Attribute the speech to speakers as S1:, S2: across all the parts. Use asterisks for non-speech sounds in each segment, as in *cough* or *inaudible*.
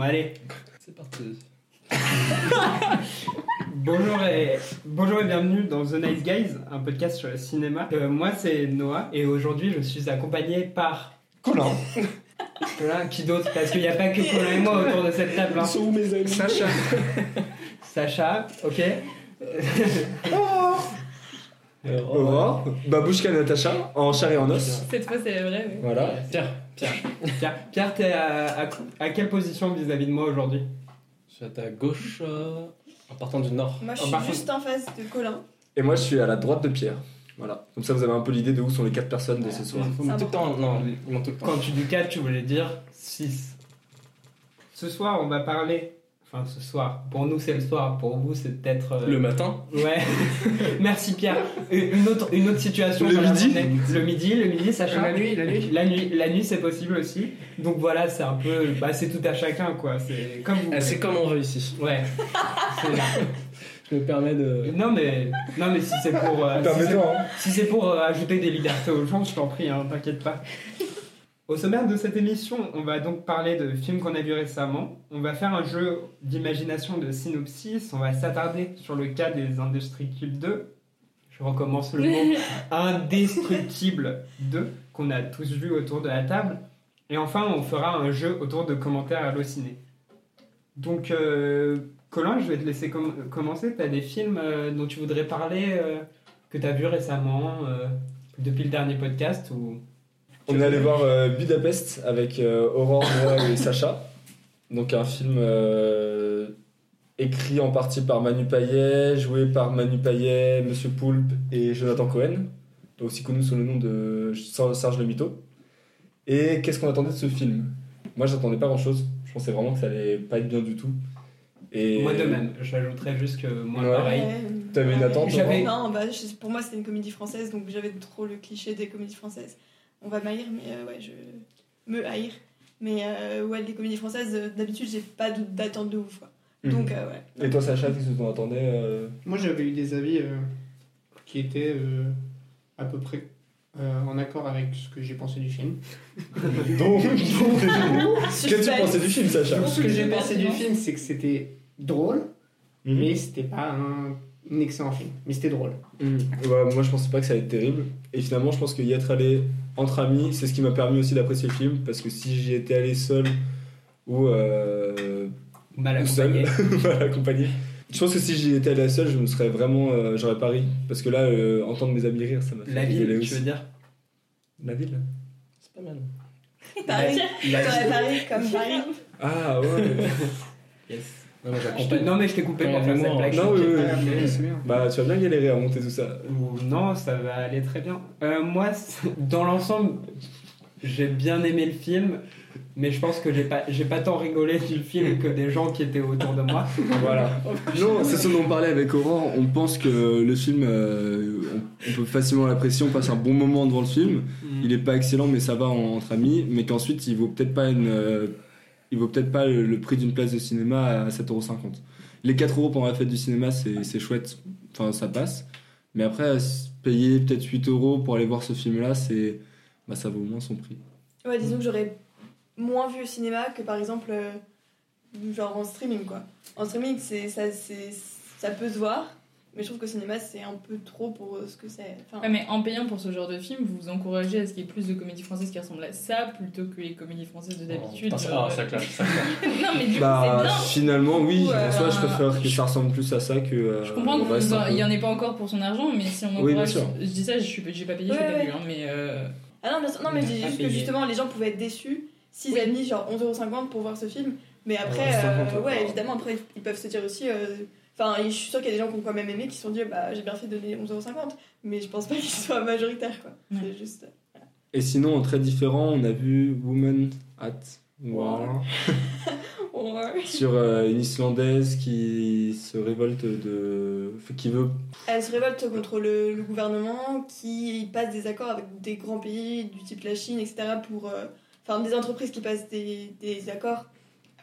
S1: allez,
S2: C'est parti.
S1: bonjour et, bonjour et bienvenue dans The Nice Guys, un podcast sur le cinéma. Euh, moi, c'est Noah et aujourd'hui, je suis accompagné par
S3: Colin.
S1: Colin, qui d'autre Parce qu'il n'y a pas que Colin et moi autour de cette table. hein.
S3: Ils sont où mes amis
S2: Sacha.
S1: *laughs* Sacha, ok. *laughs*
S3: Aurore, Babouchka Natacha, en chair et en os.
S4: Cette fois, c'est vrai, oui.
S3: Voilà.
S2: Pierre, Pierre.
S1: Pierre, Pierre, t'es à, à- à quelle position vis-à-vis de moi aujourd'hui
S2: Je suis à ta gauche euh, en partant du nord.
S4: Moi, je
S1: Ah,
S4: suis
S1: par contre-
S4: juste en face de Colin.
S3: Et moi, je suis à la droite de Pierre. Voilà. Comme ça, vous avez un peu l'idée de où sont les quatre personnes de ce
S2: Ils
S3: soir.
S2: m'ont tout le temps. Non, ils m'ont tout le temps.
S1: Quand tu dis 4, tu voulais dire 6. Ce soir, on va parler. Enfin, ce soir. Pour nous, c'est le soir. Pour vous, c'est peut-être. euh,
S2: Le matin.
S1: Ouais. *laughs* Merci Pierre. Une autre, une autre situation.
S3: Le
S1: dans la
S3: midi.
S1: journée. Le midi, le midi, Sacha.
S2: nuit, Ah, la
S1: La nuit, la nuit c'est possible aussi. Donc voilà, c'est un peu. Bah, c'est tout à chacun, quoi. C'est comme vous.
S2: Eh, Ah, c'est comme on réussit.
S1: Ouais. C'est-
S2: Je me permets de.
S1: Non, mais, non, mais si c'est pour. euh, si c'est-
S3: Permettons, hein.
S1: si c'est pour euh, ajouter des libertés aux gens, je t'en prie, hein, t'inquiète pas. Au sommaire de cette émission, on va donc parler de films qu'on a vus récemment. On va faire un jeu d'imagination de synopsis. On va s'attarder sur le cas des Indestructibles 2. Je recommence le mot. Indestructible 2 qu'on a tous vu autour de la table. Et enfin, on fera un jeu autour de commentaires hallucinés. Donc, euh, Colin, je vais te laisser com- commencer. Tu as des films euh, dont tu voudrais parler euh, que tu as vu récemment, euh, depuis le dernier podcast ou...
S3: On est allé voir euh, Budapest avec euh, Aurore, moi et Sacha. Donc, un film euh, écrit en partie par Manu Payet, joué par Manu Payet, Monsieur Poulpe et Jonathan Cohen. Aussi connu sous le nom de Serge Le Mito. Et qu'est-ce qu'on attendait de ce film Moi, j'attendais pas grand-chose. Je pensais vraiment que ça allait pas être bien du tout. Et
S1: Moi de même, j'ajouterais juste que moi
S3: Ouais.
S1: pareil.
S3: T'avais une attente
S1: J'avais-
S3: Aurore
S4: Euh, Non, bah, je- pour moi, c'était une comédie française, donc j'avais trop le cliché des comédies françaises. On va m'haïr, mais euh, ouais, je. Me haïr. Mais euh, ouais, les comédies françaises, euh, d'habitude, j'ai pas d- d'attente de ouf, quoi.
S3: Mhm.
S4: Donc, euh, ouais. *laughs*
S3: Et toi, Sacha, qu'est-ce que t'en attendais *laughs* euh,
S5: Moi, j'avais eu des avis euh, qui étaient euh, à peu près euh, en accord avec ce que j'ai pensé du film.
S3: Donc, qu'as-tu pensé du film, Sacha
S5: Donc, ce que j'ai
S4: Super
S5: pensé du
S4: silence.
S5: film, c'est que c'était drôle,
S3: Mm.
S1: Mm.
S5: mais c'était pas un, un excellent film. Mais c'était drôle.
S3: Mm. Ouais, Moi, je pensais pas que ça allait être terrible. Et finalement, je pense qu'y être allé entre amis, c'est ce qui m'a permis aussi d'apprécier le film. Parce que si j'y étais allé seul ou euh, *laughs*
S1: Mal
S3: tout seul,
S1: accompagné.
S3: mal accompagné, je pense que si j'y étais allé seul, je me serais vraiment. euh, J'aurais pas ri. Parce que là, euh, entendre mes amis rire, ça m'a fait
S1: La
S3: rigoler
S1: ville, tu
S3: aussi.
S1: veux dire
S3: La ville
S2: C'est pas mal.
S4: Paris.
S2: La
S4: T'aurais Paris comme Paris.
S1: *laughs*
S3: Ah ouais
S1: Yes.
S2: Non, moi,
S1: Je te-
S2: j'accompagne.
S1: Non mais je t'ai coupé pour
S2: Ouais,
S1: faire
S2: moi,
S1: cette blague.
S3: non,
S1: je suis
S3: oui,
S1: ok.
S5: Ah,
S3: oui,
S1: Mais-
S5: c'est bien.
S3: Bah, tu as bien galéré à monter tout ça.
S1: Ou Non, ça va aller très bien. Euh, moi, *laughs* c'est- dans l'ensemble, j'ai bien aimé le film, mais je pense que j'ai pas, j'ai pas tant rigolé du film que des gens qui étaient autour de moi.
S3: Voilà. Non, c'est ce dont on parlait avec Aurore. On pense que le film, euh, on, on peut facilement l'apprécier. On passe un bon moment devant le film. Il est pas excellent, mais ça va en- entre amis. Mais qu'ensuite, il vaut peut-être pas une, euh, il vaut peut-être pas le, le prix d'une place de cinéma à 7,50€. Les 4 euros pendant la fête du cinéma, c'est c'est chouette. Enfin, ça passe. Mais après, euh, s- payer peut-être 8 euros pour aller voir ce film-là, c'est, bah, ça vaut moins son prix.
S4: Ouais, disons que j'aurais moins vu au cinéma que par exemple, euh, genre en streaming quoi. En streaming, c'est ça, c'est ça peut se voir, mais je trouve qu'au cinéma, c'est un peu trop pour euh, ce que c'est. Enfin,
S6: Ouais, mais en payant pour ce genre de film, vous vous encouragez à ce qu'il y ait plus de comédies françaises qui ressemblent à ça plutôt que les comédies françaises de d'habitude.
S2: Putain, ça-
S6: Euh,
S2: ah, ça clash, ça clash.
S6: *laughs* non, mais du
S3: Bah,
S6: coup, c'est bien.
S3: finalement,
S6: oui, Du coup, en soi, euh, je
S3: préfère que ça ressemble plus à ça que. euh,
S6: Je comprends qu'il n'y en ait pas encore pour son argent, mais si on
S3: Oui, bien
S6: encourage.
S3: sûr.
S6: je dis ça, je suis- j'ai pas payé,
S4: Ouais,
S6: je l'ai pas
S4: ouais.
S6: vu, hein, mais. euh,
S4: Ah non, bien sûr- non, mais je dis
S1: Ah,
S4: juste que
S1: payé.
S4: justement, les gens pouvaient être déçus s'ils
S6: Oui.
S4: avaient mis genre 11,50€ pour voir ce film. Mais après,
S3: 11,50,
S4: euh, ouais,
S3: ouais.
S4: évidemment, après, ils peuvent se dire aussi. euh, Enfin, je suis sûre qu'il y a des gens qui ont quand même aimé qui se sont dit, bah j'ai bien fait de donner 11,50€, mais je pense pas *laughs* qu'ils soient majoritaires quoi.
S6: Ouais.
S4: C'est juste.
S3: Et sinon, en très différent, on a vu Woman at War
S4: Ouais.
S3: sur euh, une Islandaise qui se révolte de. qui veut.
S4: Elle se révolte contre le, le gouvernement qui passe des accords avec des grands pays du type la Chine, etc. pour. euh, Enfin, des entreprises qui passent des, des accords.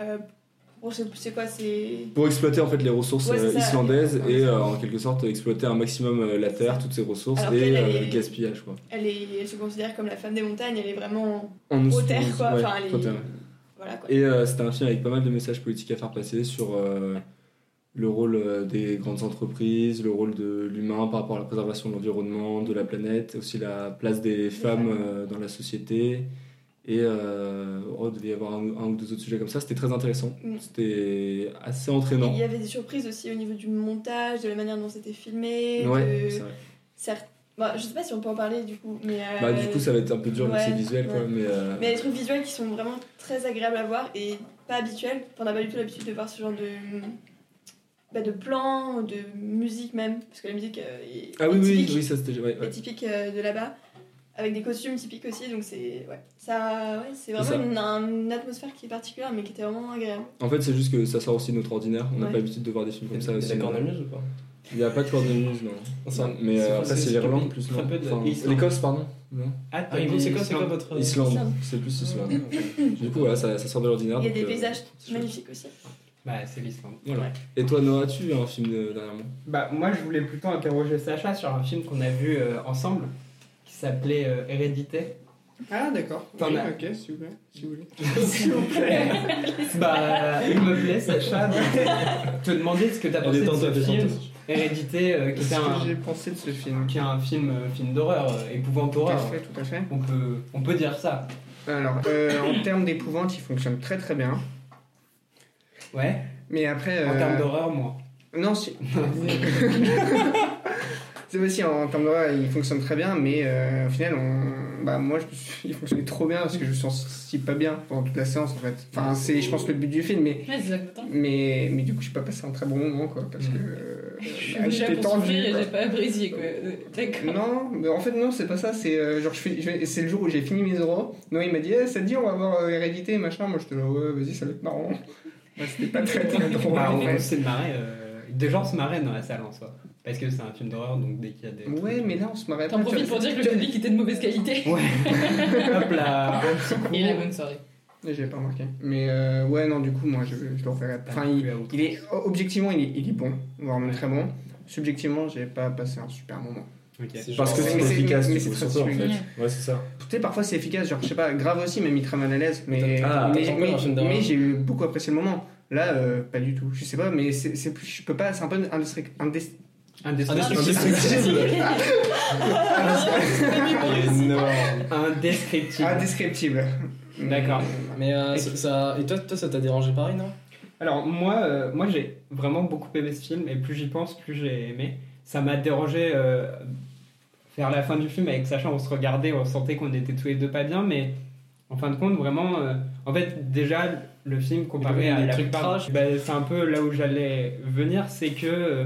S4: Euh, bon, je sais- je sais quoi, c'est.
S3: pour exploiter en fait les ressources
S4: Ouais, c'est
S3: euh,
S4: ça.
S3: islandaises et euh, en quelque sorte exploiter un maximum euh, la terre, toutes ses ressources
S4: Alors
S3: et
S4: qu'elle,
S3: euh,
S4: elle est-
S3: le gaspillage quoi.
S4: Elle, est, elle se considère comme la femme des montagnes, elle est vraiment.
S3: En
S4: Au terre, quoi. Enfin, elle est-
S3: trop terre.
S4: Voilà, quoi.
S3: Et euh, c'était un film avec pas mal de messages politiques à faire passer sur euh, le rôle euh, des grandes entreprises, le rôle de l'humain par rapport à la préservation de l'environnement, de la planète, aussi la place des femmes euh, dans la société. Et euh, oh, il devait y avoir un, un ou deux autres sujets comme ça. C'était très intéressant.
S4: Mm.
S3: C'était assez
S4: Et
S3: entraînant.
S4: Il y avait des surprises aussi au niveau du montage, de la manière dont c'était filmé.
S3: Ouais,
S4: de-
S3: c'est vrai.
S4: certes- bah, je sais pas si on peut en parler du coup, mais. euh,
S3: Bah, du coup, ça va être un peu dur, mais
S4: ouais,
S3: c'est visuel quoi.
S4: ouais.
S3: Mais, euh,
S4: Mais il y a des trucs visuels qui sont vraiment très agréables à voir et pas habituels. Enfin, on n'a pas du tout l'habitude de voir ce genre de. Bah, de plans, de musique même, parce que la musique euh, est,
S3: Ah oui,
S4: est
S3: oui,
S4: typique,
S3: oui, ça c'était. ouais, ouais.
S4: est typique, euh, de là-bas, avec des costumes typiques aussi, donc c'est. Ouais. Ça, ouais, c'est
S3: ça.
S4: vraiment une, un- une atmosphère qui est particulière, mais qui était vraiment agréable.
S3: En fait, c'est juste que ça sort aussi de notre ordinaire. On n'a
S4: Ouais.
S3: pas l'habitude de voir des films comme
S2: Et-
S3: ça
S2: et
S3: aussi.
S2: La cornemuse ou pas
S3: Il n'y a pas de cornemuse, non.
S2: Ça-
S3: mais
S2: c'est
S3: euh,
S2: français,
S3: après, c'est
S2: c'est
S3: l'Irlande
S2: pas-
S3: plus,
S2: c'est
S3: non
S2: pas de-
S3: Enfin,
S2: Islande.
S3: L'Écosse, pardon non
S1: Ah,
S2: Ah, oui, c'est quoi, c'est quoi votre.
S3: Islande,
S4: Islande.
S3: c'est plus Islande.
S1: *laughs*
S2: Ouais.
S3: Du coup, voilà, ça, ça sort de l'ordinaire.
S4: Il y a
S3: donc,
S4: des
S3: euh,
S4: paysages
S3: c'est chouette.
S4: magnifiques aussi.
S1: Bah, c'est l'Islande.
S3: Voilà. Et toi, Noah, tu as un film de- dernièrement
S1: Bah, moi, je voulais plutôt interroger Sacha sur un film qu'on a vu euh, ensemble qui s'appelait euh,
S5: *laughs*
S1: Hérédité.
S5: Ah, d'accord.
S1: T'en
S5: Oui,
S1: as-
S5: Ok, s'il vous plaît. Si vous voulez.
S1: S'il vous plaît. bah, il me plaît, Sacha, de te demander ce que
S2: Ah,
S1: t'as pensé
S3: Elle est
S1: de
S3: dans ta
S1: ce film
S3: défense.
S1: Hérédité, euh, qui,
S5: Qu'est-ce
S1: est
S5: que
S1: un,
S5: j'ai pensé de ce film
S1: qui est un film, euh, film d'horreur, euh, épouvante
S5: Tout à
S1: horreur.
S5: fait, tout à fait.
S1: On peut, on peut dire ça.
S5: Alors, euh, en termes d'épouvante, il fonctionne très très bien.
S1: Ouais.
S5: Mais après.
S1: En
S5: euh,
S1: termes d'horreur, moi.
S5: Non, si. *laughs* C'est vrai, si, en termes d'horreur, il fonctionne très bien, mais euh, au final, on... bah, moi, je me suis- il fonctionnait trop bien parce que je me sentis pas bien pendant toute la séance, en fait. Enfin, c'est, je pense, le but du film, mais.
S6: Ouais, c'est ça que t'entends.
S5: Mais, mais du coup, j'ai pas passé un très bon moment, quoi, parce que. euh,
S6: Je suis
S5: bah,
S6: venue là
S5: j'étais
S6: pour
S5: tendu.
S6: souffrir et
S5: quoi.
S6: j'ai pas apprécié quoi. Euh, D'accord.
S5: Non, mais en fait, non, c'est pas ça. C'est euh, genre, je fais- je vais- c'est le jour où j'ai fini mes euros. Noé il m'a dit, eh, ça te dit, on va voir euh, Hérédité, machin. Moi, je te dis, ouais, vas-y, ça va être marrant. Bah, C'était pas
S1: *laughs*
S5: très très drôle.
S1: Bah,
S5: en
S1: on
S5: fait.
S1: s'est marré. euh, des gens se marraient dans la salle en soi. Parce que c'est un film d'horreur, donc dès qu'il y a des.
S5: Ouais, mais là, on se marrait
S6: T'en
S5: pas, tu
S6: profites
S5: vois.
S6: pour dire que
S5: Tu-
S6: le public était de mauvaise qualité.
S1: Ouais. euh, Hop là, un petit coup.
S6: Et la bonne soirée.
S5: Mais J'avais pas remarqué. Mais euh, ouais, non, du coup, moi, je, je le reverrai.
S1: *laughs*
S5: Enfin, il, il est, objectivement, il est, il est bon, voire même très bon. Subjectivement, j'ai pas passé un super moment.
S1: Ok.
S2: C'est
S3: Parce que
S2: genre-
S5: Mais
S3: c'est
S5: c'est-
S3: efficace,
S5: mais
S3: du
S5: c'est
S3: coup,
S5: très
S3: surtout en fait.
S5: sublime.
S3: Ouais, c'est ça.
S5: Tu sais, parfois c'est efficace, genre, je sais pas, grave aussi, même il te ramène à l'aise, mais,
S3: Ah,
S5: mais,
S2: t'as encore
S5: mais,
S2: un film d'horreur.
S5: mais j'ai eu beaucoup apprécié le moment. Là, euh, pas du tout. Je sais pas, mais c'est c'est plus, je peux pas, c'est un peu indestri- indestri-
S1: Ah, Indestructible.
S4: *laughs*
S3: Énorme.
S1: Indestructible.
S5: indescriptible.
S1: D'accord.
S2: Mais euh,
S5: Et-
S2: ça, ça- Et toi, toi, ça t'a dérangé pareil, non
S1: Alors moi, euh, moi j'ai vraiment beaucoup aimé ce film et plus j'y pense, plus j'ai aimé. Ça m'a dérangé euh, vers la fin du film avec Sacha, on se regardait, on sentait qu'on était tous les deux pas bien, mais en fin de compte vraiment, euh, en fait déjà le film
S2: Il y
S1: comparé
S2: a
S1: à
S2: des
S1: la
S2: trucs
S1: plupart,
S2: trash.
S1: bah, c'est un peu là où j'allais venir, c'est que euh,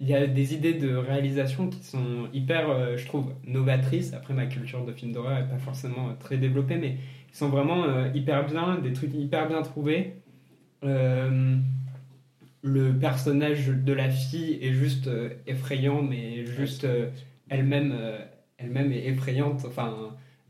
S1: il y a des idées de réalisation qui sont hyper, euh, je trouve, novatrices. Après ma culture de film d'horreur est pas forcément euh, très développée, mais ils sont vraiment euh, hyper bien, des trucs hyper bien trouvés. Euh, le personnage de la fille est juste euh, effrayant, mais juste euh, elle-même, euh, elle-même est effrayante. Enfin,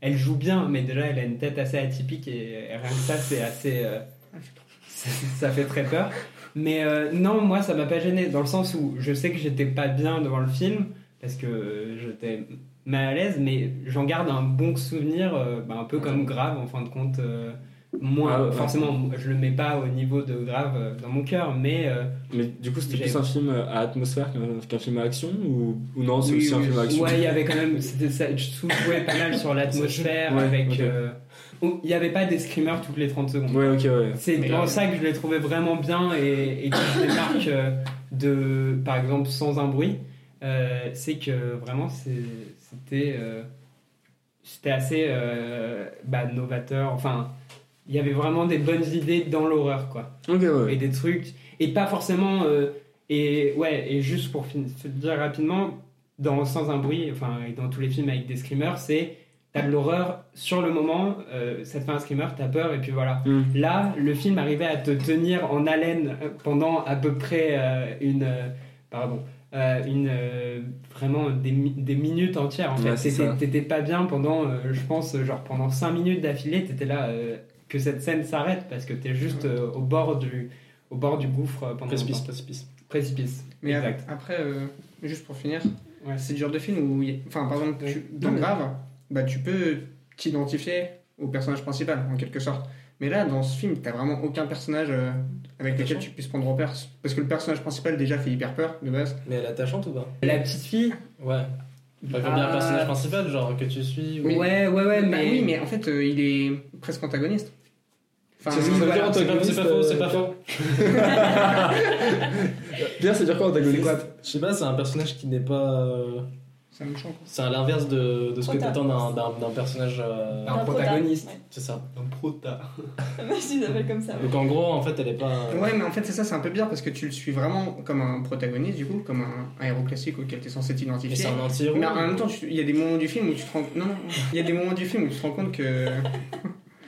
S1: elle joue bien, mais déjà elle a une tête assez atypique et, et rien que ça, c'est assez, euh,
S3: Ah,
S1: *laughs* ça, ça fait très peur. Mais euh, non, moi ça m'a pas gêné dans le sens où je sais que j'étais pas bien devant le film parce que euh, j'étais mal à l'aise, mais j'en garde un bon souvenir, euh, bah, un peu comme grave en fin de compte. euh, moins,
S3: Ah ouais.
S1: forcément, je le mets pas au niveau de grave euh, dans mon cœur, mais euh,
S3: Mais du coup, c'était
S1: J'ai-
S3: plus un film euh, à atmosphère qu'un qu'un film à action ou, ou non, c'est
S5: Oui,
S3: aussi un
S5: oui,
S3: film à action
S1: Ouais, il y avait quand même. c'était- Ça, je sous-jouais pas mal sur l'atmosphère.
S3: Ouais,
S1: avec.
S3: ok.
S1: euh, où il n'y avait pas des screamers toutes les 30 secondes.
S3: Ouais, ok, ouais.
S1: C'est
S5: Mais,
S1: dans
S5: euh,
S1: ça que je les trouvais vraiment bien et, et qui se démarque euh, de. Par exemple, sans un bruit. euh, c'est que vraiment, c'est- c'était. euh, c'était assez euh, bah, novateur. Enfin, il y avait vraiment des bonnes idées dans l'horreur, quoi
S3: Ok,
S1: et
S3: ouais.
S1: des trucs et pas forcément euh, et ouais et juste pour fin- dire rapidement dans sans un bruit enfin et dans tous les films avec des screamers c'est t'as de l'horreur sur le moment euh, ça te fait un screamer t'as peur et puis voilà
S3: Hmm.
S1: là le film arrivait à te tenir en haleine euh, pendant à peu près euh, une euh, pardon euh, une euh, vraiment des, mi- des minutes entières en fait
S3: Ouais, c'est
S1: T'étais-
S3: ça.
S1: t'étais pas bien pendant euh, je pense genre pendant 5 minutes d'affilée t'étais là euh, que cette scène s'arrête parce que t'es juste euh, au bord du au bord du gouffre euh, pendant
S2: Précipice,
S1: longtemps.
S2: précipice.
S1: précipice
S5: Mais ap-
S1: exact
S5: après, euh, juste pour finir,
S1: Ouais.
S5: c'est le genre de film où, il y a- enfin, par exemple, tu-
S1: Oui.
S5: dans
S1: Non, mais-
S5: Grave, bah, tu peux t'identifier au personnage principal, en quelque sorte. Mais là, dans ce film, t'as vraiment aucun personnage euh, avec lequel tu puisses prendre repère. Parce que le personnage principal déjà fait hyper peur de base.
S2: Mais elle est attachante ou pas
S1: La petite fille
S2: Ouais. Pas comme bien
S1: Ah.
S2: le personnage principal, genre que tu suis. ou-
S5: Oui.
S1: Ouais, ouais, ouais,
S5: Bah
S1: mais.
S5: oui, mais en fait, euh, il est presque antagoniste. Enfin,
S7: C'est ce que ça veut
S5: voilà,
S7: dire,
S5: c'est-
S2: C'est pas- c'est pas faux, c'est pas faux.
S7: Pierre, c'est dire quoi antagoniste
S2: Je sais pas, c'est un personnage qui n'est pas. euh,
S5: c'est un méchant. quoi.
S2: C'est à l'inverse de, de ce que
S4: Prota.
S2: t'attends d'un- d'un d'un personnage. euh,
S1: Un protagoniste.
S2: C'est ça.
S1: Un prota.
S4: *laughs* Moi, je les appelle comme ça.
S2: Donc en gros, en fait, elle est pas.
S5: Ouais, mais en fait, c'est ça, c'est un peu bizarre parce que tu le suis vraiment comme un protagoniste, du coup, comme un, un héros classique auquel t'es censé
S2: Mais
S5: t'identifier.
S2: c'est un anti-héros.
S5: Mais en même temps, tu- il y a des moments du film où tu te rends non, non, il y a des moments du film où tu te rends compte que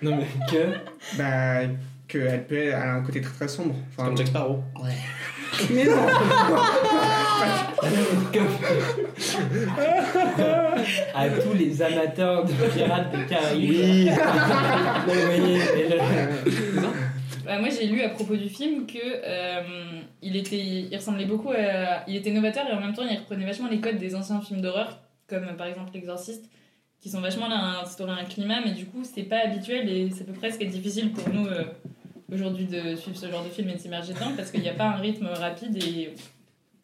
S2: Non, mais que.
S1: *laughs*
S5: bah que elle peut elle a un côté très très sombre. Enfin,
S2: Comme Jack Sparrow.
S5: Mais non.
S1: À tous les amateurs de pirates des Caraïbes.
S7: Oui.
S1: *laughs* Vous voyez, et le-
S5: euh,
S6: Bah, moi, j'ai lu à propos du film que euh, il était, il ressemblait beaucoup, à, il était novateur et en même temps, il reprenait vachement les codes des anciens films d'horreur, comme euh, par exemple L'Exorciste, qui sont vachement là à instaurer un climat, mais du coup, c'est pas habituel et ça peut presque être difficile pour nous euh, aujourd'hui de suivre ce genre de film et de s'immerger dedans parce qu'il n'y a pas un rythme rapide et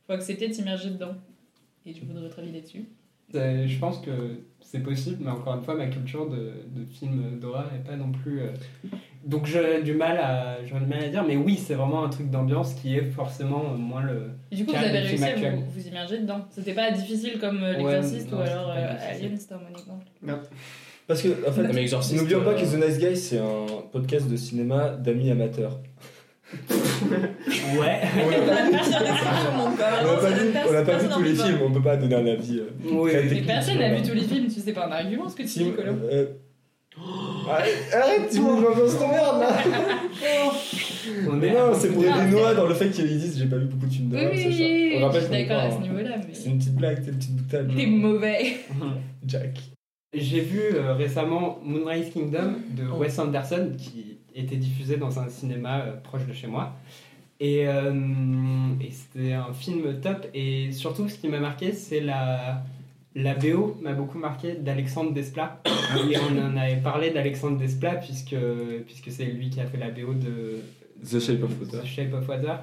S6: faut accepter de s'immerger dedans. Et je voudrais votre avis là-dessus.
S1: Euh, Je pense que c'est possible, mais encore une fois, ma culture de, de film d'horreur n'est pas non plus. euh, Donc j'ai du, mal à... j'ai du mal à dire, mais oui, c'est vraiment un truc d'ambiance qui est forcément euh, moins le.
S6: Et du coup, vous
S1: Carrément,
S6: avez
S1: le
S6: réussi
S1: film
S6: à
S1: actuel.
S6: vous, vous immerger dedans. C'était pas difficile comme euh,
S1: Ouais,
S6: L'Exorciste
S1: non,
S6: ou
S1: c'était
S6: alors
S1: pas
S6: euh,
S1: difficile.
S6: Alien, c'était un bon exemple.
S3: Parce que, en fait,
S2: Comme Exorciste.
S3: n'oublions pas
S2: euh,
S3: que The Nice Guy, c'est un podcast de cinéma d'amis amateurs.
S1: Ouais. *laughs*
S3: On
S4: *laughs* On
S3: n'a
S4: a pas cherché ça, mon
S6: Ah,
S4: gars.
S3: pas vu, on n'a pas vu
S4: Personne
S3: tous les
S4: n'en
S3: films, on peut pas donner un avis. euh,
S1: Oui.
S3: très
S6: Mais
S3: technique
S6: personne
S3: sur
S6: n'a
S3: la-
S6: vu tous les films, tu sais pas un argument ce que tu dis,
S3: Sim,
S6: Colo.
S3: euh, Arrête, arrête, tu vois, je m'avance ton merde là
S1: On
S3: Mais
S1: est
S3: non,
S1: à-
S3: c'est pour aider Noah dans le fait qu'ils disent j'ai pas vu beaucoup de films
S6: Oui,
S3: d'horreur,
S6: oui,
S3: c'est ça.
S6: oui,
S3: On
S6: oui, je
S3: rappelle
S6: suis
S3: qu'on est
S6: d'accord
S3: pas
S6: à ce
S3: un-
S6: niveau-là,
S3: C'est
S6: mais
S3: une petite blague, c'est une petite boutade.
S6: t'es mauvais.
S3: Jack.
S1: J'ai vu euh, récemment Moonrise Kingdom de Wes Anderson qui était diffusé dans un cinéma euh, proche de chez moi. Et, euh, et c'était un film top. Et surtout, ce qui m'a marqué, c'est la, la BO m'a beaucoup marqué d'Alexandre Desplat. *coughs* et on en avait parlé d'Alexandre Desplat puisque, puisque c'est lui qui a fait la BO de
S7: The Shape of Water.
S1: The Shape of Water.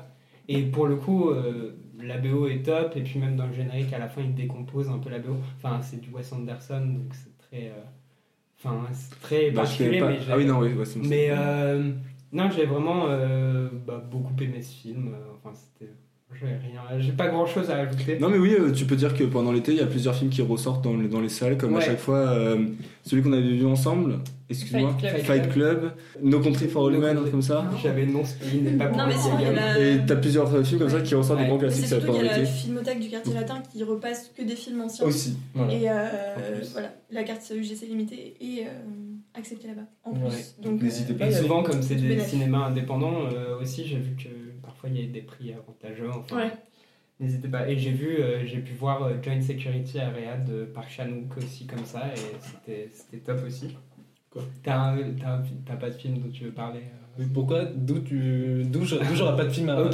S1: Et pour le coup, euh, la BO est top. Et puis même dans le générique, à la fin, il décompose un peu la BO. Enfin, c'est du Wes Anderson, donc c'est très... euh, Enfin, c'est très
S7: Bah, je connais
S1: particulier,
S7: pas.
S1: mais j'ai-
S7: Ah oui, non, oui, ouais, c'est bon.
S1: mais euh, non, j'ai vraiment euh, bah, beaucoup aimé ce film. Euh, Enfin, c'était. J'ai rien. J'ai pas grand chose à ajouter.
S7: Non mais oui, euh, tu peux dire que pendant l'été, il y a plusieurs films qui ressortent dans, les- dans les salles, comme à
S1: Ouais.
S7: chaque fois euh, celui qu'on avait vu ensemble, excuse-moi,
S6: Fight Club.
S1: Fight
S7: Fight Club, No Country for All
S1: No
S7: Men, un
S1: Country.
S7: truc comme ça.
S1: J'avais non il n'est pas
S4: Non,
S1: pour
S4: mais
S1: les
S4: sinon, il y
S1: gars.
S4: en a.
S7: Et t'as plusieurs euh, films comme ça qui ressortent
S1: Ouais.
S7: des grands
S4: Mais C'est
S7: classiques euh,
S4: surtout
S7: pendant
S4: qu'il y a la
S7: l'été.
S4: filmothèque du quartier latin qui repasse que des films anciens.
S3: Aussi. Voilà.
S4: Et euh,
S3: En plus.
S4: voilà, la carte UGC limitée et euh, acceptée là-bas. En
S3: Ouais.
S4: plus. Donc,
S3: N'hésitez pas.
S1: Et souvent, comme c'est
S4: Du
S1: des
S4: bénéfice.
S1: cinémas indépendants, euh, aussi, j'ai vu que parfois il y a des prix avantageux. Enfin,
S4: Ouais.
S1: N'hésitez pas. Et j'ai vu, euh, j'ai pu voir euh, Joint Security à Riyad euh, par Chanook aussi comme ça, et c'était- c'était top aussi.
S2: Quoi
S1: T'as un- t'as un- t'as pas de film dont tu veux parler euh,
S2: Mais pourquoi D'où tu. D'où je- d'où j'aurais pas de film *laughs* à.
S1: *laughs* Ok.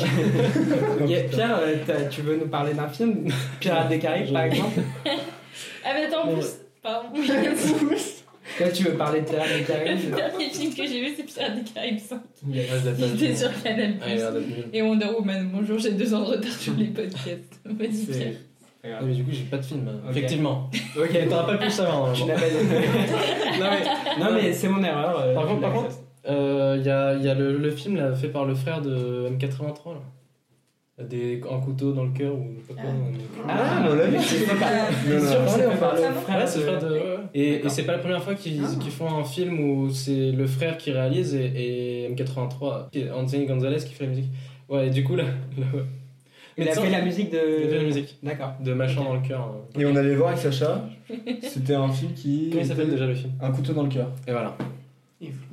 S1: *laughs* Ok, Pierre, euh, t'as- tu veux nous parler d'un film Pirates des Caraïbes, par exemple
S6: Ah, mais attends, en
S2: Ouais.
S6: plus, pardon, *laughs* le
S1: Toi, tu veux parler de Pirates des
S6: *laughs*
S1: Caraïbes
S6: dernier film que j'ai vu, c'est Pirates des Caraïbes 5.
S2: Ouais, je l'ai pas
S6: Il était
S2: vu.
S6: sur Canal.
S2: Ah, il a l'air d'être nul.
S6: Et Wonder Woman, bonjour, j'ai deux ans de retard sur les podcasts. *laughs* Vas-y, Pierre.
S1: C'est- c'est
S2: Ah,
S1: grave.
S2: mais du coup, j'ai pas de film. euh,
S1: Ok.
S2: Effectivement.
S1: Ok,
S2: T'auras pas pu le savoir.
S1: je
S2: normalement.
S1: l'appelle. non, mais, non, mais c'est mon erreur. euh,
S2: Par
S1: je
S2: contre, par
S1: l'accepte.
S2: Euh, y a, y a le, le film là, fait par le frère de M83 là. Des, un couteau dans le cœur ou je sais pas quoi.
S4: Ah.
S2: un-
S1: Ah,
S3: mais on l'a vu.
S1: mais c'est fait par-
S4: euh,
S3: Non,
S1: c'est
S3: non.
S1: sûr que c'est fait par le
S4: Ah bon
S1: frère
S2: Ouais, c'est
S1: de-
S2: le frère de. Et, et c'est pas la première fois qu'ils
S5: Ah.
S2: qu'ils font un film où c'est le frère qui réalise et, et M83, qui est Anthony Gonzalez qui fait la musique. Ouais, et du coup là. le-
S1: Il a
S2: Médecin-
S1: fait la musique
S2: il a fait la
S1: de.
S2: musique
S1: D'accord.
S2: de Machin dans le cœur. hein.
S3: Et on allait voir avec Sacha, c'était un film qui.
S2: Comment il s'appelle déjà le film
S3: Un couteau dans le cœur,
S2: Et voilà.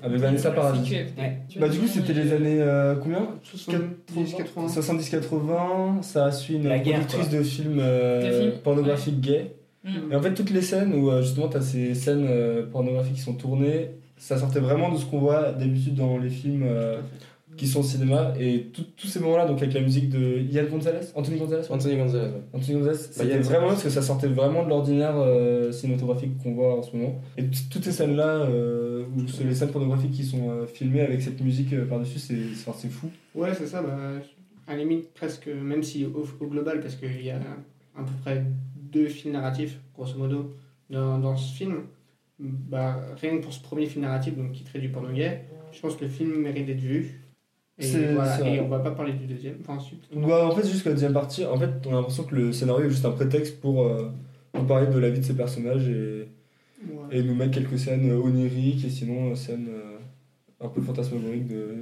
S3: avec Vanessa Paradis.
S6: C'est QFD.
S1: Ouais.
S6: Tu vois,
S3: Bah, du coup,
S6: c'est-
S3: c'était les années euh, combien
S5: 70-80.
S3: 70-80, ça suit une
S1: La guerre,
S3: productrice de films euh,
S6: De films,
S3: pornographiques gays.
S6: Mm.
S3: Et en fait, toutes les scènes où euh, justement t'as ces scènes euh, pornographiques qui sont tournées, ça sortait vraiment de ce qu'on voit d'habitude dans les films euh, qui sont au cinéma et tout- tous ces moments-là, donc avec la musique de Yann Gonzalez, Anthony Gonzalez, pardon.
S8: Anthony Gonzalez, ouais.
S3: Anthony Gonzalez,
S8: Bah,
S3: c'était
S8: Yann
S3: vraiment parce que ça sortait vraiment de l'ordinaire euh, cinématographique qu'on voit en ce moment. Et t- toutes ces scènes-là, euh, ou ce- les scènes pornographiques qui sont euh, filmées avec cette musique euh, par-dessus, c'est c'est- enfin, c'est fou.
S5: Ouais, c'est ça, bah, à la limite, presque, même si au, au global, parce qu'il y a à peu près deux films narratifs, grosso modo, dans, dans ce film, bah, rien que pour ce premier film narratif, donc qui traite du porno gay, je pense que le film mérite d'être vu. Et,
S3: C'est-
S5: voilà,
S3: c'est vrai.
S5: et on va pas parler du deuxième, enfin ensuite.
S3: Bah, en fait, jusqu'à la deuxième partie, en fait, on a l'impression que le scénario est juste un prétexte pour, euh, pour parler de la vie de ces personnages et,
S5: Ouais.
S3: et nous mettre quelques scènes euh, oniriques et sinon euh, scènes euh, un peu fantasmagoriques de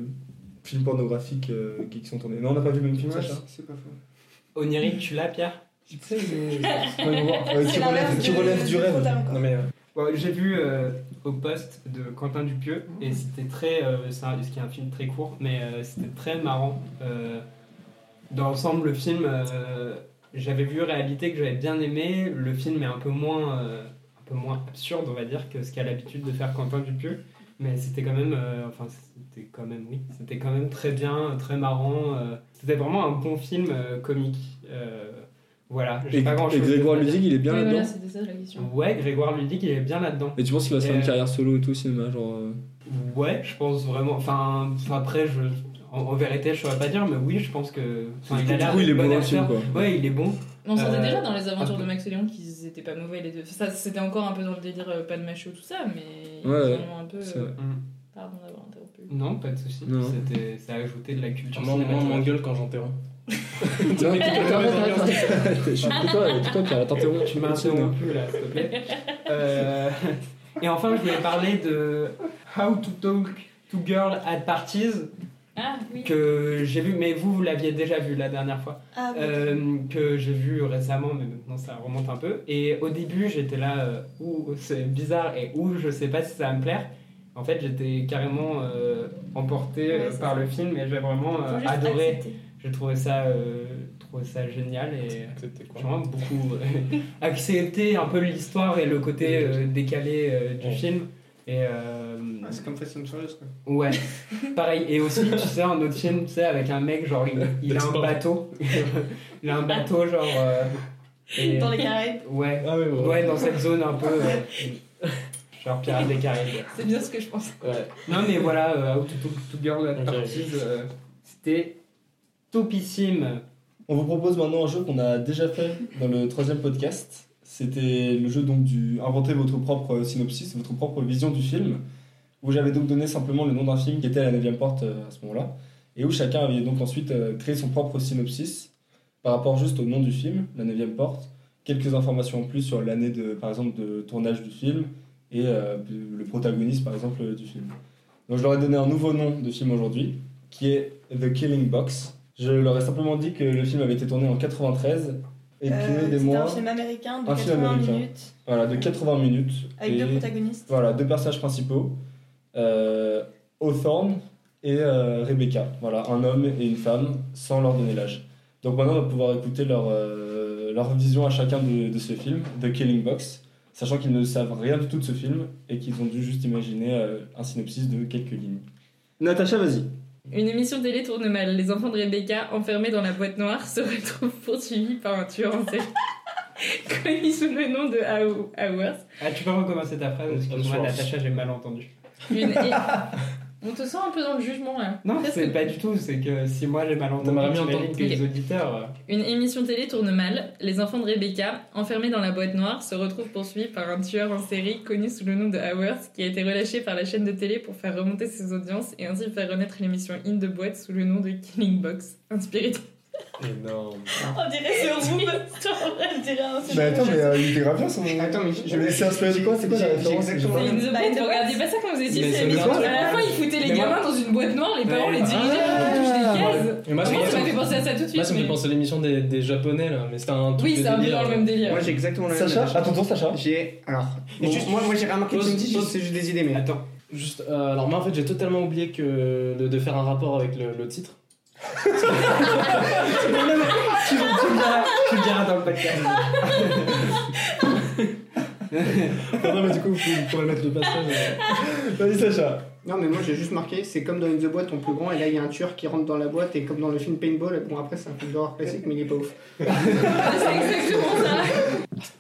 S3: films pornographiques euh, qui qui sont tournés. Non, on n'a pas vu le même film,
S5: Ouais,
S3: Sacha
S5: c'est pas faux.
S1: Onirique, tu l'as, Pierre
S3: *laughs* Ouais,
S4: C'est
S3: Qui
S4: l'inverse
S3: relève- qui
S4: de-
S3: relève du
S4: de trop
S3: rêve.
S4: tard, quoi.
S8: Non, mais. euh,
S1: Ouais, J'ai vu euh, au poste de Quentin Dupieux
S9: Mmh.
S1: et c'était très. euh, c'est un- ce qui est un film très court, mais euh, c'était très marrant. Euh, dans l'ensemble, le film, euh, j'avais vu réalité que j'avais bien aimé. Le film est un peu moins, euh, un peu moins absurde, on va dire, que ce qu'a l'habitude de faire Quentin Dupieux. Mais c'était quand même, euh, enfin c'était quand même, oui, c'était quand même très bien, très marrant. euh. c'était vraiment un bon film euh, comique. Euh, voilà. j'ai
S9: Et,
S1: pas grand-chose
S9: et Grégoire
S1: d'autre à dire.
S9: Ludig, il est bien
S6: Oui,
S9: là-dedans.
S6: voilà, c'était ça la question.
S1: Ouais, Grégoire Ludig, il est bien là-dedans.
S9: Et tu penses qu'il va se faire une
S1: Euh,
S9: carrière solo et tout au cinéma genre, euh,
S1: Ouais, je pense vraiment. Enfin, après, je, en, en vérité, je saurais pas dire, mais oui, je pense que. Enfin,
S9: Du
S1: il a l'air
S9: coup, il est
S1: bon
S9: bon dans le film,
S1: acteur.
S9: quoi.
S1: Ouais, il est bon.
S6: On sentait
S1: Euh,
S6: déjà dans les aventures
S1: un peu.
S6: de Max et Léon qu'ils étaient pas mauvais les deux. Ça, c'était encore un peu dans le délire euh, pas de macho, tout ça, mais
S9: Ouais,
S6: ils
S9: ouais,
S6: en ont un peu.
S9: c'est
S6: euh,
S9: vrai.
S1: Mm.
S6: Pardon d'avoir interrompu.
S1: Non, pas de souci.
S9: Non.
S1: C'était, ça a ajouté de la culture
S8: Moi, moi, on
S1: cinématographique.
S8: m'engueule quand
S2: hein.
S8: j'interromps.
S1: *laughs*
S9: *laughs* Non, Je suis toi, toi, Pierre, t'interromps,
S1: Tu m'as interrompu là, s'il te plaît. Euh, *laughs* Et enfin, je voulais parler de How to Talk to Girl at Parties
S6: Ah oui.
S1: que j'ai vu, mais vous, vous l'aviez déjà vu la dernière fois.
S4: Ah, oui.
S1: Euh, que j'ai vu récemment, mais maintenant ça remonte un peu. Et au début, j'étais là, euh, ouh, c'est bizarre et ouh, je sais pas si ça va me plaire. En fait, j'étais carrément euh, emporté
S4: Ouais,
S1: euh,
S4: c'est
S1: par
S4: ça.
S1: le film et j'ai vraiment
S4: Faut
S1: euh,
S4: juste
S1: adoré.
S4: accepter.
S1: J'ai trouvé ça, euh, trouvé ça génial et
S8: Acceptez quoi.
S1: vraiment beaucoup euh, *laughs* accepté un peu l'histoire et le côté euh, décalé euh, du
S8: Ouais.
S1: film. Et euh,
S5: Ah, c'est comme Fast and Furious, quoi.
S1: Ouais, *laughs* pareil. Et aussi, tu sais, un autre film, tu sais, avec un mec, genre, il, il a un
S8: D'export.
S1: bateau. *laughs* il a un bateau, genre. euh, et-
S4: Dans les Caraïbes.
S1: ouais.
S8: Ah, ouais, ouais.
S1: ouais, dans cette zone un peu. euh, genre Pirates des Caraïbes.
S6: C'est bien ce que je pense.
S8: Ouais.
S1: Non, mais voilà, euh, How to Talk to Girl at
S8: Ok.
S1: Parties, euh, c'était topissime.
S3: On vous propose maintenant un jeu qu'on a déjà fait dans le troisième podcast. C'était le jeu donc du inventer votre propre euh, synopsis, votre propre vision du film, où j'avais donc donné simplement le nom d'un film qui était à la 9 porte euh, à ce moment-là, et où chacun avait donc ensuite euh, créé son propre synopsis par rapport juste au nom du film, la 9 porte, quelques informations en plus sur l'année de par exemple de tournage du film et euh, le protagoniste par exemple euh, du film. Donc je leur ai donné un nouveau nom de film aujourd'hui qui est The Killing Box. Je leur ai simplement dit que le film avait été tourné en 93 et que
S4: Euh,
S3: des
S4: C'était
S3: mois
S4: un film américain de
S3: Un film
S4: 80
S3: américain.
S4: minutes
S3: voilà, de 80 minutes
S4: avec
S3: et
S4: deux protagonistes.
S3: voilà, deux personnages principaux, euh, Hawthorne et euh, Rebecca. Voilà, un homme et une femme sans leur donner l'âge. Donc maintenant, on va pouvoir écouter leur, euh, leur vision à chacun de, de ce film, The Killing Box, sachant qu'ils ne savent rien du tout de ce film et qu'ils ont dû juste imaginer euh, un synopsis de quelques lignes. Natacha, vas-y.
S6: Une émission télé tourne mal. Les enfants de Rebecca, enfermés dans la boîte noire, se retrouvent poursuivis par un tueur en *laughs* série. Connu sous le nom de How- Hours.
S1: Ah, tu peux recommencer ta phrase parce que moi,
S8: Bonsoir.
S1: Natacha, j'ai mal entendu.
S6: Une é- *laughs* On te sent un peu dans le jugement là.
S1: Non,
S6: Qu'est-ce
S1: c'est
S6: que-
S1: pas du tout, c'est que si moi j'ai mal
S8: On
S1: entendu,
S8: m'aurait mis en
S1: j'imagine
S8: tant-
S1: que les auditeurs. euh,
S6: Une émission télé tourne mal. Les enfants de Rebecca, enfermés dans la boîte noire, se retrouvent poursuivis par un tueur en série connu sous le nom de Hours, qui a été relâché par la chaîne de télé pour faire remonter ses audiences et ainsi faire renaître l'émission In the Boîte sous le nom de Killing Box, inspirée de
S8: Énorme.
S4: On dirait ce *laughs* room. On dirait un
S3: Bah,
S4: film.
S3: euh, il était grave bien son
S5: Attends, mais je- je
S3: Mais c'est inspiré de quoi C'est quoi la
S5: J'ai- j'ai
S3: référence que j'ai
S5: exactement
S3: pas
S6: C'est In the
S4: Bah, The
S6: Boîte. Vous regardiez pas ça quand vous étiez
S1: Mais
S6: chez
S1: c'est
S6: les
S1: bien
S6: gamins.
S1: sûr.
S6: À la fin, ils foutaient les
S1: Mais moi-
S6: gamins dans une boîte noire, les parents
S1: Mais-
S6: Bah,
S1: ah.
S6: les dirigeaient
S2: Ah.
S6: à toucher des cases.
S8: Mais moi, ça
S6: Moi,
S8: me
S6: ça m'a fait
S8: fait-
S6: penser à ça tout de
S8: moi, ça me fait
S6: suite.
S8: penser à l'émission des, des Japonais, là. Mais c'était un
S6: mais-
S8: truc de
S6: Oui, c'est un peu
S8: délire,
S6: dans le
S8: là.
S6: même délire.
S5: Moi, j'ai exactement la même
S3: Sacha
S5: image.
S3: À ton tour, Sacha.
S5: J'ai. Alors.
S8: Et
S5: bon,
S8: juste-
S5: moi, moi, j'ai remarqué que
S8: Pause,
S5: tu me dis,
S8: pause.
S5: c'est juste des idées, mais.
S1: Attends,
S8: Juste, euh, alors moi en fait j'ai totalement oublié que de, de faire un rapport avec le, le titre.
S1: tu, tu le diras- tu le diras dans le podcast.
S2: *laughs* non, mais du coup, vous pourrez mettre le passage. euh.
S3: Vas-y, Sacha.
S5: Non, mais moi j'ai juste marqué, c'est comme dans une The Boîte, on plus grand, et là il y a un tueur qui rentre dans la boîte, et comme dans le film Paintball, bon après c'est un film d'horreur classique, mais il est pas ouf.
S6: *laughs* c'est exactement ça.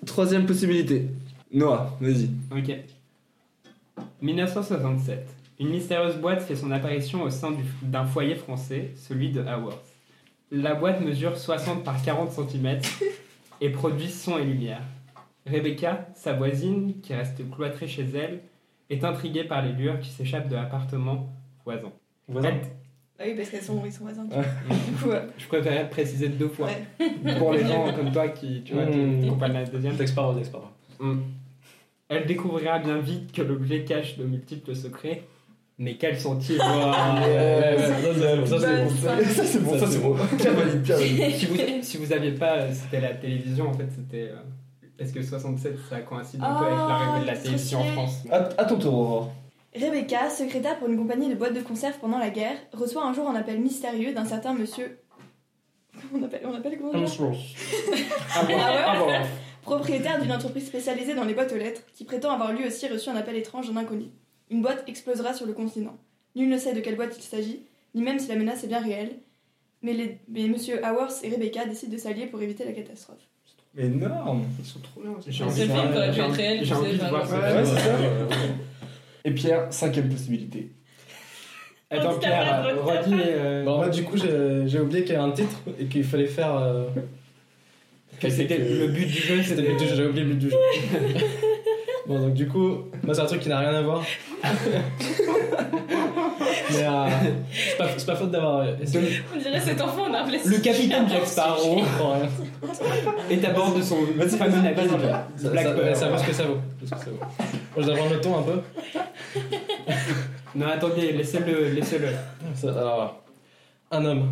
S10: Troisième possibilité.
S3: Noah, vas-y.
S1: Ok. 1967. Une mystérieuse boîte fait son apparition au sein du- d'un foyer français, celui de Haworth. La boîte mesure 60 par 40 cm et produit son et lumière. Rebecca, sa voisine, qui reste cloîtrée chez elle, est intriguée par les lueurs qui s'échappent de l'appartement voisin.
S3: Voisin.
S4: Bah oui, parce qu'elles sont, ils sont voisins. Du coup, euh,
S1: Je préférais préciser deux fois
S4: ouais.
S1: pour les gens comme toi qui,
S8: Hmm.
S1: tu vois,
S2: Mmh.
S1: tu comprennent la deuxième.
S2: T'expars aux experts.
S1: Elle découvrira bien vite que l'objet cache de multiples secrets. Mais quels sont-ils Oh,
S2: Ça, c'est bon.
S3: Ça, c'est bon, ça, c'est bon.
S1: si, vous, si vous aviez pas, euh, c'était la télévision en fait, c'était. euh, parce que 67 ça coïncide un peu avec
S4: Ah,
S1: l'arrivée de la
S4: c'est
S1: télévision en
S4: stylé.
S1: France.
S3: À, à ton tour, Aurore.
S4: Rebecca, secrétaire pour une compagnie de boîtes de conserve pendant la guerre, reçoit un jour un appel mystérieux d'un certain monsieur. *laughs* On appelle, on appelle comment déjà
S1: Ah bon,
S4: Ah
S1: ah bon.
S4: Propriétaire d'une entreprise spécialisée dans les boîtes aux lettres, qui prétend avoir lui aussi reçu un appel étrange d'un inconnu. Une boîte explosera sur le continent. Nul ne sait de quelle boîte il s'agit, ni même si la menace est bien réelle. Mais, les, mais Monsieur Howarth et Rebecca décident de s'allier pour éviter la catastrophe.
S3: Énorme.
S5: Ils sont trop bien.
S1: J'ai
S6: Le
S1: envie
S6: seul
S1: de voir-
S6: film qui aurait pu
S1: j'ai
S6: être
S1: envie-
S6: réel,
S1: j'ai
S6: tu sais,
S1: envie de
S6: enfin,
S1: voir
S6: c'est-
S1: ça.
S3: Ouais, c'est ça. Et Pierre, cinquième possibilité.
S1: Attends, Pierre, euh, redis. euh,
S2: Bon, Bah, moi, du coup, j'ai j'ai oublié qu'il y avait un titre et qu'il fallait faire. euh,
S1: que c'était
S2: que-
S1: le but du jeu,
S2: C'était le but du jeu, j'ai oublié le but du jeu.
S1: *laughs*
S2: bon, donc du coup, moi c'est un truc qui n'a rien à voir. Mais euh, c'est pas, c'est pas faute d'avoir essayé.
S6: On dirait cet enfant, on a appelé
S1: Le capitaine Jack Sparrow
S2: Bon,
S1: *laughs*
S2: ouais.
S1: est à bord de son
S3: Vas-y,
S1: fameux
S3: vas-y,
S1: navire
S2: Ça,
S1: Black
S2: ça-
S1: Pearl.
S2: ça vaut ce que ça vaut. ça vaut ce que ça vaut. Bon, je dois prendre le ton un peu.
S1: Non, attendez, laissez-le, laissez-le.
S2: Ça- alors, un homme.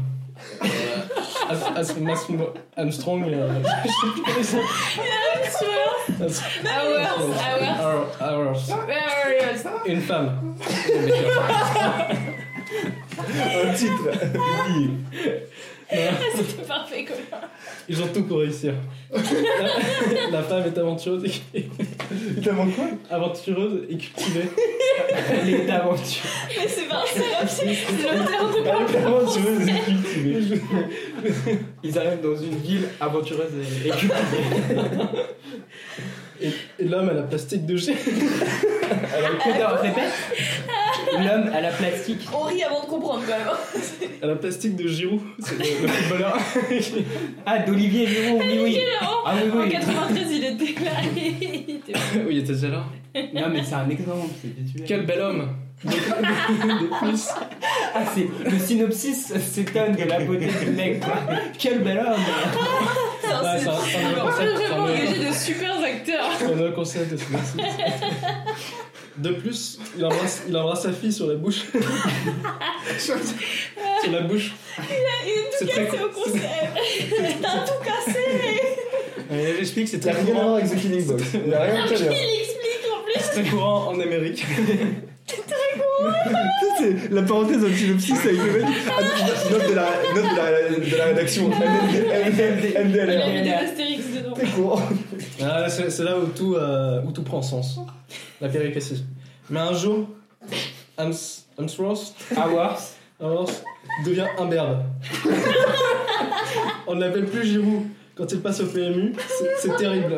S2: Euh, As- As- Mas- Armstrong. euh, *laughs* je sais plus comment il s'appelle. As-
S6: Hours, hours,
S2: Ar- Ar-
S6: hours.
S2: Une femme.
S3: Un titre. Oui.
S6: C'était parfait, quoi.
S2: Ils ont tout pour réussir. La femme est aventureuse et,
S3: Il t'a manqué quoi
S2: aventureuse et cultivée.
S1: Elle est aventure.
S6: Mais c'est pas un synopsis, c'est l'auteur de
S3: Ah, t'es aventureuse et cultivée.
S1: Ils arrivent dans une ville aventureuse et, et
S2: Et, et l'homme à la plastique de G.
S1: Attends, répète. L'homme à la plastique.
S4: On rit avant de comprendre quand même.
S2: À la plastique de Giroud. C'est le, le footballeur.
S1: Ah, d'Olivier Giroud, oui, oui. Ah oui,
S6: En
S1: oui.
S6: 93, il est déclaré. Il était-
S2: oui, il était déjà là.
S1: Non, mais c'est un exemple, c'est visuel.
S2: Quel bel homme. De plus.
S1: Ah, c'est le synopsis s'étonne de la beauté du mec, quoi. Quel bel homme
S4: C'est un
S2: Ouais, c'est un- c'est
S1: Ah,
S2: un nouveau
S6: On peut
S2: concept, c'est un
S6: vraiment
S2: nouveau-
S6: engager
S1: euh,
S6: de super acteurs.
S2: c'est un nouveau concept de ce site. De plus, il embrasse, il embrasse sa fille sur la bouche. sur la bouche. C'est très
S6: C'est au concert.
S2: Ouais, J'explique, c'est
S3: T'as
S2: très
S3: rien à voir
S2: courant.
S3: avec The Killing Box. Il a rien à voir.
S6: Il explique en plus.
S2: C'est *laughs* très courant en Amérique.
S3: C'est *laughs* la parenthèse un petit synopsis avec le mec. Ah, note- Note de la, note de la, de la
S2: *laughs*
S3: rédaction. MDL.
S6: Il
S3: MDL.
S6: a mis des astérix dedans.
S3: Très court.
S2: Ah, là, c'est c'est là où tout, euh, où tout prend sens. La péripétie. Mais un jour, Hams, Hamsworth,
S1: Hours.
S2: Hamsworth devient
S3: *laughs*
S2: imberbe. On ne l'appelle plus Giroud. Quand il passe au PMU, c'est- c'est terrible.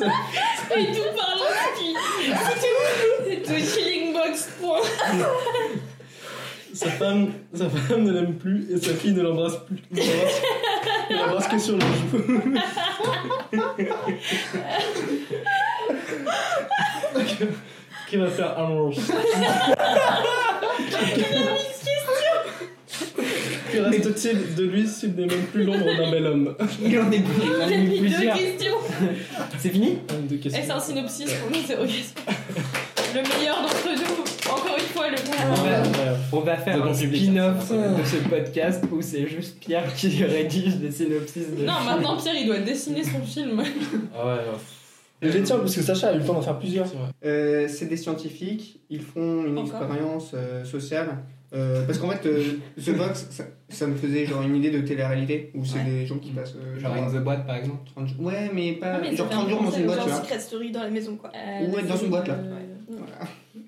S6: Et tout parlant, puis c'est tout. C'est tout Killing Box, point.
S2: Sa femme, sa femme ne l'aime plus et sa fille ne l'embrasse plus. Ne l'embrasse- ne l'embrasse que sur le joue. *laughs* Donc, Qui va faire Amorous Que reste-t-il de lui s'il n'est même plus l'ombre d'un bel homme
S1: Il en est plus- il en
S6: J'ai
S1: est
S6: mis deux
S1: plusieurs.
S6: questions.
S1: C'est fini
S2: Deux questions.
S6: Et c'est un synopsis pour nous, c'est ok. Le meilleur d'entre nous, encore une fois, le meilleur.
S2: Ouais, ouais.
S1: On va faire
S2: De bon
S1: un
S2: public.
S1: spin-off de ce podcast où c'est juste Pierre qui *laughs* rédige des synopsis de.
S6: Non, maintenant Pierre, il doit dessiner son film.
S2: Ah ouais, ouais.
S3: Je les tiens parce que Sacha a eu le temps d'en faire plusieurs.
S5: Euh, c'est des scientifiques, ils font une
S4: Encore
S5: expérience euh, sociale Euh, parce qu'en fait, euh, The Box, ça, ça me faisait genre une idée de télé-réalité où c'est
S6: Ouais.
S5: des gens qui passent euh,
S1: Genre une The Boîte par exemple.
S5: 30 jours. Ouais, mais
S4: Ah,
S5: pas.
S6: Non, mais
S5: genre
S6: c'est
S5: 30 jours
S6: un
S5: dans une
S6: concept,
S5: boîte, tu
S4: Genre
S5: vois.
S4: Secret Story dans la maison, quoi.
S6: Euh,
S5: Ouais, dans
S6: c'est
S5: une boîte, là.
S6: le-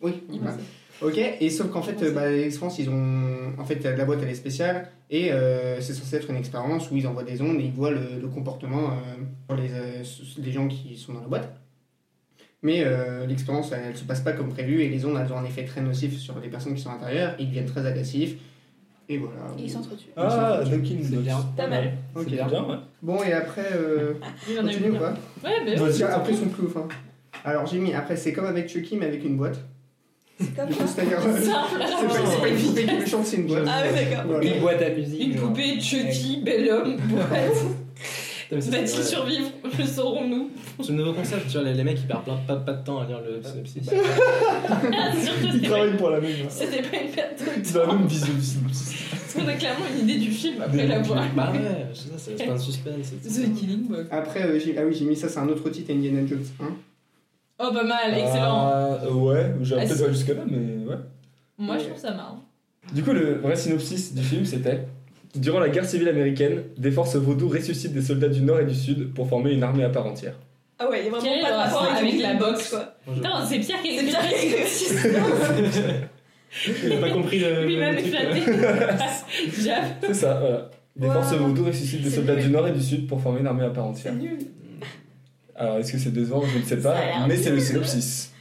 S5: Oui,
S6: Il
S5: voilà.
S6: pense-
S5: Ok, et sauf qu'en fait, euh, bah, les France, ils ont. En fait, la boîte, elle est spéciale, et euh, c'est censé être une expérience où ils envoient des ondes et ils voient le, le comportement euh, des gens qui sont dans la boîte. Mais euh, l'expérience, elle, elle se passe pas comme prévu, et les ondes, elles ont un effet très nocif sur les personnes qui sont à l'intérieur, ils deviennent très agressifs, et voilà.
S4: Et ils s'entretuent.
S3: Ah, Dunkin'
S1: C'est
S3: Donuts.
S1: bien.
S4: Pas mal.
S5: Ok.
S3: C'est bien, ouais.
S5: Bon, et après, euh,
S6: Il en a
S5: continue
S6: eu
S5: ou pas
S6: Ouais, ben mais
S5: Tiens, Après, ils sont plus ouf, hein. Alors, j'ai mis, après, c'est comme avec Chucky, mais avec une boîte.
S4: C'est comme
S5: Du coup,
S4: ça.
S5: C'est-à-dire. *laughs* c'est pas, c'est pas une poupée qui me chante, c'est une boîte.
S4: Ah oui, d'accord.
S5: Voilà.
S1: Une boîte à musique.
S6: Une
S1: genre.
S6: poupée, Chucky, bel homme, boîte.
S2: mais ça,
S6: Va-t-il
S2: c'est-
S6: survivre Le saurons-nous
S2: C'est le nouveau concept, tu vois, les, les mecs ils perdent plein, pas, pas de temps à lire le synopsis.
S6: Ah, Surtout,
S3: Ils
S6: c'était pas,
S3: travaillent pour la même.
S6: c'était pas une perte
S3: C'est
S6: de
S3: la
S6: temps.
S3: même vision du synopsis.
S6: Parce qu'on a clairement une idée du film après l'avoir.
S2: Bah ouais, c'est ça, c'est plein de suspense. et tout.
S6: The Killing Book.
S5: Après, euh, j'ai- ah oui, j'ai mis ça, c'est un autre titre, Indiana Jones 1.
S6: Oh, pas mal, excellent.
S3: Ah, ouais, j'aurais
S6: Ah,
S3: peut-être
S6: si.
S3: pas jusque-là, mais ouais.
S6: Moi, je trouve ça marrant.
S3: Du coup, le vrai synopsis du film, c'était Durant la guerre civile américaine, des forces vaudou ressuscitent des soldats du Nord et du Sud pour former une armée à part entière.
S4: Ah ouais, il y a vraiment
S6: Quel est
S4: pas de
S6: le
S4: rapport
S6: rapport avec la boxe,
S4: quoi.
S2: Moi, je-
S6: Putain, c'est Pierre qui a *laughs*
S4: C'est
S6: écrit
S4: Pierre qui a écrit le
S2: Il a pas compris le.
S6: Lui-même
S2: le *laughs*
S6: est
S2: truc,
S6: flatté.
S2: ouais.
S6: J'avoue.
S3: C'est ça, voilà. Des
S4: Wow.
S3: forces vaudou ressuscitent des
S4: C'est
S3: soldats
S4: nul.
S3: du Nord et du Sud pour former une armée à part entière.
S4: nul.
S3: Alors, est-ce que c'est décevant Je ne sais
S6: Ça a l'air
S3: pas, mais c'est le
S6: nul.
S3: synopsis.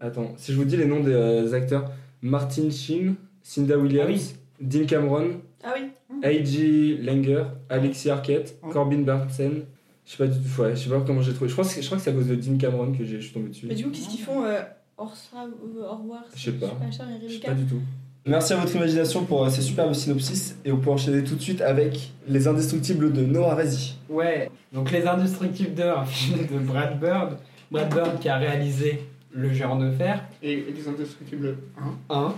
S3: Attends, si je vous dis les noms des euh, acteurs Martin Sheen, Cinda Williams, Dean Cameron,
S4: Ah oui.
S3: A.G. Langer, Alexis Arquette,
S5: Oh.
S3: Corbin Bartsen. Je sais pas du tout, ouais, je sais pas comment j'ai trouvé. Je, pense que- je crois que c'est à cause de Dean Cameron que j'ai- je suis tombé dessus.
S4: Mais du coup, qu'est-ce qu'ils font euh, Orsa, euh, Orwar,
S3: Je sais pas.
S4: Charles et
S3: Je sais
S4: Rebecca.
S3: pas du tout. Merci à votre imagination pour euh, ces superbes synopsis et on peut enchaîner tout de suite avec Les Indestructibles de Noah Vasi.
S1: Ouais, donc Les Indestructibles 2, un film de Brad Bird. Brad Bird qui a réalisé Le Géant de Fer
S5: Et et Les Indestructibles 1.
S1: 1,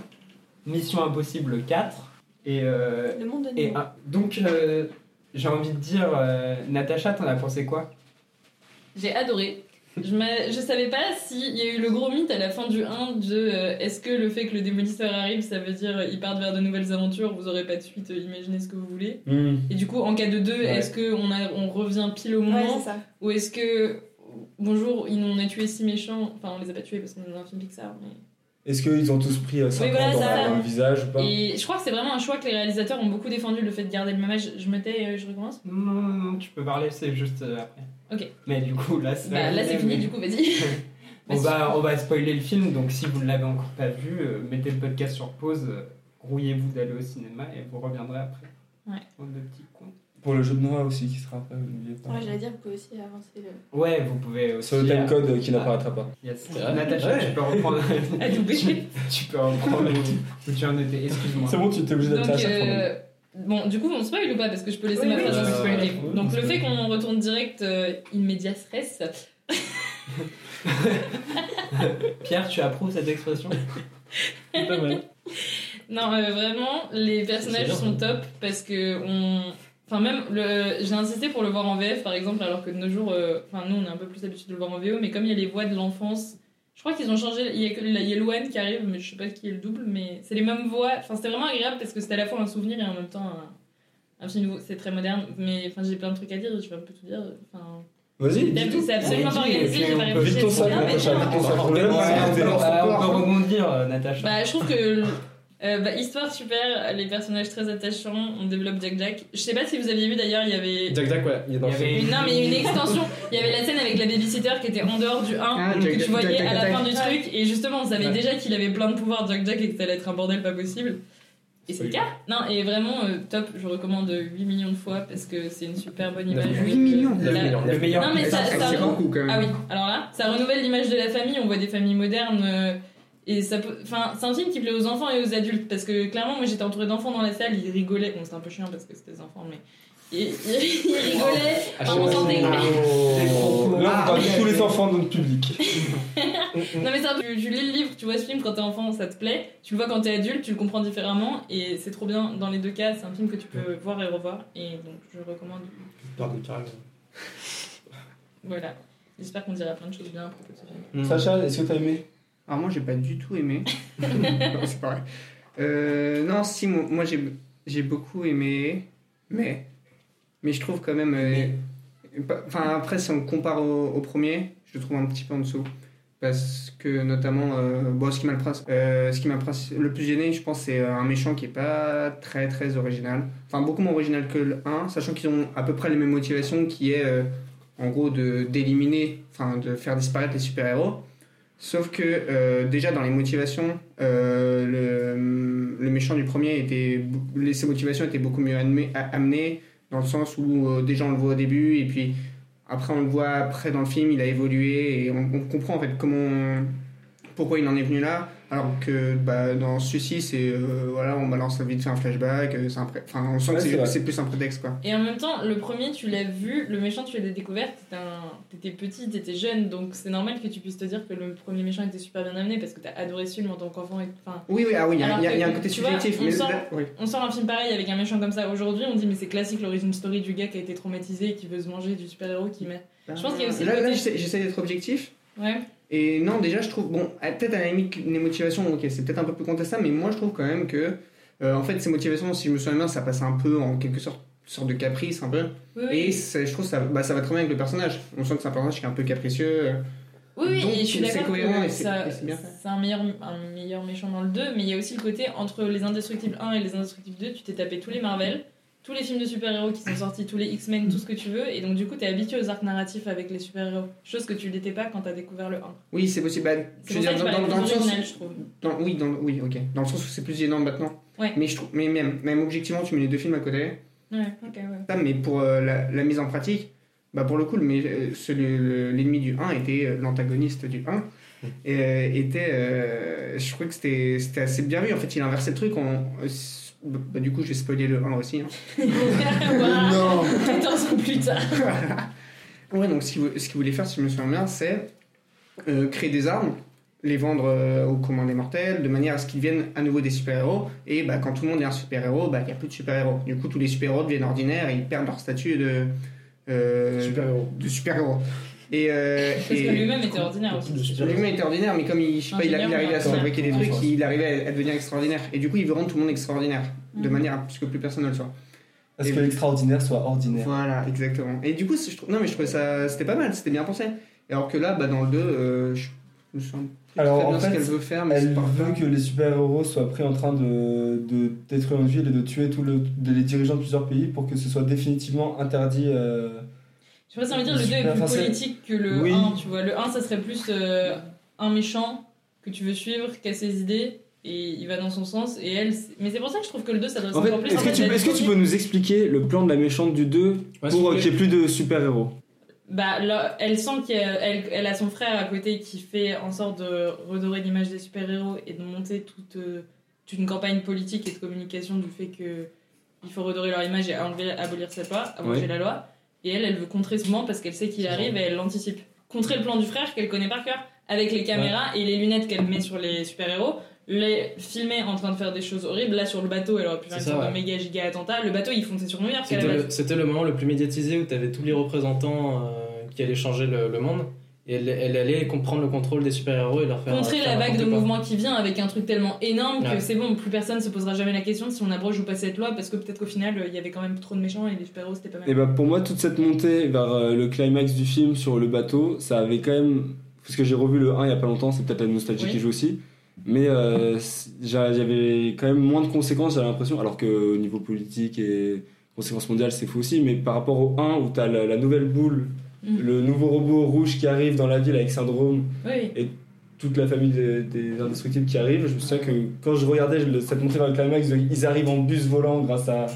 S1: Mission Impossible 4, et, euh,
S4: Le monde de
S1: et
S4: Nemo.
S1: un- donc euh, j'ai envie de dire, euh, Natacha, t'en as pensé quoi
S6: J'ai adoré. Je, m'a- je savais pas s'il y a eu le gros mythe à la fin du 1 de euh, est-ce que le fait que le démolisseur arrive, ça veut dire euh, ils partent vers de nouvelles aventures, vous aurez pas de suite, euh, imaginez ce que vous voulez.
S3: Hmm.
S6: Et du coup, en cas de 2,
S3: Ouais.
S6: est-ce qu'on on revient pile au
S4: Ouais,
S6: moment
S4: c'est ça.
S6: Ou est-ce que bonjour, ils on a tué six méchants, enfin on les a pas tués parce qu'on est dans un film Pixar, mais
S3: Est-ce qu'ils ont tous pris 5
S6: Oui, voilà,
S3: dans
S6: ça.
S3: leur visage ou pas
S6: Et je crois que c'est vraiment un choix que les réalisateurs ont beaucoup défendu, le fait de garder le même âge. Je me tais, euh, je recommence
S1: Non, non, non, tu peux parler, c'est juste euh, après.
S6: Ok.
S1: Mais du coup, là, c'est
S6: Bah là c'est fini, du coup vas-y.
S1: On va, on va spoiler le film, donc si vous ne l'avez encore pas vu, euh, mettez le podcast sur pause, euh, grouillez-vous d'aller au cinéma et vous reviendrez après.
S6: Ouais.
S1: Bande de petits cons.
S3: Pour le jeu de Noah aussi qui sera après, n'oubliez pas.
S4: Ouais, j'allais dire, vous pouvez aussi avancer le.
S1: Ouais, vous pouvez aussi.
S3: Sur le
S1: euh,
S3: timecode euh, qui
S6: Ah.
S3: n'apparaîtra pas.
S1: Yes.
S2: Ouais.
S1: Natacha,
S2: Ouais.
S1: tu peux reprendre. *laughs*
S6: À double.
S1: tu peux reprendre où tu en étais. Excuse-moi.
S3: C'est bon, tu t'es obligé d'être
S6: Donc,
S3: là à chaque fois.
S6: euh, bon, du coup, on spoil ou pas Parce que je peux laisser
S4: Oui,
S6: ma
S4: oui,
S6: phrase
S2: tu
S6: sans
S2: peux
S6: spoiler.
S3: spoiler.
S6: Donc, le
S3: Oui,
S6: fait qu'on retourne direct euh, in medias res,
S1: Pierre, tu approuves cette expression
S2: Pas mal.
S6: non, euh, vraiment, les personnages
S2: C'est bien,
S6: sont
S2: hein.
S6: top parce que on. Enfin, même, le... j'ai insisté pour le voir en VF par exemple, alors que de nos jours, euh, enfin, nous on est un peu plus habitués de le voir en VO, mais comme il y a les voix de l'enfance, je crois qu'ils ont changé. Il y a que la- il y a Loane qui arrive, mais je sais pas qui est le double, mais c'est les mêmes voix. Enfin, c'était vraiment agréable parce que c'était à la fois un souvenir et en même temps un, un film nouveau. C'est très moderne, mais enfin, j'ai plein de trucs à dire, je vais un peu tout dire. Enfin,
S3: Vas-y, dis tout.
S6: C'est absolument pas
S1: Vas-y,
S6: organisé,
S1: et
S6: j'ai
S1: puis
S6: pas
S1: on peut
S6: réfléchi
S3: Vite
S6: à
S3: ton
S6: ce
S3: sac,
S6: qu'il y a, mais-
S3: Natacha, vite ton sac. On est là,
S1: on,
S3: c'est
S1: peut,
S3: bon.
S1: euh, on peut rebondir, euh, Natacha.
S6: Bah, je trouve que euh, bah, histoire super, les personnages très attachants, on développe Jack Jack. Je sais pas si vous aviez vu d'ailleurs, il y avait
S2: Jack Jack, ouais, il est dans
S1: Il
S2: le
S1: y
S2: film.
S1: avait
S6: une, non, mais une extension. Il y avait la scène avec la babysitter qui était en dehors du 1
S5: Ah,
S6: que
S5: Jack-
S6: tu
S5: Jack-
S6: voyais
S5: Jack-
S6: à la
S5: Jack-
S6: fin du
S4: Jack.
S6: truc et justement on savait déjà qu'il avait plein de pouvoirs Jack Jack et que ça allait être un bordel pas possible. Et c'est le cas. Non, et vraiment euh, top, je recommande 8 millions de fois parce que c'est une super bonne image.
S1: 8 millions
S6: La-
S1: Le meilleur.
S6: Non, mais ça-
S5: C'est
S6: ça-
S5: c'est beaucoup quand même.
S6: ah oui, alors là, ça renouvelle l'image de la famille, on voit des familles modernes. euh, et ça peut... enfin, c'est un film qui plaît aux enfants et aux adultes parce que clairement, moi j'étais entourée d'enfants dans la salle, ils rigolaient. Bon, c'était un peu chiant parce que c'était des enfants, mais. Ils, ils- *laughs* ils rigolaient.
S2: Ah,
S6: Enfin, on sentait que-
S3: Oh. Là,
S1: Ah,
S3: on parle de tous les enfants de notre public.
S6: Non, mais c'est un peu- Tu, tu lis le livre, tu vois ce film quand t'es enfant, ça te plaît. Tu le vois quand t'es adulte, tu le comprends différemment. Et c'est trop bien dans les deux cas. C'est un film que tu peux voir et revoir. Et donc, je recommande. Voilà. J'espère qu'on dira plein de choses bien à
S1: Hmm.
S6: propos de ce film.
S5: Mm.
S3: Sacha, est-ce que t'as aimé
S5: Alors moi j'ai pas du tout aimé. Non, c'est pas vrai. Euh, non, si, moi, moi, j'ai j'ai beaucoup aimé, mais, mais je trouve quand même. euh, pas- Enfin, après, si on compare au, au premier, je le trouve un petit peu en dessous. Parce que, notamment, euh, bon, ce qui m'a le, princi- euh, ce qui m'a le princi- le plus gêné, je pense, c'est euh, un méchant qui est pas très très original. Enfin, beaucoup moins original que le 1, sachant qu'ils ont à peu près les mêmes motivations qui est, euh, en gros, de- d'éliminer, enfin, de faire disparaître les super-héros. Sauf que euh, déjà dans les motivations, euh, le, le méchant du premier était, les- ses motivations étaient beaucoup mieux amenées, a- amenées, dans le sens où euh, déjà on le voit au début et puis après on le voit après dans le film, il a évolué et on, on comprend en fait comment, pourquoi il en est venu là. Alors que bah, dans celui-ci, c'est euh, voilà, on balance vite fait un flashback, euh, c'est un pré- enfin on sent
S3: Ouais,
S5: que
S3: c'est
S5: c'est-
S3: vrai.
S5: c'est plus un prétexte quoi.
S6: Et en même temps, le premier, tu l'as vu, le méchant, tu l'as découvert, t'étais un- t'étais petit, t'étais jeune, donc c'est normal que tu puisses te dire que le premier méchant était super bien amené parce que t'as adoré ce film en tant qu'enfant. et- Enfin,
S5: Oui, oui, ah oui, il y a-
S6: Alors
S5: il y, a-
S6: que,
S5: il y a un côté
S6: tu vois,
S5: subjectif,
S6: on
S5: mais
S6: sent-
S5: là- oui.
S6: on sort un film pareil avec un méchant comme ça aujourd'hui, on dit mais c'est classique l'origin story du gars qui a été traumatisé et qui veut se manger du super-héros qui met. Je pense qu'il y a aussi le
S5: Bah, Là, là,
S6: côté-
S5: j'essaie j'essaie d'être objectif.
S6: Ouais.
S5: Et non, déjà, je trouve, bon, à- peut-être à la limite, les motivations, ok, c'est peut-être un peu plus contestable, mais moi, je trouve quand même que, euh, en fait, ces motivations, si je me souviens bien, ça passe un peu en quelque sorte, sorte de caprice, un peu.
S6: Oui, oui.
S5: Et ça- je trouve que ça, bah, ça va très bien avec le personnage. On sent que c'est un personnage qui est un peu capricieux.
S6: Oui, oui,
S5: Donc,
S6: et je suis
S5: c'est
S6: d'accord
S5: cohérent
S6: que
S5: et c'est-
S6: ça-
S5: et c'est bien fait.
S6: c'est un meilleur, un meilleur méchant dans le 2, mais il y a aussi le côté entre les Indestructibles 1 et les Indestructibles 2, tu t'es tapé tous les Marvel, tous les films de super-héros qui sont sortis, tous les X-Men, tout ce que tu veux, et donc du coup t'es habitué aux arcs narratifs avec les super-héros, chose que tu n'étais pas quand t'as découvert le 1.
S5: Oui, c'est possible. Bah,
S6: C'est
S5: je veux
S6: pour
S5: dire,
S6: ça que
S5: dans,
S6: je
S5: dans-
S6: parlais
S5: dans le
S6: plus
S5: sens.
S6: original, je trouve.
S5: dans- oui, dans, oui, ok. Dans le sens où c'est plus gênant maintenant.
S6: Ouais.
S5: Mais, je trouve, mais même, même objectivement, tu mets les deux films à côté.
S6: Ouais, ok, ouais.
S5: Ça, mais pour euh, la, la mise en pratique, bah pour le coup, le mé- euh, celui- le- l'ennemi du 1 était euh, l'antagoniste du 1. Et, euh, était, euh, je trouvais que c'était c'était assez bien vu. En fait, il inversait le truc. En, euh, s- bah, du coup, je vais spoiler le 1 aussi. hein.
S6: *laughs* Voilà. 14 ans plus tard.
S5: *laughs* Ouais, donc ce qu'il vou- ce qu'il voulait faire, si je me souviens bien, c'est euh, créer des armes, les vendre euh, aux commandes des mortels, de manière à ce qu'ils deviennent à nouveau des super-héros. Et bah, quand tout le monde est un super-héros, bah, il n'y a plus de super-héros. Du coup, tous les super-héros deviennent ordinaires et ils perdent leur statut de. euh,
S8: Super-héros.
S5: de super-héros. Et, euh,
S6: Parce
S5: et
S6: que lui-même était ordinaire aussi.
S5: lui-même était ordinaire, mais comme il, je sais pas, il, a- il arrivait à se fabriquer des trucs, il arrivait à, à devenir extraordinaire. Et du coup, il veut rendre tout le monde extraordinaire, de
S6: Mhm.
S5: manière à ce que plus personne ne le soit.
S3: Parce
S5: Et
S3: que
S5: oui.
S3: l'extraordinaire soit ordinaire.
S5: Voilà, exactement. Et du coup, c'est- je trou- non, mais je trouvais ça, c'était pas mal, c'était bien pensé. Et Alors que là, bah, dans le 2, je me sens plus
S3: Alors,
S5: très
S3: en
S5: bien ce
S3: fait,
S5: qu'elle veut faire, mais
S3: Elle
S5: c'est pas
S3: veut que les super-héros soient pris en train de, de détruire une ville et de tuer tous le, de- les dirigeants de plusieurs pays pour que ce soit définitivement interdit. euh,
S6: Je sais pas si on veut dire le 2 est
S3: Super,
S6: plus
S3: enfin, c'est-
S6: politique que le
S3: Oui.
S6: 1, tu vois. Le 1, ça serait plus euh, un méchant que tu veux suivre, qui a ses idées, et il va dans son sens, et elle... c'est- Mais c'est pour ça que je trouve que le 2, ça doit
S9: En fait,
S6: encore plus...
S9: est-ce que,
S6: fait,
S9: tu,
S6: la
S9: est-ce que tu peux
S6: dystopie-
S9: nous expliquer le plan de la méchante du 2
S2: Ouais, s'il vous
S9: pour euh,
S2: plaît.
S9: qu'il n'y ait plus de super-héros
S6: Bah, là, elle sent qu'elle elle, elle a son frère à côté qui fait en sorte de redorer l'image des super-héros et de monter toute, euh, toute une campagne politique et de communication du fait que il faut redorer leur image et enlever, abolir cette loi, abolir
S9: Ouais.
S6: la loi. Et elle, elle veut contrer ce moment parce qu'elle sait qu'il arrive et elle l'anticipe. Contrer le plan du frère qu'elle connaît par cœur, avec les caméras et les lunettes qu'elle met sur les super-héros, les filmer en train de faire des choses horribles. Là, sur le bateau, elle aurait pu faire une
S2: C'est ça,
S6: sorte de
S2: ouais.
S6: méga giga attentat. Le bateau, il fonçait sur New York. à la
S2: C'était
S6: base.
S2: le, c'était le moment le plus médiatisé où tu avais tous les représentants euh, qui allaient changer le, le monde. Et elle, elle allait comprendre le contrôle des super-héros et leur faire.
S6: contrer
S2: faire
S6: la vague de
S2: n'importe quoi.
S6: mouvement qui vient avec un truc tellement énorme que
S2: Ouais.
S6: c'est bon, plus personne se posera jamais la question de si on abroge ou pas cette loi parce que peut-être qu'au final euh, il y avait quand même trop de méchants et les super-héros c'était pas mal.
S9: Et
S3: ben,
S9: bah pour moi, toute cette montée vers euh, le climax du film sur le bateau, ça avait quand même. Parce que j'ai revu le 1 il y a pas longtemps, c'est peut-être la nostalgie
S6: Oui.
S9: qui joue aussi. Mais euh, c'est- j'a- j'avais quand même moins de conséquences, j'avais l'impression. Alors qu'au niveau politique et conséquences mondiales, c'est faux aussi. Mais par rapport au 1 où t'as la, la nouvelle boule,
S6: Mm.
S9: le nouveau robot rouge qui arrive dans la ville avec syndrome,
S6: Oui,
S9: toute la famille des, des indestructibles qui arrive, je me souviens que quand je regardais le- cette montée vers le climax, de- ils arrivent en bus volant grâce à
S5: Ah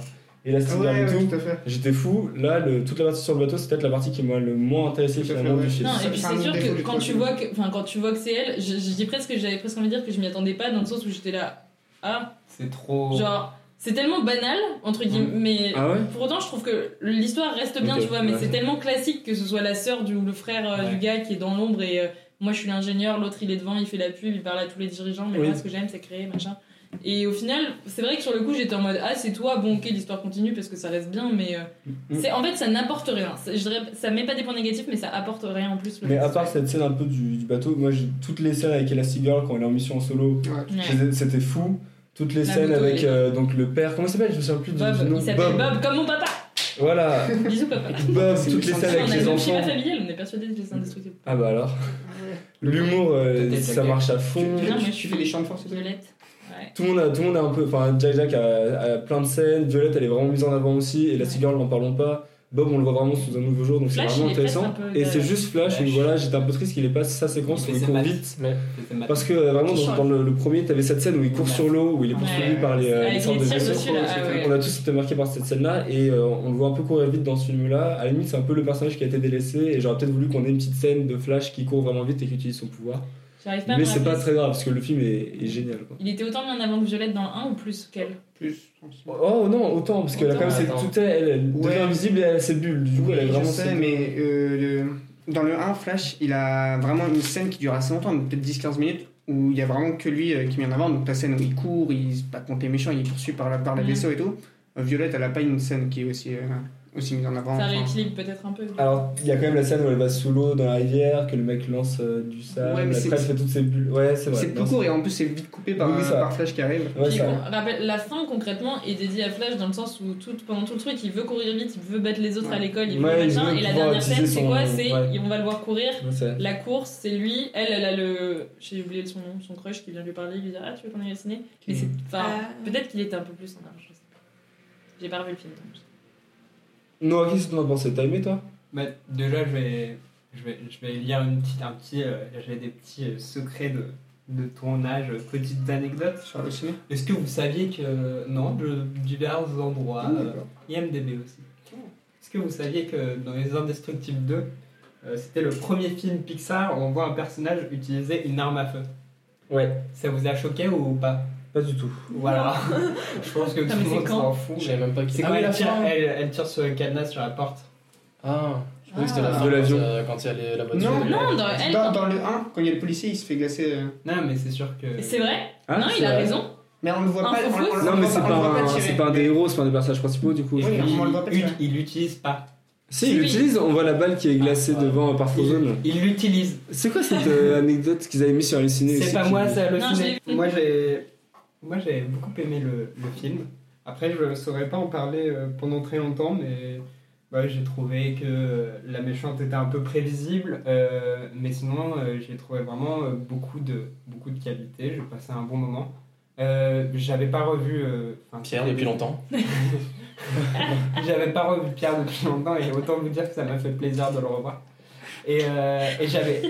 S9: Elastigirl
S5: ouais,
S9: et tout.
S5: ouais, tout à fait.
S9: J'étais fou. Là, le- toute la partie sur le bateau, c'est peut-être la partie qui m'a le moins intéressé
S5: Tout à fait,
S9: finalement
S5: ouais.
S9: du film.
S6: non,
S5: ça,
S6: et puis
S5: c'est
S6: c'est
S5: un
S6: sûr
S5: défaut
S6: que
S5: du
S6: quand
S5: film.
S6: tu vois que, enfin, quand tu vois que c'est elle, je, je dis presque, j'avais presque envie de dire que je m'y attendais pas dans le sens où j'étais là, ah,
S2: C'est trop.
S6: genre, c'est tellement banal, entre guillemets, mais
S9: Ah ouais
S6: pour autant je trouve que l'histoire reste bien,
S9: Ok,
S6: tu vois, mais
S9: ouais.
S6: c'est tellement classique que ce soit la sœur du, ou le frère euh,
S2: Ouais.
S6: du gars qui est dans l'ombre et euh, moi je suis l'ingénieur, l'autre il est devant, il fait la pub, il parle à tous les dirigeants, mais
S9: Oui.
S6: moi ce que j'aime c'est créer, machin. Et au final, c'est vrai que sur le coup j'étais en mode ah c'est toi, bon ok l'histoire continue parce que ça reste bien, mais euh, c'est en fait ça n'apporte rien. C'est- Je dirais, ça met pas des points négatifs, mais ça apporte rien en plus. le
S9: Mais
S6: fait
S9: à
S6: que
S9: part cette scène un peu du, du bateau, moi, j'ai- toutes les scènes avec Elastigirl quand elle est en mission en solo,
S6: ce soit- Ouais.
S9: c'était- c'était fou.
S3: toutes les
S6: La
S3: scènes
S6: moto,
S3: avec
S6: elle est-
S3: euh, donc le père, comment il s'appelle Je me souviens plus du
S6: Bob,
S3: du nom.
S6: il s'appelle Bob, comme mon papa. *laughs*
S3: Voilà,
S6: Bisous, papa.
S3: Bob,
S6: C'est
S3: toutes les
S6: On
S3: scènes
S6: a
S3: avec
S6: le
S3: les
S6: même schéma
S3: enfants.
S6: familial, on est persuadé que c'est indestructible.
S3: Ah bah alors. L'humour, euh,
S2: Peut-être
S3: ça
S2: la guerre.
S3: marche à fond.
S6: Non, mais je
S5: Tu
S6: suis
S5: fais les champs de force et tout
S6: violette. Ouais.
S3: Tout le, monde a, tout le monde a un peu. Enfin, Jack Jack a, a plein de scènes. Violette, elle est vraiment mise en avant aussi. Et la Girl, n'en parlons pas. Bob, on le voit vraiment sous un nouveau jour, donc c'est
S6: Flash,
S3: vraiment
S6: il est presque
S3: intéressant.
S6: un peu
S3: Et
S6: de-
S3: c'est juste Flash,
S2: Flash.
S3: où voilà, j'étais un peu triste qu'il ait pas sa séquence où
S2: Il
S3: il
S2: faisait
S3: court
S2: mat.
S3: vite.
S2: Il faisait mal.
S3: Parce que euh, vraiment, dans,
S6: Touchant.
S3: dans le, le premier, t'avais cette scène où il court sur l'eau, où il est poursuivi
S6: Ouais.
S3: par les, euh,
S6: Ah,
S3: les
S6: il
S3: sortes de
S6: tire
S3: vaisseaux.
S6: dessus, là, ah ouais.
S3: On a tous été marqués par cette scène-là et euh, on le voit un peu courir vite dans ce film-là. À la limite, c'est un peu le personnage qui a été délaissé et j'aurais peut-être voulu qu'on ait une petite scène de Flash qui court vraiment vite et qui utilise son pouvoir.
S6: J'arrive pas à me
S3: Mais c'est pas
S6: rappeler.
S3: très grave parce que le film est, est génial. Quoi.
S6: Il était autant mis en avant que Violette dans le 1 ou plus qu'elle
S5: plus.
S3: Oh non, autant parce qu'elle a quand même
S2: Autant,
S3: ses-
S2: attends.
S3: tout est, elle, elle
S5: Ouais.
S3: devient invisible et elle a ses bulles. Du coup, elle a
S5: Je
S3: vraiment
S5: sais,
S3: ses-
S5: mais euh, le- dans le 1, Flash, il a vraiment une scène qui dure assez longtemps, donc peut-être 10-15 minutes, où il y a vraiment que lui euh, qui vient en avant. Donc la scène où il court, il se bat contre les méchants, il est poursuivi par la, par la
S6: Mhm.
S5: vaisseau et tout. Euh, Violette, elle a pas une scène qui est aussi, euh, aussi mise en avant.
S6: Ça
S5: enfin.
S6: rééquilibre peut-être un peu.
S3: Alors, il y a quand même la scène où elle va sous l'eau dans la rivière, que le mec lance euh, du sable,
S5: Ouais, mais
S3: après
S5: c'est-
S3: elle fait toutes ses bulles. Ouais, c'est vrai.
S5: c'est plus
S3: Non,
S5: court et en plus c'est vite coupé par,
S3: Oui, oui, ça va.
S5: par Flash qui arrive.
S3: Ouais,
S6: Puis,
S3: ça-
S6: on rappelle, la fin concrètement est dédiée à Flash dans le sens où tout, pendant tout le truc il veut courir vite, il veut battre les autres à
S5: Ouais.
S6: l'école, il
S3: Ouais,
S6: veut
S3: il
S6: machin,
S3: veut
S6: et la
S3: pouvoir
S6: dernière
S3: utiliser
S6: scène c'est
S3: son-
S6: quoi C'est
S3: ouais.
S6: on va le voir courir,
S3: Ouais, c'est vrai.
S6: la course c'est lui, elle elle a le. J'ai oublié son nom, son crush qui vient lui parler, lui dire Ah tu veux qu'on aille au ciné Mais
S3: Mm.
S6: c'est.
S2: Bah,
S6: Enfin,
S4: Ah.
S6: peut-être qu'il était un peu plus en avant, je sais pas. J'ai pas revu le film donc.
S3: Noah, qu'est-ce que t'en as pensé T'as aimé toi
S1: Bah, déjà, je vais, je vais, je vais lire une petite, un petit, euh, j'ai des petits euh, secrets de, de tournage, euh, petites anecdotes.
S5: Sur le ciné.
S1: Est-ce que vous saviez que, euh, non, de divers endroits,
S5: Ah,
S1: euh,
S5: d'accord.
S1: IMDB aussi. Est-ce que vous saviez que dans Les Indestructibles 2, euh, c'était le premier film Pixar où on voit un personnage utiliser une arme à feu
S3: Ouais.
S1: Ça vous a choqué ou pas
S3: Pas du tout.
S1: Voilà. je pense que
S6: Putain,
S1: tout
S6: mais
S1: le
S6: c'est
S1: monde
S6: quand
S1: s'en fout.
S2: Je savais même pas qui
S1: C'est
S2: Ah,
S1: quand
S2: mais
S1: elle
S2: la
S1: tire,
S2: fin.
S1: elle, elle tire sur le cadenas sur la porte.
S2: Ah, je croyais que c'était
S6: Ah.
S2: la fin
S3: De l'avion.
S2: quand, euh, Quand il y a les- la voiture.
S5: Non,
S6: Non, dans elle.
S5: Dans, dans le 1, quand il y a le policier, il se fait glacer. euh.
S1: Non, mais c'est sûr que.
S6: C'est vrai
S3: Ah,
S6: Non,
S3: c'est
S6: il a
S3: vrai.
S6: raison.
S5: Mais on ne le voit
S6: Un
S5: pas.
S6: faux
S5: on- on-
S6: fou.
S5: on
S3: Non,
S5: le
S3: mais
S5: voit
S3: c'est
S5: pas-
S3: pas,
S5: on le voit
S3: un-
S5: tirer.
S3: c'est pas un des héros, c'est pas un des personnages principaux du coup.
S1: Et
S5: Oui,
S1: puis,
S5: on le voit pas
S1: il-
S5: tirer.
S1: il l'utilise pas.
S3: Si, il l'utilise, on voit la balle qui est glacée
S2: Ah, ouais.
S3: devant par Frozen.
S1: Il l'utilise.
S3: C'est quoi cette *laughs* euh, anecdote qu'ils avaient mis sur Halluciné
S1: C'est
S3: aussi,
S1: pas
S3: qui-
S1: moi, c'est
S6: Non, je l'ai
S1: halluciné.
S6: vu.
S1: Moi, j'ai, moi, j'ai beaucoup aimé le, le film. Après, je saurais pas en parler euh, pendant très longtemps, mais bah, j'ai trouvé que la méchante était un peu prévisible. euh, mais sinon, euh, j'ai trouvé vraiment euh, beaucoup de beaucoup de qualités. J'ai passé un bon moment. Euh, j'avais pas revu euh, enfin,
S2: Pierre, depuis longtemps.
S1: J'avais pas revu Pierre depuis longtemps et autant vous dire que ça m'a fait plaisir de le revoir. Et, euh, et j'avais.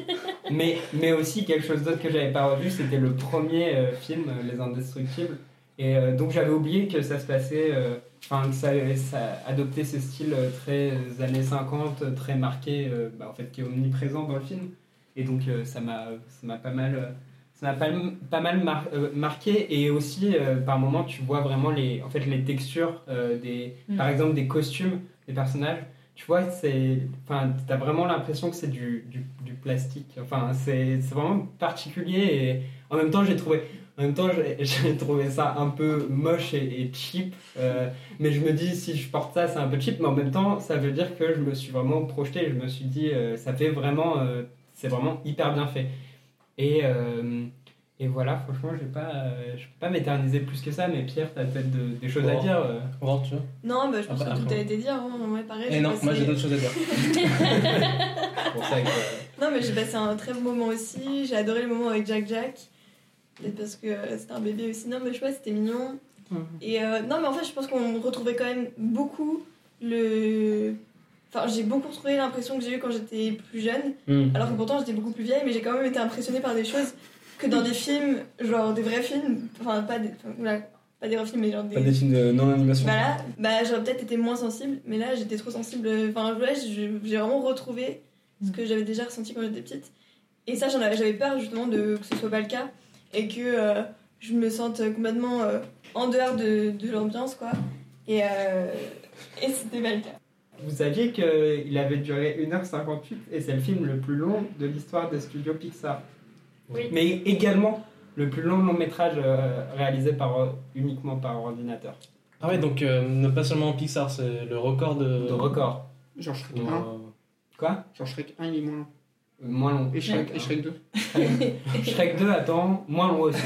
S1: Mais, mais aussi, quelque chose d'autre que j'avais pas revu, c'était le premier euh, film, euh, Les Indestructibles. Et euh, donc j'avais oublié que ça se passait. euh, Enfin, que ça, ça adoptait ce style euh, très euh, années 50, euh, très marqué, euh, bah, en fait, qui est omniprésent dans le film. Et donc euh, ça m'a ça m'a pas mal. euh, ça m'a pas, pas mal mar- euh, marqué et aussi euh, par moments tu vois vraiment les, en fait, les textures euh, des,
S6: Mm.
S1: par exemple des costumes des personnages tu vois c'est enfin t'as vraiment l'impression que c'est du, du, du plastique enfin c'est c'est vraiment particulier et en même temps j'ai trouvé en même temps j'ai- *laughs* j'ai trouvé ça un peu moche et, et cheap euh, mais je me dis si je porte ça c'est un peu cheap mais en même temps ça veut dire que je me suis vraiment projeté je me suis dit euh, ça fait vraiment euh, c'est vraiment hyper bien fait et euh, et voilà, franchement, j'ai pas, euh, je peux pas m'éterniser plus que ça, mais Pierre, t'as peut-être de- des choses à
S2: Bon.
S1: dire. euh.
S2: Bon, tu vois.
S4: Non, bah, je pense
S2: Ah bah,
S4: que tout
S2: après.
S4: a été dit. Hein. Ouais, pareil,
S2: Et
S4: j'ai
S2: non,
S4: passé-
S2: moi j'ai d'autres choses à dire.
S1: pour ça que, euh,
S4: Non, mais j'ai passé un très bon moment aussi. J'ai adoré le moment avec Jack Jack. Peut-être parce que euh, c'était un bébé aussi. Non, mais je sais pas, c'était mignon.
S5: Mhm.
S4: Et euh, non, mais en fait, je pense qu'on retrouvait quand même beaucoup le. Enfin, j'ai beaucoup retrouvé l'impression que j'ai eue quand j'étais plus jeune.
S2: Mhm.
S3: Hmm.
S4: Alors que pourtant, j'étais beaucoup plus vieille, mais j'ai quand même été impressionnée par des choses que dans des films, genre des vrais films. Enfin, pas des, enfin, voilà, pas des vrais films, mais genre
S3: Pas des films de non-animation.
S4: voilà, bah, j'aurais peut-être été moins sensible, mais là j'étais trop sensible. Enfin, ouais, je- j'ai vraiment retrouvé ce
S2: Mm.
S4: que j'avais déjà ressenti quand j'étais petite. Et ça, j'en avais- j'avais peur justement de, que ce soit pas le cas et que euh, je me sente complètement euh, en dehors de, de l'ambiance, quoi. Et, euh, et c'était pas le cas.
S1: Vous saviez qu'il avait duré 1h58 et c'est le film le plus long de l'histoire des studios Pixar.
S6: Oui.
S1: Mais également le plus long long métrage euh, réalisé par, euh, uniquement par ordinateur.
S2: Ah ouais, donc euh, ne pas seulement Pixar, c'est le record de.
S1: Euh, De record.
S5: Genre Shrek
S2: de-
S5: 1.
S1: Quoi Euh,
S5: Genre Shrek 1, il est moins.
S1: moins long.
S5: Et Shrek, et Shrek 2.
S1: Shrek 2, attends, moins long
S4: *laughs*
S1: aussi.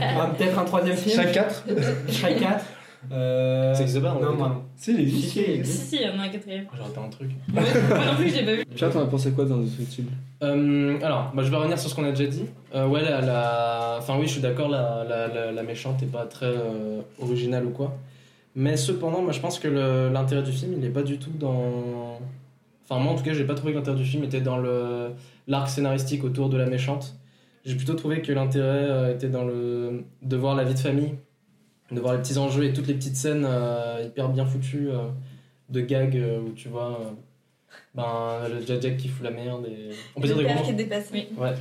S1: Ah, Peut-être un troisième film.
S8: Chaque 4
S1: Shrek 4. Euh...
S2: C'est The Bar, on
S1: Non,
S2: est
S1: moins long.
S3: Si, les
S1: Si, si, il existe.
S6: Si, si, il y en a un quatrième.
S2: J'ai raté un truc.
S6: Moi moi non plus, je l'ai pas vu.
S9: Chat, t'en as pensé quoi dans ce film
S2: Euh, alors, bah, je vais revenir sur ce qu'on a déjà dit. Euh, ouais, la, la- Enfin, oui, je suis d'accord, la, la, la- la méchante n'est pas très euh, originale ou quoi. Mais cependant, moi, je pense que le- l'intérêt du film, il n'est pas du tout dans... Enfin, moi, en tout cas, j'ai pas trouvé que l'intérêt du film était dans le l'arc scénaristique autour de la méchante. J'ai plutôt trouvé que l'intérêt euh, était dans le... de voir la vie de famille, de voir les petits enjeux et toutes les petites scènes euh, hyper bien foutues euh, de gags euh, où tu vois... euh, ben, le Jack Jack qui fout la merde et... On peut dire
S4: Le
S2: des
S4: père
S2: gros
S4: qui est dépassé.
S6: Oui.
S2: Ouais.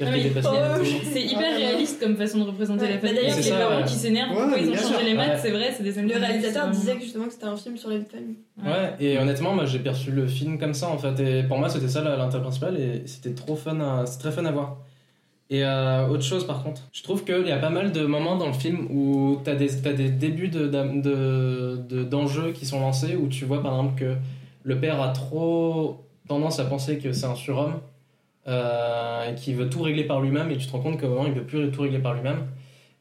S6: Non, mais-
S2: Pire que des pastilles à
S4: Oh,
S2: la
S4: je-
S2: tour.
S6: C'est
S4: Ouais,
S6: hyper
S4: ouais.
S6: réaliste comme façon de représenter
S4: Ouais.
S6: la
S4: Bah,
S6: famille.
S2: d'ailleurs,
S6: D'ailleurs, les
S2: c'est ça,
S6: parents
S2: ouais.
S6: qui s'énervent,
S5: Ouais,
S6: pourquoi ils ont
S5: bien
S6: changé
S5: sûr.
S6: les
S2: Ouais.
S6: maths, c'est vrai, c'est des
S4: Le réalisateur disait que justement que c'était un film sur la vie de famille.
S2: Ouais, et honnêtement, moi j'ai perçu le film comme ça en fait. Et pour moi, c'était ça la- l'intérêt principal et c'était trop fun, à- c'est très fun à voir. Et euh, autre chose par contre, je trouve qu'il y a pas mal de moments dans le film où t'as des, t'as des débuts de, d'am- de, de- d'enjeux qui sont lancés, où tu vois par exemple que le père a trop tendance à penser que c'est un surhomme, euh, et qu'il veut tout régler par lui-même, et tu te rends compte qu'au moment il veut plus tout régler par lui-même.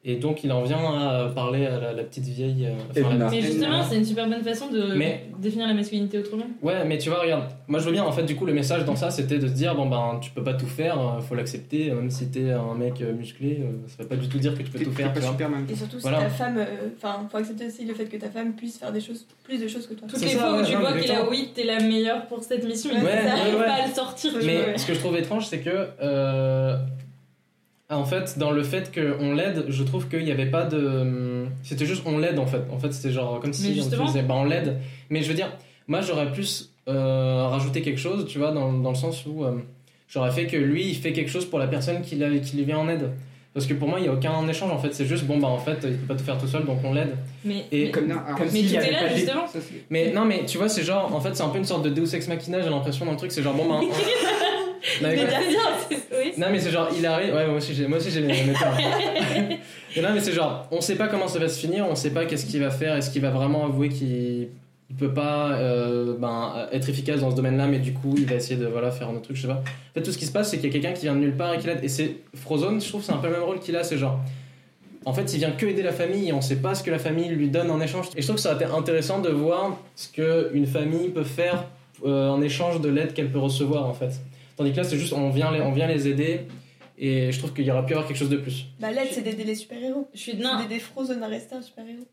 S2: Et donc il en vient à parler à la, la petite vieille. euh, enfin, la
S9: Edna.
S6: Mais justement, c'est une super bonne façon de
S2: Mais-
S6: définir la masculinité autrement.
S2: Ouais, mais tu vois, regarde, moi je veux bien, en fait, du coup, le message dans ça, c'était de se dire, bon ben, tu peux pas tout faire, euh, faut l'accepter, euh, même si t'es un mec euh, musclé, euh, ça veut pas du tout dire que tu peux
S5: T'es
S2: tout faire,
S5: pas
S2: tu vois.
S5: Superman.
S4: Et surtout,
S2: Voilà.
S4: si ta femme. euh, Enfin, faut accepter aussi le fait que ta femme puisse faire des choses, plus de choses que toi.
S6: Toutes
S2: C'est
S6: les
S2: ça,
S6: fois
S2: ouais,
S6: où tu
S2: non,
S6: vois
S2: mais
S6: qu'il a
S2: exactement.
S6: oui, t'es la meilleure pour cette mission,
S4: Ouais,
S6: il
S2: ouais,
S6: n'arrive
S2: ouais.
S6: pas à le sortir. tu vois.
S2: Mais ce que je trouve étrange, c'est que, euh, en fait, dans le fait qu'on l'aide, je trouve qu'il n'y avait pas de. hum, C'était juste on l'aide, en fait. En fait, c'était genre comme si
S6: Mais
S2: on
S6: justement.
S2: faisait, bah on l'aide. Mais je veux dire, moi j'aurais plus euh, rajouté quelque chose, tu vois, dans, dans le sens où euh, j'aurais fait que lui, il fait quelque chose pour la personne qui, l'a- qui lui vient en aide. Parce que pour moi, il n'y a aucun échange, en fait. C'est juste, bon, bah en fait, il peut pas tout faire tout seul, donc on l'aide.
S6: Mais,
S2: Et-
S6: mais-
S5: Comme non, alors,
S1: Comme
S6: mais
S1: s'il
S6: tout
S1: y
S6: est
S1: avait
S6: là,
S1: pas des-
S6: justement.
S5: ça, c'est-
S2: Mais non, mais tu vois, c'est genre, en fait, c'est un peu une sorte de Deus Ex Machina, j'ai l'impression dans le truc, c'est genre, bon, bah. on- Non, mais-
S6: Mais t'as bien, c'est- oui.
S2: Non mais c'est genre il arrive, ouais moi aussi j'ai moi aussi j'ai les mêmes états. Et non mais c'est genre on sait pas comment ça va se finir, on sait pas qu'est-ce qu'il va faire, est-ce qu'il va vraiment avouer qu'il il peut pas euh, ben, être efficace dans ce domaine-là, mais du coup il va essayer de voilà faire un autre truc, je sais pas. En fait tout ce qui se passe c'est qu'il y a quelqu'un qui vient de nulle part et qui l'aide. Et c'est Frozone, je trouve c'est un peu le même rôle qu'il a, c'est genre en fait, il vient que aider la famille et on sait pas ce que la famille lui donne en échange. Et je trouve que ça a été intéressant de voir ce que une famille peut faire euh, en échange de l'aide qu'elle peut recevoir en fait. Tandis que là, c'est juste on vient les, on vient les aider et je trouve qu'il y aurait pu avoir quelque chose de plus.
S4: Bah, l'aide, c'est d'aider les super-héros.
S6: Je suis...
S4: C'est
S6: non.
S4: d'aider Frozen à rester un super-héros.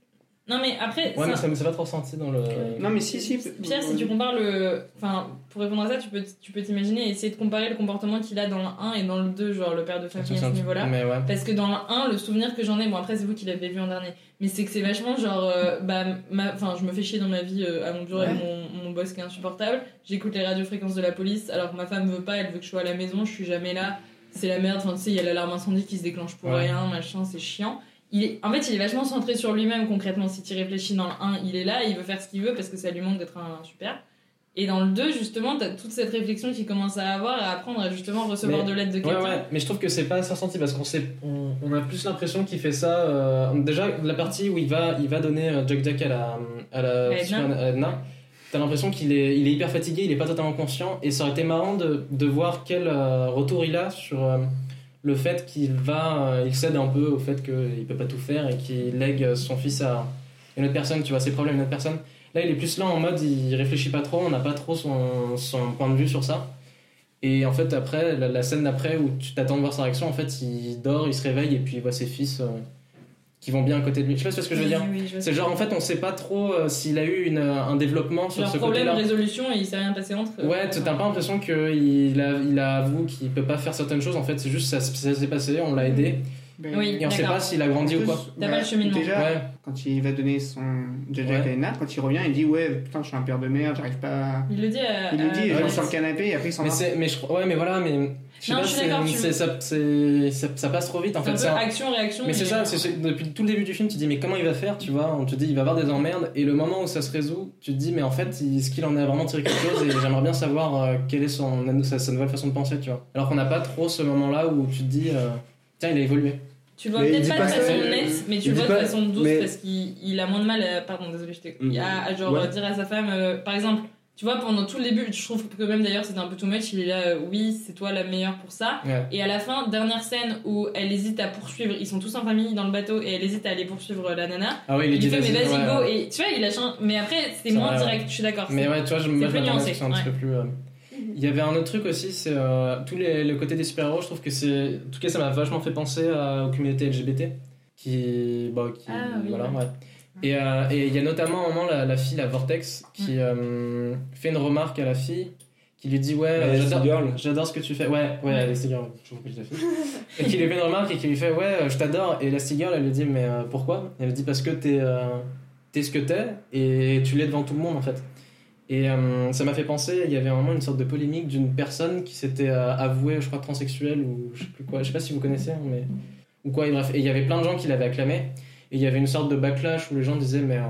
S6: non, mais après,
S2: Ouais,
S6: ça-
S2: mais ça me s'est pas trop ressenti dans le.
S5: Non, mais si, si.
S6: Pierre, si tu compares le. Enfin, pour répondre à ça, tu peux tu peux t'imaginer et essayer de comparer le comportement qu'il a dans le 1 et dans le 2, genre le père de famille à ce niveau-là.
S2: Mais ouais.
S6: Parce que dans le 1, le souvenir que j'en ai, bon après c'est vous qui l'avez vu en dernier, mais c'est que c'est vachement genre, euh, bah, ma- enfin, je me fais chier dans ma vie euh, à mon bureau avec mon, mon boss qui est insupportable, j'écoute les radiofréquences de la police, alors que ma femme veut pas, elle veut que je sois à la maison, je suis jamais là, c'est la merde, enfin tu sais, il y a l'alarme incendie qui se déclenche pour
S2: Ouais.
S6: rien, machin, c'est chiant. Il est, en fait, il est vachement centré sur lui-même concrètement, si tu y réfléchis dans le 1, il est là, il veut faire ce qu'il veut parce que ça lui manque d'être un super. Et dans le 2, justement, t'as toute cette réflexion qu'il commence à avoir, à apprendre à justement recevoir
S2: Mais-
S6: de l'aide de
S2: Ouais,
S6: quelqu'un.
S2: ouais, mais je trouve que c'est pas assez ressenti parce qu'on sait, on, on a plus l'impression qu'il fait ça. euh, déjà, la partie où il va, il va donner euh, Jack Jack à la, à la
S6: À Edna.
S2: super- à Edna, t'as l'impression qu'il est, il est hyper fatigué, il est pas totalement conscient et ça aurait été marrant de, de voir quel euh, retour il a sur euh, le fait qu'il va, euh, il cède un peu au fait qu'il peut pas tout faire et qu'il lègue son fils à une autre personne, tu vois, ses problèmes à une autre personne. Là, il est plus là en mode, il réfléchit pas trop, on n'a pas trop son, son point de vue sur ça. Et en fait, après, la, la scène d'après où tu t'attends de voir sa réaction, en fait, il dort, il se réveille et puis il voit ses fils euh, qui vont bien à côté de lui. Je sais pas si tu vois ce que je veux dire.
S6: Oui, oui, je vois
S2: C'est genre, en fait, on sait pas trop euh, s'il a eu une, euh, un développement sur
S6: Leur
S2: ce
S6: problème, euh,
S2: côté-là.
S6: résolution et il s'est rien passé entre. eux.
S2: Ouais, t'as pas l'impression qu'il a, il a avoué qu'il peut pas faire certaines choses, en fait, c'est juste ça, s- ça s'est passé, on l'a aidé,
S5: Ben,
S6: Oui.
S2: et on sait
S6: D'accord.
S2: pas s'il a grandi ou quoi.
S6: T'as pas le cheminement.
S5: Déjà,
S2: Ouais,
S5: quand il va donner son Jaja
S2: Ouais.
S5: à Elena, quand il revient, il dit Ouais, putain, je suis un père de merde, j'arrive pas. à-
S6: Il le dit à.
S5: Il le dit,
S6: à-
S5: il
S2: ouais,
S5: genre
S2: mais
S5: sur le canapé et après il s'en
S2: mais,
S5: va.
S2: c'est, mais, je, ouais, mais voilà, mais. je sais
S6: Non,
S2: pas,
S6: je suis
S2: c'est-
S6: d'accord, tu-
S2: c'est- ça, c'est- ça- ça passe trop vite, en
S6: C'est
S2: fait. c'est
S6: un
S2: un-
S6: peu action-réaction.
S2: Mais c'est ça, c'est- c'est- depuis tout le début du film, tu te dis mais comment il va faire, tu vois On te dit il va avoir des emmerdes et le moment où ça se résout, tu te dis mais en fait il- est-ce qu'il en a vraiment tiré quelque chose et j'aimerais bien savoir euh, quelle est son, sa, sa nouvelle façon de penser, tu vois. Alors qu'on n'a pas trop ce moment-là où tu te dis euh, tiens il a évolué.
S6: Tu le vois
S9: Mais il
S6: peut-être
S9: dit
S6: pas,
S9: pas
S6: de
S9: ça,
S6: façon
S9: mais-
S6: nette, mais tu
S9: il dit
S6: le vois de
S9: pas-
S6: façon douce
S9: mais-
S2: Mm-hmm.
S6: parce qu'il il a moins de mal à. Pardon, désolé, je t'ai.
S9: Mm.
S6: À, à genre
S9: Ouais.
S6: dire à sa femme, euh, par exemple, Tu vois, pendant tout le début, je trouve que même d'ailleurs c'était un peu too much. Il est là, euh, oui, c'est toi la meilleure pour ça.
S2: Ouais.
S6: Et à la fin, dernière scène où elle hésite à poursuivre, ils sont tous en famille dans le bateau et elle hésite à aller poursuivre la nana.
S2: Ah oui,
S6: Il,
S2: il,
S6: lui
S2: dit
S6: fait, mais vas-y,
S2: ouais,
S6: go.
S2: ouais.
S6: Et tu vois, il a changé. Mais après, c'est
S2: C'est
S6: moins
S2: vrai, ouais.
S6: direct, je suis d'accord.
S2: Mais
S6: c'est-
S2: ouais, tu vois, je me
S6: plus
S2: m'attendais à ce
S6: nuancé,
S2: que ce soit un petit
S6: ouais. Mhm.
S2: peu plus. euh, Il y avait un autre truc aussi, c'est euh, tous les, le côté des super-héros, je trouve que c'est. En tout cas, ça m'a vachement fait penser à- aux communautés LGBT. Qui. Bah, qui
S6: Ah oui,
S2: voilà,
S6: ouais.
S2: ouais. Et euh, et il y a notamment un moment la, la fille, la Vortex,
S6: Mhm.
S2: qui euh, fait une remarque à la fille, qui lui dit Ouais, euh,
S3: Leslie
S2: j'adore-
S3: Girl.
S2: j'adore ce que tu fais. Ouais, ouais, Leslie Girl, je vous la fille. Et qui lui fait une remarque et qui lui fait Ouais, euh, je t'adore. Et Leslie Girl, elle lui dit Mais euh, pourquoi Elle lui dit Parce que t'es. euh, t'es ce que t'es et tu l'es devant tout le monde en fait. Et euh, ça m'a fait penser, il y avait vraiment une sorte de polémique d'une personne qui s'était euh, avouée, je crois, transsexuelle ou je sais plus quoi, je sais pas si vous connaissez, hein, mais. Ou quoi, et bref, et il y avait plein de gens qui l'avaient acclamé, et il y avait une sorte de backlash où les gens disaient, mais euh,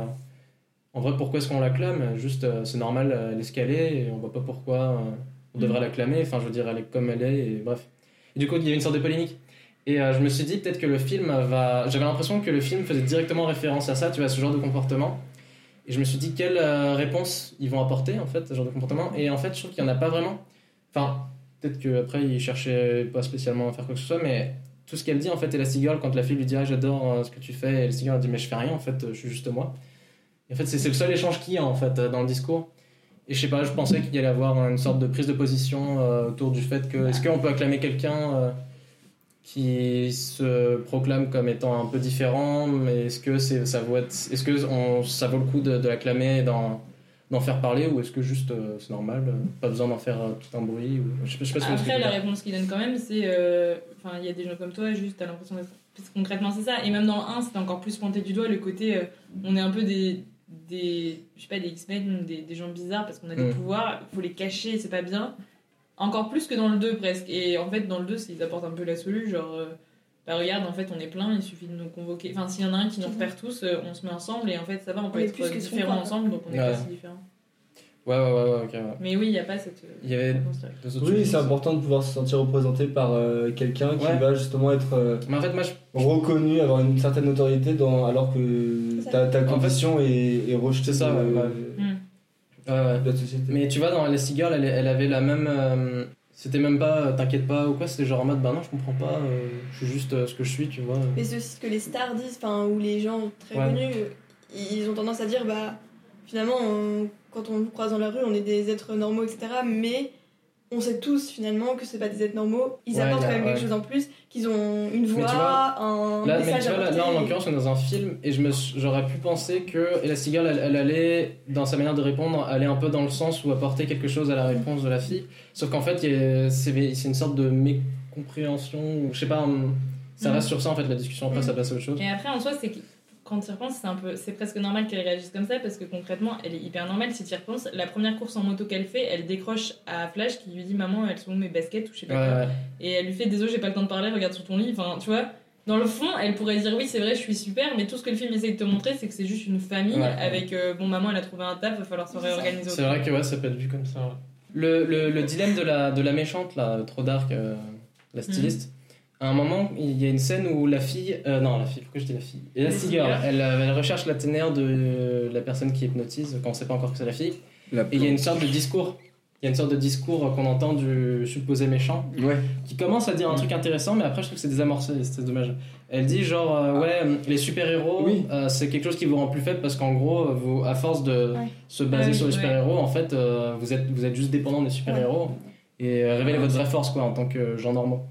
S2: en vrai, pourquoi est-ce qu'on l'acclame Juste, euh, c'est normal, euh, elle est ce qu'elle est, et on voit pas pourquoi euh, on devrait l'acclamer, enfin, je veux dire, elle est comme elle est, et bref. Et du coup, il y avait une sorte de polémique. Et euh, je me suis dit, peut-être que le film va. J'avais l'impression que le film faisait directement référence à ça, tu vois, à ce genre de comportement. Et je me suis dit, quelle euh, réponse ils vont apporter, en fait, à ce genre de comportement. Et en fait, je trouve qu'il n'y en a pas vraiment. Enfin, peut-être qu'après, ils cherchaient pas spécialement à faire quoi que ce soit, mais tout ce qu'elle dit, en fait, Elastic Girl, quand la fille lui dit, ah, j'adore euh, ce que tu fais, et Elastic Girl dit, mais je fais rien, en fait, euh, je suis juste moi. Et en fait, c'est c'est le seul échange qu'il y a, en fait, euh, dans le discours. Et je sais pas, je pensais qu'il y allait avoir une sorte de prise de position euh, autour du fait que, est-ce qu'on peut acclamer quelqu'un euh, qui se proclame comme étant un peu différent, mais est-ce que c'est, ça vaut, être- est-ce que on- ça vaut le coup de, de l'acclamer et d'en, d'en faire parler, ou est-ce que juste euh, c'est normal, euh, pas besoin d'en faire euh, tout un bruit ou, je, sais pas, je sais pas si vous voyez ce que je
S6: Après,
S2: veux
S6: la
S2: dire.
S6: réponse qu'il donne quand même, c'est. euh, Enfin, il y a des gens comme toi, juste, t'as l'impression d'être. parce que concrètement, c'est ça. Et même dans le 1, c'était encore plus pointé du doigt le côté. euh, on est un peu des. des je sais pas, des X-Men, des, des gens bizarres parce qu'on a des
S2: Mm.
S6: pouvoirs, faut les cacher, c'est pas bien. Encore plus que dans le 2 presque. Et en fait, dans le 2, c'est- ils apportent un peu la solu, genre. euh, bah regarde, en fait, on est plein, il suffit de nous convoquer. Enfin, s'il y en a un qui nous repère tous, euh, on se met ensemble et en fait, ça va, on peut
S4: On est
S6: être euh,
S4: plus que son
S6: différents
S4: corps.
S6: ensemble, donc on est
S2: Ouais.
S6: pas si différents.
S2: Ouais, ouais, ouais, ouais, ok. ouais.
S6: Mais oui, il n'y a pas cette. euh,
S2: Il y avait
S6: réponse directe.
S2: deux autres
S3: Oui,
S2: choses.
S3: c'est important de pouvoir se sentir représenté par euh, quelqu'un qui
S2: Ouais.
S3: va justement être euh,
S2: Mais en fait, moi, je-
S3: reconnu, avoir une certaine notoriété, dans, alors que
S4: C'est ça.
S3: ta, ta
S2: En fait,
S3: condition est, est rejetée
S2: c'est ça,
S3: de-
S2: ouais, ouais. Ouais, ouais.
S3: de la société.
S2: Mais tu vois, dans Elastic Girl, elle, elle avait la même. euh, c'était même pas euh, t'inquiète pas ou quoi, c'était genre en mode bah non, je comprends pas, euh, je suis juste euh, ce que je suis, tu vois.
S4: Mais c'est aussi ce que les stars disent, enfin, ou les gens très
S2: Ouais.
S4: connus, euh, ils ont tendance à dire, bah, finalement, on- quand on nous croise dans la rue, on est des êtres normaux, etc. Mais on sait tous, finalement, que c'est pas des êtres normaux. Ils
S2: Ouais,
S4: apportent
S2: y a-
S4: quand même quelque
S2: ouais.
S4: chose en plus, qu'ils ont une voix,
S2: tu vois,
S4: un
S2: Là, mais
S4: message
S2: tu vois,
S4: à
S2: là, là, en
S4: porter.
S2: l'occurrence, on est dans un film et je me suis- j'aurais pu penser que Elastic Girl, elle, elle allait, dans sa manière de répondre, aller un peu dans le sens où apporter quelque chose à la réponse de la fille. Sauf qu'en fait, il y a- c'est c'est une sorte de mécompréhension, ou je sais pas, hum, ça
S6: Mhm.
S2: reste sur ça en fait, la discussion après,
S4: Mhm.
S2: ça passe à autre chose.
S6: Et après, en soi, c'est que quand tu y repenses, c'est un peu, c'est presque normal qu'elle réagisse comme ça parce que concrètement, elle est hyper normale si tu y repenses. La première course en moto qu'elle fait, elle décroche à Flash qui lui dit maman, elles sont où mes baskets ou je sais
S2: Ouais,
S6: pas quoi.
S2: ouais.
S6: Et elle lui fait désolé, j'ai pas le temps de parler, regarde sur ton lit. Enfin, tu vois. Dans le fond, elle pourrait dire oui, c'est vrai, je suis super, mais tout ce que le film essaie de te montrer, c'est que c'est juste une famille
S2: Ouais.
S6: avec euh, bon maman, elle a trouvé un taf, va falloir se réorganiser.
S2: C'est
S6: autrement.
S2: vrai que ouais, ça peut être vu comme ça. ouais. Le, le- le dilemme de la, de la méchante, là, trop dark, euh, la styliste. À un moment, il y a une scène où la fille. euh, non, la fille, pourquoi je dis la fille Et la
S6: La
S2: figure,
S6: fille.
S2: elle, euh, elle recherche la ténère de euh, la personne qui hypnotise, quand on sait pas encore que c'est la fille.
S9: La
S2: Et il y a une sorte de discours. Il y a une sorte de discours euh, qu'on entend du supposé méchant
S9: Ouais.
S2: qui commence à dire un truc intéressant, mais après je trouve que c'est désamorcé, et c'est dommage. Elle dit genre, euh, ouais, les super-héros,
S9: Ah. Oui.
S2: euh, c'est quelque chose qui vous rend plus faible parce qu'en gros, euh, vous, à force de
S4: Ouais.
S2: se baser
S6: Ah oui,
S2: sur les
S6: ouais.
S2: super-héros, en fait, euh, vous, êtes, vous êtes juste dépendant des super-héros et euh,
S9: Ah.
S2: révélez votre vraie force, quoi, en tant que gens normaux.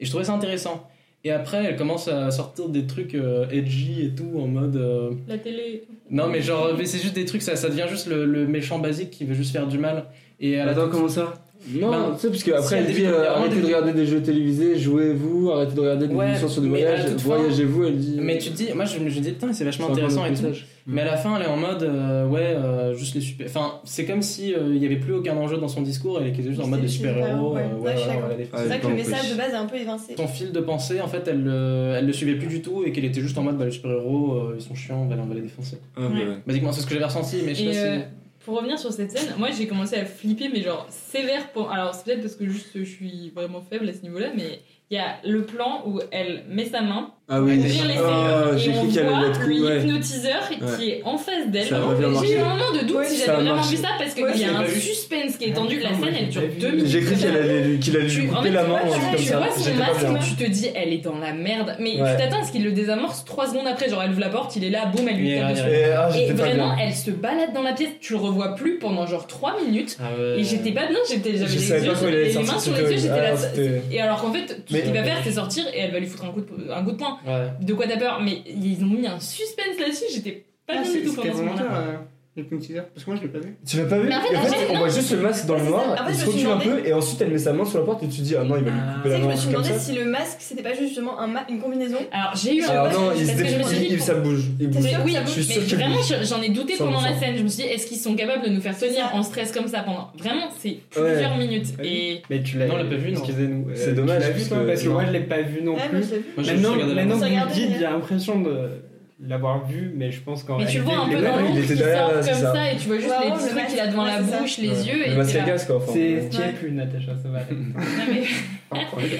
S2: Et je trouvais ça intéressant. Et après, elle commence à sortir des trucs euh, edgy et tout, en mode. euh,
S6: La télé.
S2: Non, mais genre, mais c'est juste des trucs, ça, ça devient juste le, le méchant basique qui veut juste faire du mal. Et à la
S3: Attends, comment ça non,
S2: Ben,
S3: tu sais, parce que
S2: si
S3: après,
S2: elle
S3: elle dit
S2: débute, il y a
S3: euh,
S2: vraiment
S3: arrêtez
S2: des-
S3: de regarder des jeux télévisés, jouez-vous, arrêtez de regarder des
S2: Ouais,
S3: émissions sur des
S2: mais à la
S3: voyages,
S2: toute fin-
S3: voyagez-vous, elle dit.
S2: Mais tu te dis, moi je me je me dis, putain, c'est
S3: C'est
S2: vachement
S3: encore
S2: intéressant
S3: notre
S2: et tout.
S3: message.
S2: Mais à la fin, elle est en mode, euh, ouais, euh, juste les super. Enfin, c'est comme si euh, il n'y avait plus aucun enjeu dans son discours et qu'elle était juste en
S4: C'était
S2: mode des
S4: juste
S2: super héros. Ouais,
S4: des super-héros, ouais.
S2: ouais,
S4: Ouais, je
S2: ouais,
S4: suis
S2: on va
S4: d'accord.
S2: les faire.
S4: C'est vrai que
S9: Ouais,
S4: le
S9: en plus.
S4: message de base est un peu évincé.
S2: Ton fil de pensée, en fait, elle, euh, elle le suivait plus du tout et qu'elle était juste en mode, bah, les super héros, ils sont chiants, on va les, on va les défoncer.
S9: Ah, bah,
S6: Ouais.
S9: ouais.
S2: Basiquement, c'est ce que j'avais ressenti, mais je sais
S6: Et
S2: pas
S6: euh,
S2: si.
S6: pour revenir sur cette scène, moi j'ai commencé à flipper, mais genre sévère. Pour... Alors c'est peut-être parce que juste je suis vraiment faible à ce niveau-là, mais il y a le plan où elle met sa main
S9: Ah oui.
S6: ouvrir les serrures
S9: Ah,
S6: et
S9: j'ai
S6: on
S9: cru qu'elle allait
S6: voit
S9: être
S6: le
S9: cool, ouais.
S6: hypnotiseur qui
S9: Ouais.
S6: est en face d'elle.
S9: Ça va bien
S6: J'ai eu
S9: marcher.
S6: un moment de doute
S9: Ouais,
S6: si
S9: ça
S6: j'avais
S9: a
S6: vraiment
S9: marché.
S6: vu ça parce qu'il
S9: Ouais,
S6: y
S9: je
S6: a
S9: l'ai
S6: un
S9: pas vu. Ah,
S6: suspense qui est tendu. La
S1: Non,
S6: scène
S1: mais
S6: elle dure
S1: j'ai pas vu.
S6: deux minutes.
S9: J'ai cru qu'elle allait lui- qu'il allait lui
S6: Tu- en
S9: couper
S6: fait,
S9: la main
S6: tu vois,
S9: ou un
S6: tu-
S9: truc comme
S6: tu
S9: ça.
S6: vois son
S9: J'étais pas
S6: masque,
S9: bien.
S6: tu te dis, elle est dans la merde. Mais
S3: Ouais.
S6: tu t'attends à ce qu'il le désamorce trois secondes après. Genre, elle ouvre la porte, il est là, boum, elle lui
S2: Il est
S6: tape
S2: là,
S6: dessus.
S2: il est
S3: Et, ah,
S6: Et
S3: j'étais pas
S6: vraiment,
S3: bien.
S6: elle se balade dans la pièce, tu le revois plus pendant genre 3 minutes.
S2: Ah ouais.
S6: Et j'étais pas bien, j'étais, j'avais
S3: Euh, Je
S6: les,
S3: savais
S6: yeux-
S3: pas quoi il allait
S6: les
S3: sortir
S6: mains
S3: de
S6: sur
S3: cette
S6: les yeux, j'étais
S3: gueule.
S6: là.
S3: Ah, c'était-
S6: Et alors qu'en fait, tout
S3: Mais- euh,
S6: ce qu'il va faire, c'est sortir et elle va lui foutre un coup de, un coup de poing.
S2: Ouais.
S6: De quoi t'as peur Mais ils ont mis un suspense là-dessus, j'étais pas
S5: Ah,
S6: bien du
S5: c'est
S6: tout
S5: ce qu'elle
S6: pendant ce
S5: voulait
S6: moment-là.
S5: faire, euh, le hypnotiseur. Parce que moi, je l'ai pas vu.
S3: Tu l'as pas vu
S6: Mais en fait,
S3: Et
S6: en fait,
S3: on
S6: non.
S3: voit juste le masque dans le
S4: Ouais, c'est
S3: noir,
S4: ça. En fait,
S3: il
S4: je
S3: se
S4: me suis
S3: recule un peu
S4: demandé-
S3: et ensuite elle met sa main sur la porte et tu te dis ah non il va lui couper
S4: C'est
S3: la
S4: que
S3: main
S4: je me suis
S3: comme
S4: demandé
S3: ça.
S4: si le masque c'était pas justement un ma- une combinaison.
S6: Alors j'ai eu un
S3: Alors
S6: doute,
S3: non, il se
S6: parce que je me suis dit,
S3: défend, ça bouge. il
S4: T'es
S3: bouge.
S4: sûr que
S6: Oui,
S4: ça
S3: je
S4: bouge
S3: suis sûr
S6: mais
S3: qu'il
S6: vraiment, je- j'en ai douté pendant la
S3: 100%.
S6: scène. Je me suis dit, est-ce qu'ils sont capables de nous faire tenir en stress comme ça pendant. Vraiment, c'est plusieurs minutes.
S1: Ah oui.
S6: Et
S1: Mais tu l'as
S2: Non, on l'a pas vu, non.
S1: Excusez-nous. Euh,
S3: C'est
S1: tu
S3: dommage,
S1: l'as vu,
S3: parce
S1: toi
S3: que-
S1: Parce que
S3: non.
S1: moi, je l'ai pas vu non
S4: Ouais, moi
S1: plus.
S4: je l'ai vu.
S2: Moi, j'ai juste
S1: Maintenant,
S2: regardé la bande.
S1: maintenant que vous le
S4: regardé,
S1: dites,
S4: mais-
S1: j'ai l'impression de l'avoir vu, mais je pense qu'en
S6: Mais tu le vois un
S1: réalité,
S6: peu
S1: les-
S6: dans
S3: il
S6: l'ombre
S3: était
S6: qui
S3: derrière,
S6: sort
S3: là,
S6: comme
S3: c'est
S6: ça.
S3: ça.
S6: et tu vois juste
S4: Ouais,
S6: les
S4: ouais, le
S6: petits trucs qu'il a devant
S4: masque,
S6: la
S4: ouais, c'est
S6: bouche, les
S3: Ouais.
S6: yeux.
S3: Le
S6: et
S3: masque
S6: t'es
S3: à
S6: là.
S3: gaz quoi. enfin,
S1: C'est
S3: ouais.
S1: ce qui est plus, Natacha, ça va. aller.
S6: Non, mais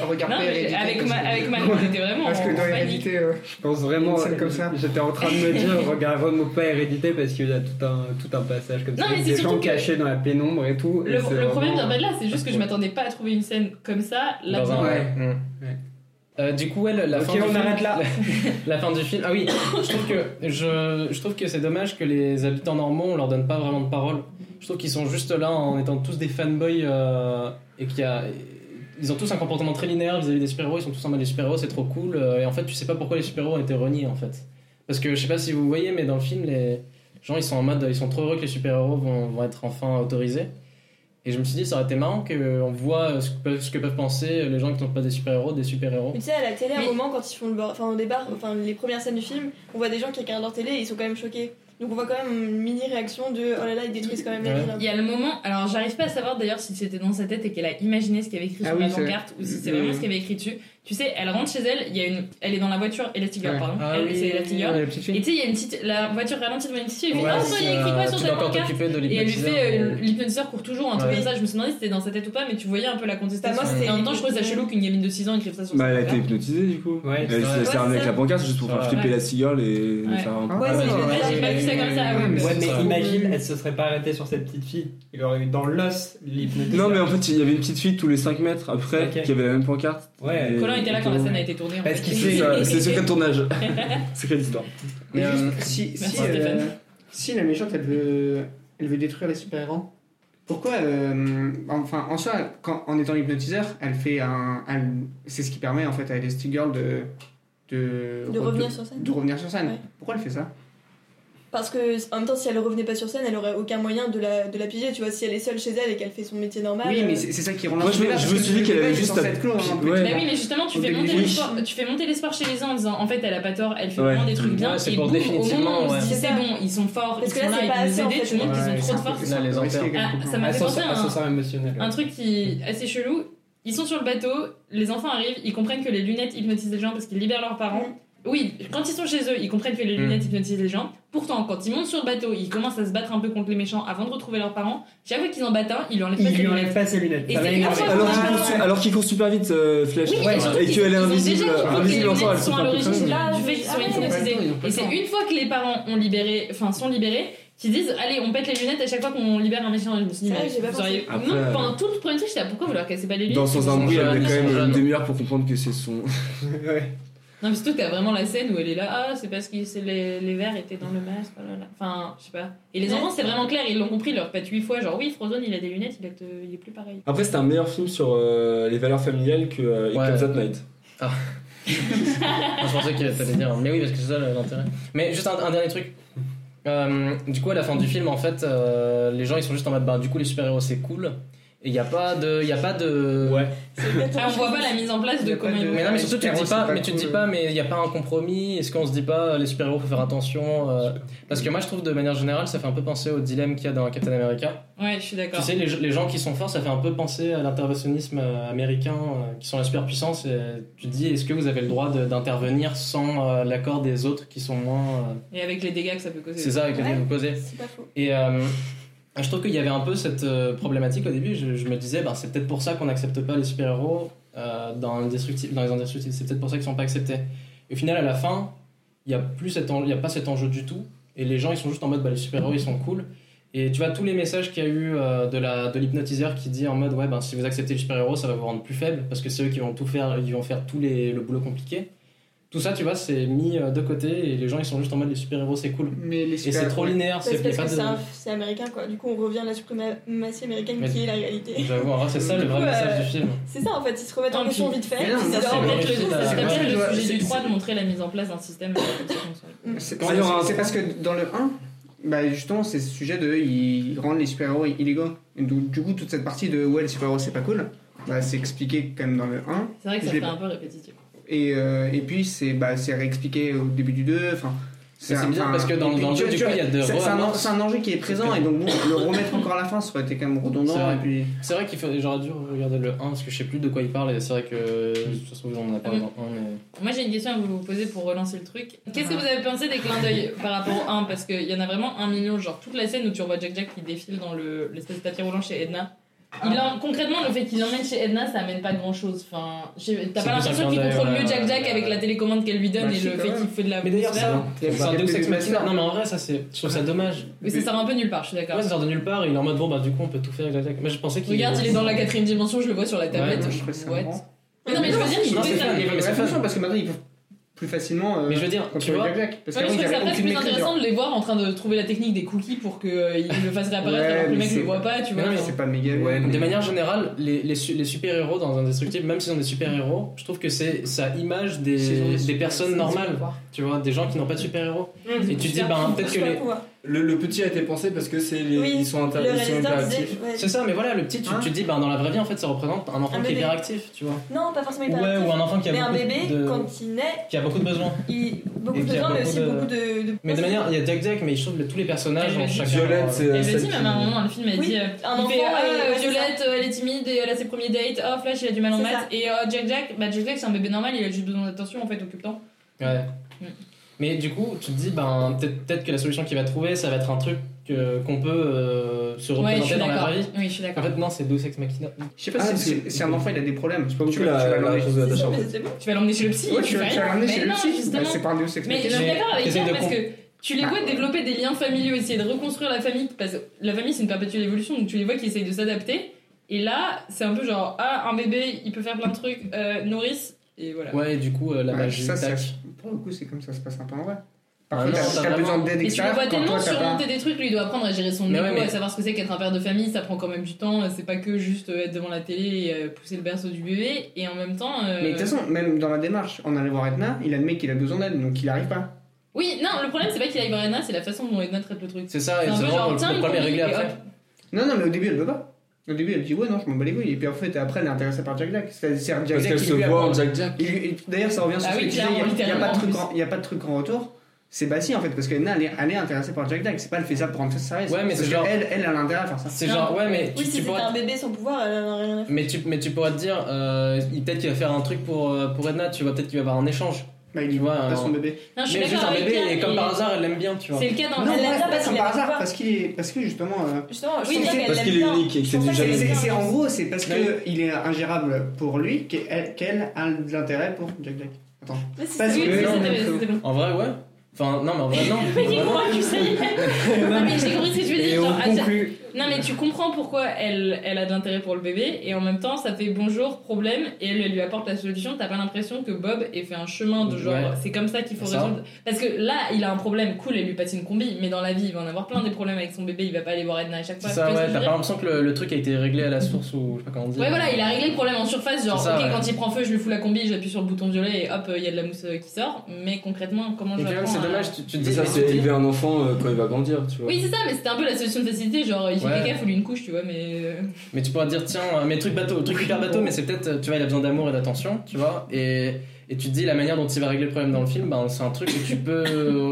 S5: Regarde
S6: non,
S5: pas
S6: mais
S5: Hérédité,
S6: avec
S5: parce
S6: ma-
S5: que-
S6: avec Manon, on était vraiment
S5: *laughs* Parce que
S6: en
S5: dans
S6: panique.
S5: Hérédité, euh,
S1: Je pense vraiment.
S5: Une scène comme ça.
S1: J'étais en train de me
S6: *laughs*
S1: dire, regarde, vraiment pas hérédité parce qu'il y a tout un, tout un passage comme
S6: Non,
S1: ça.
S6: mais
S1: avec
S6: c'est
S1: Des gens
S6: surtout que-
S1: cachés dans la pénombre et tout. et
S6: Le,
S1: c'est
S6: le problème vient
S1: vraiment-
S6: pas de là, c'est juste que je m'attendais pas à trouver une scène comme ça. Là,
S2: Dans un-
S1: Ouais.
S2: Euh, du coup, elle, la
S1: Ok,
S2: fin du
S1: on
S2: film-
S1: arrête là.
S2: *laughs* La fin du film. Ah oui, je trouve que, je, je trouve que c'est dommage que les habitants normaux, on leur donne pas vraiment de parole. Je trouve qu'ils sont juste là en étant tous des fanboys euh, et qu'il y a. Ils ont tous un comportement très linéaire vis-à-vis des super-héros, ils sont tous en mode les super-héros, c'est trop cool. euh, et en fait, tu sais pas pourquoi les super-héros ont été reniés en fait. Parce que je sais pas si vous voyez, mais dans le film, les gens ils sont en mode ils sont trop heureux que les super-héros vont, vont être enfin autorisés. Et je me suis dit, ça aurait été marrant qu'on voit ce que, peuvent, ce que peuvent penser les gens qui n'ont pas des super-héros, des super-héros.
S4: Mais tu sais, à la télé, à un
S6: Mais-
S4: moment, quand ils font le bar- enfin, au départ, enfin, les premières scènes du film, on voit des gens qui regardent leur télé et ils sont quand même choqués. Donc on voit quand même une mini réaction de oh là là, ils détruisent quand même la
S2: Ouais.
S4: ville. hein.
S6: Il y a le moment, alors j'arrive pas à savoir d'ailleurs si c'était dans sa tête et qu'elle a imaginé ce qu'il y avait écrit
S5: Ah
S6: sur
S5: oui,
S6: la
S5: c'est-
S6: pancarte ou si c'est
S5: Mm,
S6: vraiment
S5: mm.
S6: ce qu'il y avait écrit dessus. Tu sais, elle rentre chez elle, il y a une, elle est dans la voiture, Elastigirl,
S5: Ouais.
S6: pardon.
S2: Ah
S6: elle,
S2: oui,
S6: c'est Elastigirl.
S5: Ouais, la petite
S6: Et
S5: fille.
S6: tu sais, il y a une petite, la voiture ralentit devant une petite fille, elle lui dit
S2: Ouais,
S6: Oh, toi, il y a écrit quoi
S2: euh,
S6: sur
S2: tu
S6: ta
S2: dois encore
S6: pancarte
S2: t'occuper de
S6: Et elle lui
S2: l'hypnotiseur.
S6: fait euh, l'hypnotiseur court toujours, un truc
S2: Ouais.
S6: comme ça. Je me suis demandé si c'était dans sa tête ou pas, mais tu voyais un peu la
S4: Bah,
S6: contestation.
S4: moi, c'était-
S6: et en même temps, je trouvais ça chelou qu'une gamine de 6 ans écrive ça sur
S9: Bah, elle a
S6: sa
S9: été
S6: pancarte.
S9: hypnotisée du coup.
S1: euh, Ouais,
S9: elle
S2: c'est
S9: s'est
S4: vrai.
S9: servi
S4: Ouais,
S9: avec la
S4: ça.
S9: pancarte juste pour
S2: Ouais.
S9: faire flipper la cigale et lui faire un peu.
S4: Ouais,
S5: Ah,
S4: c'est
S5: ouais,
S4: vrai,
S5: ouais,
S6: j'ai pas vu ça comme ça,
S5: ouais,
S6: ouais.
S5: mais
S1: Ouais,
S5: c'est
S1: mais
S5: ça.
S1: imagine, elle se serait pas arrêtée sur cette petite fille. Il aurait eu dans l'os l'hypnotiseur.
S9: Non, mais en fait, il y avait une petite fille tous les 5 mètres après
S1: Ok.
S9: qui avait la même pancarte.
S1: Ouais.
S9: Et-
S6: Colin était là quand la scène a été tournée. en
S1: Parce
S6: fait.
S1: qu'il
S9: C'est ça, c'est le secret de tournage. secret d'histoire.
S2: Mais, euh,
S5: Juste, si,
S6: Merci,
S5: si, euh,
S6: Stéphane.
S5: si la méchante, elle veut, elle veut détruire les super-héros, pourquoi euh, Enfin, en soi, quand, en étant hypnotiseur, elle fait un. elle- C'est ce qui permet en fait à Elastic Girl de. De,
S4: De revenir sur scène.
S5: De revenir sur scène.
S4: Ouais.
S5: Pourquoi elle fait ça
S4: Parce que en même temps, si elle revenait pas sur scène, elle aurait aucun moyen de la, de la piger. Tu vois, si elle est seule chez elle et qu'elle fait son métier normal.
S5: Oui, mais
S4: euh,
S5: c'est c'est ça qui rend
S9: Moi, je me- je me suis dit qu'elle avait juste à-
S6: Bah
S9: Ouais.
S6: oui, mais justement, tu
S5: Au
S6: fais,
S5: début,
S6: monter
S5: oui.
S6: l'espoir, tu fais monter l'espoir chez les gens en disant en fait, elle a pas tort, elle fait
S9: Ouais.
S6: vraiment des trucs
S9: Ouais,
S6: bien.
S2: c'est
S6: et
S2: pour
S6: boum,
S2: définitivement,
S6: au moment où on se dit
S4: ouais.
S6: c'est bon, ils sont forts,
S4: Parce
S6: ils
S4: que
S6: sont
S4: là,
S6: là,
S4: c'est
S6: ils
S4: pas
S6: nous
S4: assez, en
S6: aidaient,
S4: fait,
S6: tu montres
S5: ouais,
S6: qu'ils ont trop de
S5: c'est
S6: force.
S5: ça,
S2: Là, les
S5: c'est risqué,
S2: enterre.
S5: quand même,
S6: Ah, ça
S5: complètement.
S6: m'a fait penser à un-
S1: Ascenseur émotionnel.
S6: un truc qui assez chelou. Ils sont sur le bateau, les enfants arrivent, ils comprennent que les lunettes hypnotisent les gens parce qu'ils libèrent leurs parents. Oui, quand ils sont chez eux, ils comprennent que les
S2: Mm.
S6: lunettes hypnotisent les gens. Pourtant, quand ils montent sur le bateau, ils commencent à se battre un peu contre les méchants avant de retrouver leurs parents. Chaque fois qu'ils en battent un, ils lui enlèvent pas
S1: Il
S6: ses
S1: lui
S6: lunettes.
S1: enlève pas ses lunettes.
S6: Et
S1: Ça va
S6: c'est une
S1: énerver.
S6: fois
S9: Alors
S6: qu'on
S9: qu'il
S6: a-
S9: court, su- alors qu'il court super vite, euh, Flash.
S6: Oui,
S1: Ouais,
S6: et surtout
S9: et
S6: qu'ils-
S9: qu'elle est
S6: ils ont déjà
S9: invisible.
S3: euh,
S6: compris que
S9: Invisible
S6: les
S9: encore,
S6: lunettes
S9: elle se
S6: sont
S9: frappe
S6: à
S9: après.
S6: l'origine
S4: Ouais.
S6: du fait qu'ils sont
S4: Ouais.
S6: hypnotisés. Et Ah c'est une fois que les parents ont libéré, enfin sont libérés, qu'ils disent allez on pète les lunettes à chaque fois qu'on libère un méchant. Et Je me suis dit
S4: C'est vrai,
S6: mais
S4: j'ai pas
S6: vous auriez-
S9: pensé.
S6: non,
S9: Après,
S6: pendant tout le premier truc j'étais là pourquoi vous leur cassez pas les lunettes
S9: Dans Sans un bruit,
S2: Ils
S9: elle
S2: sont
S9: avait quand
S2: jeunes,
S9: même
S2: ils sont
S9: une
S2: jeunes.
S9: demi-heure pour comprendre que c'est son.
S1: Ouais.
S6: Non mais surtout t'as vraiment la scène où elle est là ah c'est parce que c'est les, les verres étaient dans le masque. oh là là. Enfin je sais pas. Et les
S4: Ouais.
S6: enfants c'est vraiment clair ils l'ont compris ils leur pètent huit fois genre oui Frozone il a des lunettes il est, il est plus pareil.
S9: Après, c'était un meilleur film sur euh, les valeurs familiales que euh, It
S2: Ouais.
S9: Comes at Night.
S2: Ah, Je pensais que t'allais dire. Mais oui, parce que c'est ça l'intérêt. Mais juste un, un dernier truc. Euh, du coup, à la fin du film, en fait, euh, les gens ils sont juste en mode bah, du coup, les super-héros c'est cool. Et il n'y a pas de. Y a pas de...
S4: c'est-
S6: Ah on voit pas la mise en place
S5: Il y
S6: de
S5: a pas
S6: comment
S5: de-
S6: ils
S2: Mais non, mais surtout, tu te
S5: Les
S2: dis pas,
S5: super-héros, c'est
S2: mais
S5: pas
S2: tu te dis
S5: cool.
S2: pas, mais il n'y a pas un compromis. Est-ce qu'on se dit pas, les super-héros, faut faire attention euh, Parce que moi, je trouve de manière générale, ça fait un peu penser au dilemme qu'il y a dans Captain America.
S6: Ouais je suis
S2: Tu
S6: d'accord.
S2: sais, les, les gens qui sont forts, ça fait un peu penser à l'interventionnisme euh, américain, euh, qui sont la superpuissance. Et euh, tu te dis, est-ce que vous avez le droit de- d'intervenir sans euh, l'accord des autres qui sont moins. euh,
S6: Et avec les dégâts que ça peut causer.
S2: c'est ça avec lequel
S4: Ouais.
S2: vous posez.
S4: C'est pas faux.
S2: Et euh, je trouve qu'il y avait un peu cette euh, problématique au début. Je, je me disais, ben, c'est peut-être pour ça qu'on n'accepte pas les super-héros. euh, dans, Indestructible- dans les Indestructibles. C'est peut-être pour ça qu'ils sont pas acceptés. Et au final, à la fin, il n'y a, plus cet en- il y a pas cet enjeu du tout. Et les gens, ils sont juste en mode, bah, les super-héros, ils sont cool. Et tu vois, tous les messages qu'il y a eu euh, de la- de l'hypnotiseur de qui dit en mode, ouais, ben, si vous acceptez les super-héros, ça va vous rendre plus faible, parce que c'est eux qui vont tout faire, ils vont faire tout les, le boulot compliqué. Tout ça, tu vois, c'est mis euh, de côté et les gens, ils sont juste en mode, les super-héros, c'est cool.
S5: Mais les
S2: Et c'est
S5: super-
S2: trop linéaire,
S4: C'est
S2: c'est
S4: parce
S2: pas
S4: que
S2: de-
S4: c'est un- c'est américain quoi. Du coup, on revient à la suprématie américaine
S2: Mais-
S4: qui est la réalité. *laughs*
S2: J'avoue, en vrai, c'est ça le
S4: Du
S2: vrai
S4: coup,
S2: message
S4: euh,
S2: du film.
S4: C'est ça en fait, ils se remettent en
S6: Ah,
S4: question
S6: puis-
S4: vite fait.
S5: Mais non,
S4: puis
S5: mais
S4: c'est
S5: ça,
S6: Ça
S4: leur
S5: c'est
S6: serait
S5: vrai.
S4: remettre
S6: peut-être
S4: le-
S6: le, ça
S4: ça
S6: serait
S4: serait
S6: peut-être
S4: bien.
S6: le
S5: Ouais,
S6: sujet
S5: c'est-
S6: du 3
S5: c'est-
S6: de montrer la mise en place d'un système. euh, comme ça,
S5: C'est
S6: qu'on soit-
S5: c'est-
S9: il y aura un-
S5: c'est parce que dans le 1, bah justement, c'est ce sujet de. Ils rendent les super-héros illégaux. Et donc, du coup, toute cette partie de ouais, les super-héros c'est pas cool, bah c'est expliqué quand même dans le 1.
S6: C'est vrai que ça
S5: Je l'ai
S6: fait
S5: pas.
S6: un peu répétitif.
S5: Et, euh, et puis, c'est bah, c'est réexpliqué au début du 2. Enfin,
S2: Mais Bah, c'est
S5: un-
S2: bizarre
S5: un-
S2: parce que dans-
S5: et puis,
S2: dans le
S5: tu-
S2: jeu, du
S5: tu
S2: coup,
S5: vois,
S2: il y a de
S5: c'est- C'est un,
S2: remords.
S5: en- c'est un enjeu qui est présent, et donc bon, le remettre encore à la fin, ça aurait été quand même redondant.
S2: C'est vrai.
S5: Et puis,
S2: C'est vrai qu'il faudrait, j'aurais dû regarder le 1 parce que je sais plus de quoi il parle et c'est vrai que ça se trouve on en a parlé dans le 1 mais
S6: Moi j'ai une question à vous poser pour relancer le truc. Qu'est-ce que vous avez pensé des clins d'œil par rapport au 1 Parce qu'il y en a vraiment un million, genre toute la scène où tu revois Jack Jack qui défile dans le- l'espèce de papier roulant chez Edna. Il en- concrètement, le fait qu'il l'emmène chez Edna, ça amène pas grand chose. Enfin, je- t'as
S2: C'est
S6: pas l'impression
S2: plus
S6: qu'il
S2: un clin d'œil,
S6: contrôle
S2: ouais,
S6: mieux Jack Jack
S2: ouais,
S6: avec
S2: ouais.
S6: la télécommande qu'elle lui donne
S5: Bah,
S6: et
S5: si,
S6: le
S5: quand
S6: fait
S5: même.
S6: qu'il fait de la
S2: Mais d'ailleurs,
S6: bouffe,
S2: ça,
S5: Il y a
S2: c'est un
S5: des
S2: Deus Ex
S5: PV
S2: Machina.
S5: Machina.
S2: Non, mais en vrai, ça, c'est, je trouve ça dommage.
S6: Mais ça sort un peu nulle part, je suis d'accord.
S2: Ouais, ça sort de nulle part et il est en mode bon, bah, du coup, on peut tout faire avec la tech. Moi, je pensais qu'il.
S6: Regarde, il est dans la quatrième dimension, je le vois sur la tablette.
S5: moi, je trouvais ça
S6: What
S5: marrant.
S6: Mais non, mais je veux dire, il
S2: Non,
S6: peut
S2: c'est
S6: faire-
S2: fun.
S5: Et
S2: Mais c'est
S5: ouais,
S2: fun.
S5: franchement, parce que maintenant, ils peuvent plus facilement. euh,
S2: Mais je veux dire, tu
S5: contrôler
S2: vois.
S5: Jack Jack. Parce qu'avant, il
S6: Ouais, je trouve
S5: n'y
S6: ça
S5: avait
S6: presque
S5: aucune hein.
S6: plus
S5: maîtrise,
S6: intéressant
S5: genre.
S6: de les voir en train de trouver la technique des cookies pour qu'ils le fassent réapparaître
S5: Ouais,
S6: alors que le
S5: mais
S6: mec
S5: c'est-
S6: le voit pas, tu
S2: Mais
S6: vois.
S2: non, mais
S6: genre.
S5: C'est pas méga.
S2: Ouais, mais de manière générale, les, les, su- les super-héros dans Indestructible, même s'ils ont des super-héros, je trouve que c'est sa image
S5: S'ils ont
S2: des,
S5: des
S2: des
S5: super-
S2: personnes normales, tu vois, des gens qui n'ont pas de super-héros. Et tu te dis, ben, peut-être que
S4: Je sais
S2: les.
S4: pas pourquoi.
S9: Le, le petit a été pensé parce que c'est les,
S4: Oui,
S9: ils sont, inter-
S4: Le
S9: ils sont
S4: réalisateur disait.
S9: impératifs.
S4: ouais.
S2: C'est ça, mais voilà, le petit, tu,
S5: Hein
S2: tu te dis, ben, dans la vraie vie, en fait, ça représente un enfant
S4: Un
S2: qui est
S4: bébé.
S2: hyperactif, tu vois.
S4: Non, pas forcément
S2: Ouais, ou
S4: hyperactif.
S2: un enfant qui a
S4: Mais un
S2: beaucoup
S4: bébé,
S2: de.
S4: quand il naît,
S2: qui a beaucoup de besoins.
S4: il beaucoup
S2: Et
S4: de
S2: puis, il y a
S4: besoins, mais
S2: beaucoup
S4: aussi
S2: de-
S4: beaucoup de. de-
S2: Mais de manière, il y a Jack Jack, mais je trouve que tous les personnages ont
S6: Elle
S2: chacun.
S9: Violette,
S2: leur-
S9: c'est
S6: Elle
S9: celle
S6: le dit
S9: qui-
S6: Eh, même à un moment dans le film, elle
S4: Oui,
S6: dit euh,
S4: un
S6: il
S4: enfant,
S6: fait, ah,
S4: et- ouais, c'est
S6: Violette, euh, elle est timide et elle a ses premiers dates, oh Flash, il a du mal en
S4: C'est
S6: maths,
S4: ça.
S6: et euh, Jack Jack, bah Jack Jack c'est un bébé normal, il a juste besoin d'attention en fait, occupe temps.
S2: euh, Ouais.
S6: Mm.
S2: Mais du coup, tu te dis, ben, peut-être peut-être que la solution qu'il va trouver, ça va être un truc que- qu'on peut euh, se
S6: Ouais, je
S2: représenter
S6: suis
S2: dans la
S6: d'accord.
S2: vraie vie.
S6: Oui, je suis
S2: En
S6: d'accord.
S2: fait, non, c'est Deus Ex Machina.
S5: Je sais pas
S9: Ah,
S5: si
S9: parce
S5: si-
S9: que-
S5: si un enfant il a des problèmes. Je sais pas où
S9: Du coup,
S5: tu vas- tu
S9: la,
S5: vas
S9: la
S5: l'emmener.
S2: euh,
S9: chose de
S4: C'est
S9: Natacha.
S4: ça, mais c'est bon.
S6: Tu vas l'emmener chez le psy
S5: Ouais,
S6: tu
S5: tu vas
S6: fais
S5: tu
S6: rien.
S5: vas l'emmener
S6: Mais
S5: chez le
S6: non,
S5: psy.
S6: justement.
S5: Bah, C'est par Deus Ex
S6: Mais je
S5: Machina.
S6: suis d'accord avec
S2: Essaye
S6: toi
S2: de
S6: parce
S2: comp-
S6: que tu les vois développer des liens familiaux, essayer de reconstruire la famille, parce que la famille c'est une perpétuelle évolution, donc tu les vois qui essayent de s'adapter. Et là, c'est un peu genre, ah, un bébé, il peut faire plein de trucs, euh, nourrice, et voilà.
S2: Ouais, et du coup, euh, la
S5: Ouais,
S2: magie,
S5: ça,
S2: tac.
S5: c'est- Pour le coup, c'est comme ça se passe un peu en vrai.
S2: Ah
S5: Par contre,
S2: non,
S5: t'as-
S2: t'as
S5: t'as besoin
S2: vraiment-
S5: d'aide
S6: Et tu le
S5: extérieure
S6: vois
S5: quand
S6: tellement
S5: toi t'as pas.
S6: surmonter des trucs, lui il doit apprendre à gérer son
S2: Mais
S6: ego,
S2: ouais, mais-
S6: à savoir ce que c'est qu'être un père de famille, ça prend quand même du temps, c'est pas que juste euh, être devant la télé et euh, pousser le berceau du bébé, et en même temps. euh,
S5: Mais de toute façon, même dans la démarche, en allant voir Edna, il admet qu'il a besoin d'aide, donc il arrive pas.
S6: Oui, non, le problème c'est pas qu'il aille voir Edna, c'est la façon dont Edna traite le truc.
S2: C'est ça,
S6: C'est
S2: et
S6: un
S2: c'est
S6: peu
S2: vraiment
S6: genre,
S2: le
S6: tiens, une
S2: problème est réglé
S6: combine, et
S2: après.
S6: hop.
S5: Non, non, mais au début, elle veut pas. Au début, elle dit ouais, non, je m'en bats les couilles. Et puis en fait, après, elle est intéressée par Jack Jack. C'est c'est Jack
S9: Parce
S5: Jack
S9: qu'elle
S5: qui
S9: se
S5: lui
S9: voit en
S5: apprend.
S9: Jack Jack.
S5: Il lui- et D'ailleurs, ça revient sur
S6: Ah
S5: ce
S6: oui,
S5: que tu disais,
S6: clairement,
S5: il n'y a,
S6: littéralement,
S5: pas de
S6: en
S5: truc
S6: plus.
S5: en- il y a pas de truc en retour. C'est bah si en fait, parce qu'Edna, elle, est- elle est intéressée par Jack Jack. C'est pas elle fait ça pour rendre ça service.
S2: Ouais, mais
S5: Parce
S2: c'est
S5: que
S2: genre-
S5: Elle, elle elle a l'intérêt à faire ça.
S2: C'est
S6: Non.
S2: genre, ouais, mais tu,
S4: Oui, si
S2: tu
S4: c'était
S2: pourras.
S4: un bébé sans pouvoir, elle en a rien à faire.
S2: Mais tu, mais tu pourras te dire, euh, il- peut-être qu'il va faire un truc pour, euh, pour Edna, tu vois, peut-être qu'il va avoir un échange.
S5: Bah, il
S2: Tu
S5: dit
S2: vois, euh,
S5: pas
S2: un-
S5: son bébé.
S6: Non, je suis
S2: Mais juste
S6: d'accord
S2: un
S6: avec
S2: bébé,
S6: Pierre,
S2: et comme
S6: et
S2: par hasard, elle l'aime bien, tu vois.
S6: C'est le cas dans
S5: Non,
S4: elle
S5: ouais,
S4: l'a pas
S5: pas
S4: parce
S5: comme
S4: qu'il
S5: par
S4: avait
S5: hasard,
S4: peur.
S5: parce qu'il est, parce que justement, euh,
S4: Justement, je
S6: Oui,
S4: trouve
S6: mais
S4: qu'elle
S9: Parce
S4: l'aime
S9: qu'il est
S4: bien.
S9: unique et que c'est
S4: Je pense
S9: déjà
S4: que
S5: c'est-
S9: le-
S5: c'est c'est en gros, c'est parce
S2: Bah Oui.
S5: que il est ingérable pour lui qu'elle qu'elle a de l'intérêt pour Jack Jack. Attends.
S4: Mais si,
S5: Parce
S4: c'est-
S6: Oui,
S5: que-
S6: oui,
S2: non,
S6: c'était- c'était bon.
S2: En vrai, ouais. Enfin, non, mais en vrai,
S6: *laughs*
S2: non.
S6: Mais il
S2: En vrai, non.
S6: croit que ça y est. Non, mais j'ai compris ce que tu veux
S1: Et
S6: dire.
S1: on
S6: genre, ah,
S1: conclut.
S6: Non mais tu comprends pourquoi elle, elle a de l'intérêt pour le bébé et en même temps ça fait bonjour, problème et elle lui apporte la solution. T'as pas l'impression que Bob ait fait un chemin de genre
S2: Ouais.
S6: c'est comme ça qu'il faut
S2: Ça.
S6: résoudre. Parce que là il a un problème, cool elle lui patine une combi mais dans la vie il va en avoir plein des problèmes avec son bébé, il va pas aller voir Edna à chaque
S2: C'est
S6: fois.
S2: ça,
S6: Tu vois ce
S2: ouais,
S6: que
S2: t'as pas
S6: je veux dire
S2: l'impression que le, le truc a été réglé à la source ou je sais pas comment dire.
S6: Ouais voilà il a réglé le problème en surface genre
S2: C'est ça,
S6: ok
S2: ouais.
S6: quand il prend feu je lui fous la combi, j'appuie sur le bouton violet et hop il y a de la mousse euh, qui sort mais concrètement comment
S2: Et
S6: je
S2: puis
S6: vais
S2: même, c'est
S6: apprendre à-
S2: dommage, tu, tu te
S9: Mais
S2: dis,
S9: ça,
S2: mais tu
S9: c'est
S2: te dis-
S9: élever un enfant euh, quand il va grandir, tu vois.
S6: Oui c'est ça mais c'était un peu la solution de facilité genre il fait
S2: Ouais.
S6: caca faut lui une couche tu vois mais... euh,
S2: Mais tu pourras te dire, tiens, euh, mais truc bateau, truc hyper bateau, mais c'est peut-être, euh, tu vois, il a besoin d'amour et d'attention, tu vois. Et, et tu te dis, la manière dont il va régler le problème dans le film, ben, c'est un truc que tu peux,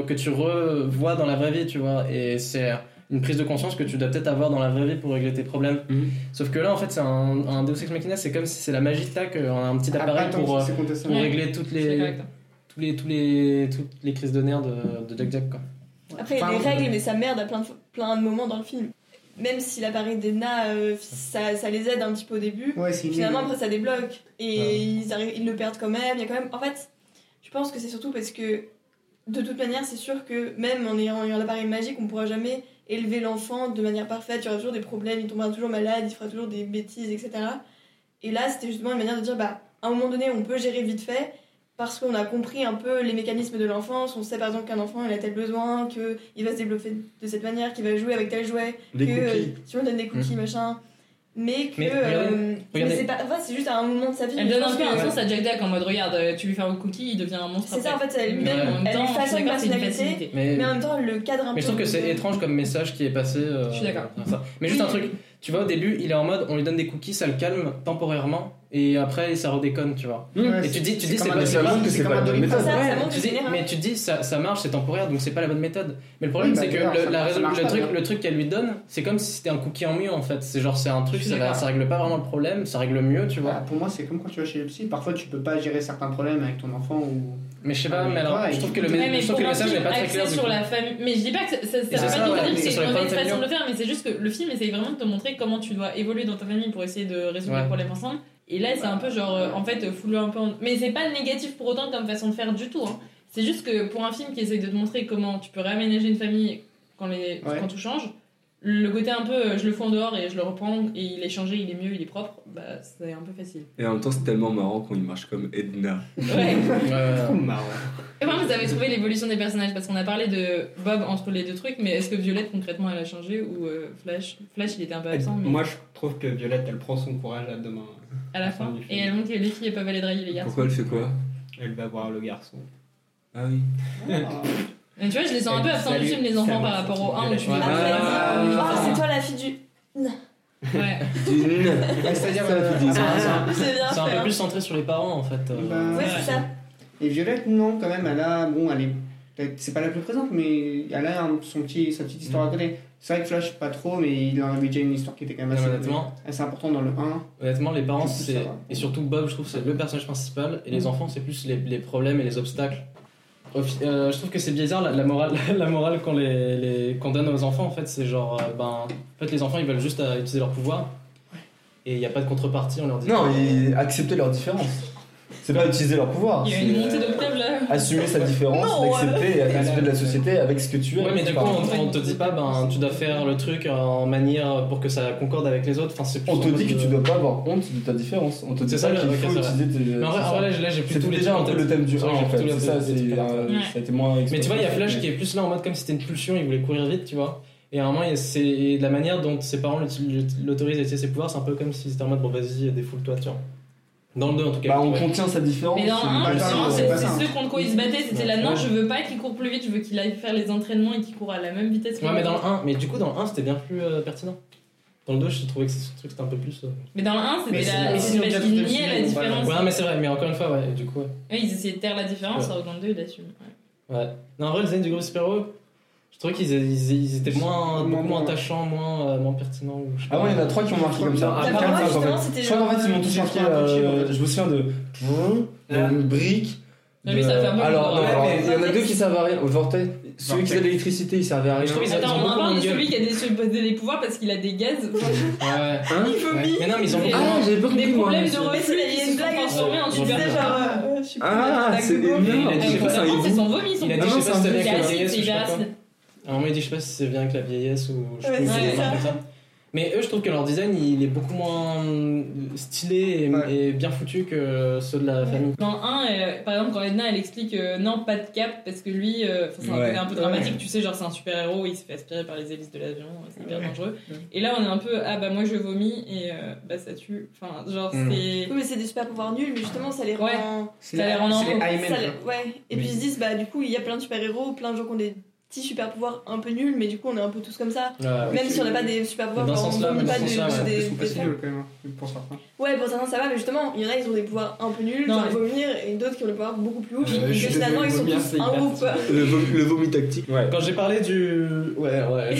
S2: que tu revois dans la vraie vie, tu vois. Et c'est une prise de conscience que tu dois peut-être avoir dans la vraie vie pour régler tes problèmes.
S9: Mhm.
S2: Sauf que là, en fait, c'est un, un Deus Ex Machina, c'est comme si c'est la magie de tac, euh, un petit
S5: Ah, bah,
S2: appareil
S5: attends,
S2: pour, euh,
S5: c'est contestable.
S2: pour
S6: Ouais.
S2: régler toutes
S6: je suis d'accord
S2: les,
S6: avec toi.
S2: tous les, tous les, toutes les crises de nerfs de, de Jack Jack, quoi.
S4: Après, il y a
S5: Enfin,
S4: des règles, mais ça merde à plein de, plein de moments dans le film. même si l'appareil des nains, euh, ça, ça les aide un petit peu au début,
S5: Ouais, c'est une
S4: finalement
S5: idée.
S4: après ça débloque. Et ils, arrivent, ils le perdent quand même. Il y a quand même. En fait, je pense que c'est surtout parce que de toute manière, c'est sûr que même en ayant, en ayant l'appareil magique, on ne pourra jamais élever l'enfant de manière parfaite. Il y aura toujours des problèmes, il tombera toujours malade, il fera toujours des bêtises, etc. Et là, c'était justement une manière de dire bah, à un moment donné, on peut gérer vite fait. Parce qu'on a compris un peu les mécanismes de l'enfance, on sait par exemple qu'un enfant il a tel besoin, qu'il va se développer de cette manière, qu'il va jouer avec tel jouet,
S9: Des
S4: que
S9: cookies. Mmh.
S4: euh, si on donne des cookies machin, mais que
S2: Mais
S4: euh,
S2: regardez,
S4: mais
S2: regardez.
S4: c'est pas, en fait, c'est juste à un moment de sa vie.
S6: Elle
S4: mais
S6: donne
S4: je
S6: un
S4: pense
S6: peu hein. un
S4: que-
S6: sens à Jack Dack en mode regarde, euh, tu lui fais un cookie, il devient un monstre.
S4: C'est ça en
S6: après.
S4: fait, elle
S6: Mais
S4: lui-même,
S2: en même
S4: elle lui
S6: je suis
S4: façonne une
S6: d'accord, c'est une
S4: personnalité,
S6: facilité.
S2: Mais,
S4: mais en même temps elle le cadre un peu.
S2: mais je trouve que c'est étrange comme message qui est passé. euh,
S6: Je suis d'accord.
S2: comme ça. Mais juste un truc, tu vois, au début, il est en mode on lui donne des cookies, ça le calme temporairement, et après, ça redéconne, tu vois.
S5: Ouais,
S2: Hmm, Et tu dis, tu dis,
S5: comme
S2: c'est
S5: un
S2: pas, c'est
S5: algorithme,
S2: pas-
S3: que c'est
S5: comme
S3: pas la
S5: un
S3: bonne
S4: Ça,
S5: algorithme.
S4: ça,
S2: Ouais,
S4: montre
S2: tu
S4: que
S2: dis,
S4: c'est
S2: mais tu dis ça, ça marche, c'est temporaire, donc c'est pas la bonne méthode. Mais le problème,
S5: Oui,
S2: c'est
S5: bah
S2: que
S5: d'ailleurs,
S2: le,
S5: ça
S2: la
S5: marche-
S2: résol-
S5: ça marche
S2: le,
S5: pas
S2: truc,
S5: bien.
S2: le truc qu'elle lui donne, c'est comme si c'était un cookie en mieux en fait. C'est genre, c'est un truc,
S6: Je suis
S2: ça, va-
S6: d'accord.
S2: ça règle pas vraiment le problème, ça règle mieux, tu vois.
S5: Bah, pour moi, c'est comme quand tu vas chez le psy. Parfois, tu peux pas gérer certains problèmes avec ton
S2: *laughs*
S5: enfant ou.
S2: Mais je sais pas,
S5: Ah, mais
S2: mais alors,
S5: ouais,
S2: je trouve que le,
S6: Ouais,
S2: me-
S6: mais
S2: je trouve que le
S6: pour un
S2: message n'est
S6: film
S2: pas très
S6: axé
S2: clair. du
S6: sur
S2: coup.
S6: la famille. Mais je dis pas que ça- ça-
S2: c'est
S6: ça
S2: ça,
S6: va pas
S2: ouais,
S6: dire que
S2: mais
S6: c'est
S2: sur les
S6: une mauvaise
S2: problèmes
S6: façon de le faire, mais c'est juste que le film essaye vraiment de te montrer comment tu dois évoluer dans ta famille pour essayer de résoudre
S2: Ouais.
S6: les problèmes ensemble. Et là, c'est un peu genre, euh, en fait, euh, fous-le un peu. en- Mais c'est pas négatif pour autant comme façon de faire du tout. hein. C'est juste que pour un film qui essaye de te montrer comment tu peux réaménager une famille quand, les...
S5: Ouais.
S6: quand tout change, le côté un peu euh, je le fous en dehors et je le reprends et il est changé, il est mieux, il est propre, bah c'est un peu
S2: *laughs*
S6: facile.
S9: Et en même temps, c'est tellement marrant qu'on y marche comme Edna.
S6: Ouais.
S2: Ouais, ouais,
S5: *laughs*
S2: ouais.
S5: marrant.
S6: Et Comment vous avez trouvé l'évolution des personnages Parce qu'on a parlé de Bob entre les deux trucs, mais est-ce que Violette concrètement elle a changé ou euh, Flash Flash il était un peu absent, mais
S1: Moi, je trouve que Violette, elle prend son courage à demain.
S6: à la fin. Et elle montre que les filles peuvent aller draguer les garçons.
S9: Pourquoi elle fait quoi
S1: Elle va voir le garçon.
S9: Ah oui.
S6: Mais tu vois, je les sens un
S1: Elle
S6: peu
S1: dit
S6: absents du
S1: salut,
S6: film, les enfants,
S1: salut,
S6: par rapport au 1 où tu
S2: Ouais.
S4: Ah,
S6: dis,
S4: ouais.
S1: Ah.
S4: Ah, c'est toi la fille du.
S6: Ouais.
S9: D'une.
S5: Ouais, C'est-à-dire.
S9: Ça, tu dis
S5: Ah,
S9: ça.
S2: C'est
S4: *laughs* C'est bien
S2: un
S4: fait,
S2: peu
S4: hein.
S2: plus centré sur les parents en fait. euh.
S5: Bah,
S4: Ouais, c'est ça.
S5: Et Violette, non, quand même, elle a. Bon, elle est. peut-être- C'est pas la plus présente, mais elle a un- son petit, sa petite
S3: Mhm.
S5: histoire à côté. C'est vrai que Flash, pas trop, mais il en avait déjà une histoire qui était quand même
S2: Ouais,
S5: assez,
S2: honnêtement.
S5: assez importante dans le 1.
S2: Honnêtement, les parents,
S5: Du coup, ça
S2: c'est
S5: va.
S2: et surtout Bob, je trouve, c'est le personnage principal, et les enfants, c'est plus les, les problèmes et les obstacles. Au fi- euh, je trouve que c'est bizarre la, la morale, *laughs* la morale qu'on les, les- qu'on donne aux enfants. En fait, c'est genre, euh, ben, en fait, les enfants, ils veulent juste euh, utiliser leur pouvoir, et il n'y a pas de contrepartie. On leur dit.
S3: Non, et accepter leurs différences. C'est pas utiliser leur pouvoir.
S6: Il y a
S3: c'est,
S6: une
S3: euh,
S6: montée d'octave là.
S3: Assumer sa différence, l'accepter et accepter de la société avec ce que tu es.
S2: Ouais, mais du coup,
S3: Enfin,
S2: on, on te dit pas, ben, tu dois faire le truc euh, en manière pour que ça concorde avec les autres. Enfin, c'est plus
S3: on te
S2: en
S3: dit
S2: mode,
S3: que tu
S2: euh,
S3: dois pas avoir honte de ta différence. On te
S2: C'est
S3: dit
S2: ça,
S3: pas
S2: le-
S3: qu'il
S2: ok,
S3: faut
S2: c'est vrai.
S3: utiliser tes.
S2: Mais en vrai,
S3: c'est
S2: en
S3: ça.
S2: vrai, là, j'ai plus
S3: C'était
S2: tous les
S3: déjà
S2: trucs
S3: un
S2: en
S3: peu
S2: tête.
S3: le thème du
S2: Ouais,
S3: 1
S2: j'ai
S3: en
S2: tous
S3: fait.
S2: les-
S3: C'est ça,
S2: tous les
S3: c'est,
S2: trucs en tête.
S3: euh, ça a été moins
S2: Mais tu vois, il y a Flash
S3: exploité.
S2: qui est plus là en mode comme si c'était une pulsion, il voulait courir vite, tu vois. Et à un moment, il y a- c'est la manière dont ses parents l'uti- l'autorisent à utiliser ses pouvoirs, c'est un peu comme si c'était en mode bon, vas-y, défoule-toi, tu vois. Dans le 2, en tout cas.
S3: Bah, on
S2: ouais.
S3: contient sa différence.
S6: Mais dans
S3: c'est
S5: pas
S6: un, justement,
S5: ça,
S6: c'est
S5: c'est pas
S6: c'est
S5: ça.
S6: ce contre quoi ils se battaient. C'était là, non, je veux pas qu'il court plus vite, je veux qu'il aille faire les entraînements et qu'il court à la même vitesse que
S2: Ouais, mais
S6: moi.
S2: dans le 1, mais du coup, dans le 1, c'était bien plus euh, pertinent. Dans le 2, je trouvais que ce truc c'était un peu plus. euh,
S6: Mais dans le 1,
S5: Mais
S6: c'était
S5: c'est-
S6: la.
S5: mais
S6: C'est
S5: sinon,
S6: parce
S5: Jack
S6: qu'ils
S5: Dempsey,
S6: niaient la
S5: voilà.
S6: différence.
S2: Ouais, non, mais c'est vrai, mais encore une fois, ouais, et du coup, ouais.
S6: Ouais, Ils essayaient de taire la différence, alors que dans le 2, ils l'assument. Ouais.
S2: Ouais. Non, en vrai, le design du groupe super je trouvais qu'ils ils, ils étaient moins,
S5: Moins
S2: beaucoup moins
S5: bon.
S2: attachants, moins, euh, moins pertinents. ou je sais
S3: Ah
S2: pas.
S3: ouais, il y en a trois qui ont marqué comme ça.
S5: Ah,
S3: Après,
S4: bah, moi,
S3: ça, en
S4: justement,
S3: fait.
S4: c'était
S3: Je crois qu'en fait, ils m'ont tous
S5: genre-
S3: marqué.
S5: genre-
S3: euh, Je me souviens de. Une brique.
S6: Non, lui, ça fait un peu
S3: de- Alors, non,
S6: Vortex.
S3: alors, il y en a deux qui servent à rien. Au Vortex, celui qui
S5: Vortex.
S3: a de l'électricité, il servait à rien.
S2: Je trouve qu'ils ont
S6: Attends, on en
S2: beaucoup moins
S6: parle
S2: de
S6: de
S2: gueule.
S6: celui qui a des, des pouvoirs parce qu'il a des gaz.
S2: Ouais, ouais.
S3: Hein *laughs*
S4: Il vomit.
S2: Mais non, mais ils ont
S6: Mais-
S2: beaucoup
S6: Ah,
S3: j'avais pas
S6: des problèmes de
S4: Mais c'est
S6: reflux
S4: il y a une
S6: qui se sont
S4: blague,
S6: transformés en
S4: je
S2: Ils ont
S6: super Euh,
S2: fait
S4: disais
S2: un-
S4: genre. euh, je suis pas
S9: Ah,
S4: d'accord
S9: c'est
S4: avec vous.
S9: énorme.
S2: Il a dit,
S9: Je pense à un
S6: c'est
S9: hibou.
S6: son vomi, son
S2: Il a dit,
S6: vomi.
S2: je sais pas si c'est bien
S6: C'est
S2: avec la
S6: acide,
S2: vieillesse.
S6: c'est
S2: ou je sais pas
S6: acide.
S2: quoi. À un moment, il dit, je sais pas si c'est bien avec la vieillesse ou je sais
S4: Ouais,
S2: pas,
S4: c'est
S2: des
S4: ça.
S2: trucs comme ça. Mais eux, je trouve que leur design, il est beaucoup moins stylé et,
S5: Ouais.
S2: et bien foutu que ceux de la famille.
S6: Dans le 1, elle- euh, par exemple, quand Edna elle explique euh, non, pas de cap parce que lui, euh, enfin, c'est un
S9: Ouais.
S6: côté un peu dramatique, tu sais, genre c'est un super héros, il s'est fait aspirer par les hélices de l'avion, euh, c'est hyper dangereux. Et là, on est un peu ah bah moi je vomis et euh, bah ça tue. Enfin, genre
S2: Mm.
S6: c'est.
S4: Oui, mais c'est des super pouvoirs nuls, mais justement ça les rend.
S6: Ouais.
S5: C'est
S6: Ça les rend
S5: c'est les
S6: normaux.
S5: Highmen,
S4: ça
S5: Ah, quoi.
S4: les- Ouais. Et puis ils se disent, bah du coup, il y a plein de super héros, plein de gens qui ont des petits super pouvoirs un peu nuls, mais du coup, on est un peu tous comme ça.
S2: Ouais.
S4: Même si on n'a pas des super pouvoirs,
S2: Dans ce
S4: on
S2: sens-là,
S4: vomit
S2: dans
S4: pas
S2: ce
S4: de-
S2: sens-là, ouais.
S4: des-
S5: Ils sont pas
S4: des
S5: si nuls, quand même, hein, pour certains.
S4: Ouais, pour certains ça va, mais justement, il y en a ils ont des pouvoirs un peu nuls,
S6: Non,
S4: genre
S6: mais-
S4: vomir, et d'autres qui ont des pouvoirs beaucoup plus ouf,
S1: Euh,
S4: et
S1: je suis
S4: finalement ils
S1: désolé, vomir,
S4: sont tous
S1: c'est
S4: un
S1: hyper
S4: groupe.
S1: stylé.
S9: Le, vom- le vomi tactique.
S2: Quand j'ai parlé du. Ouais, ouais.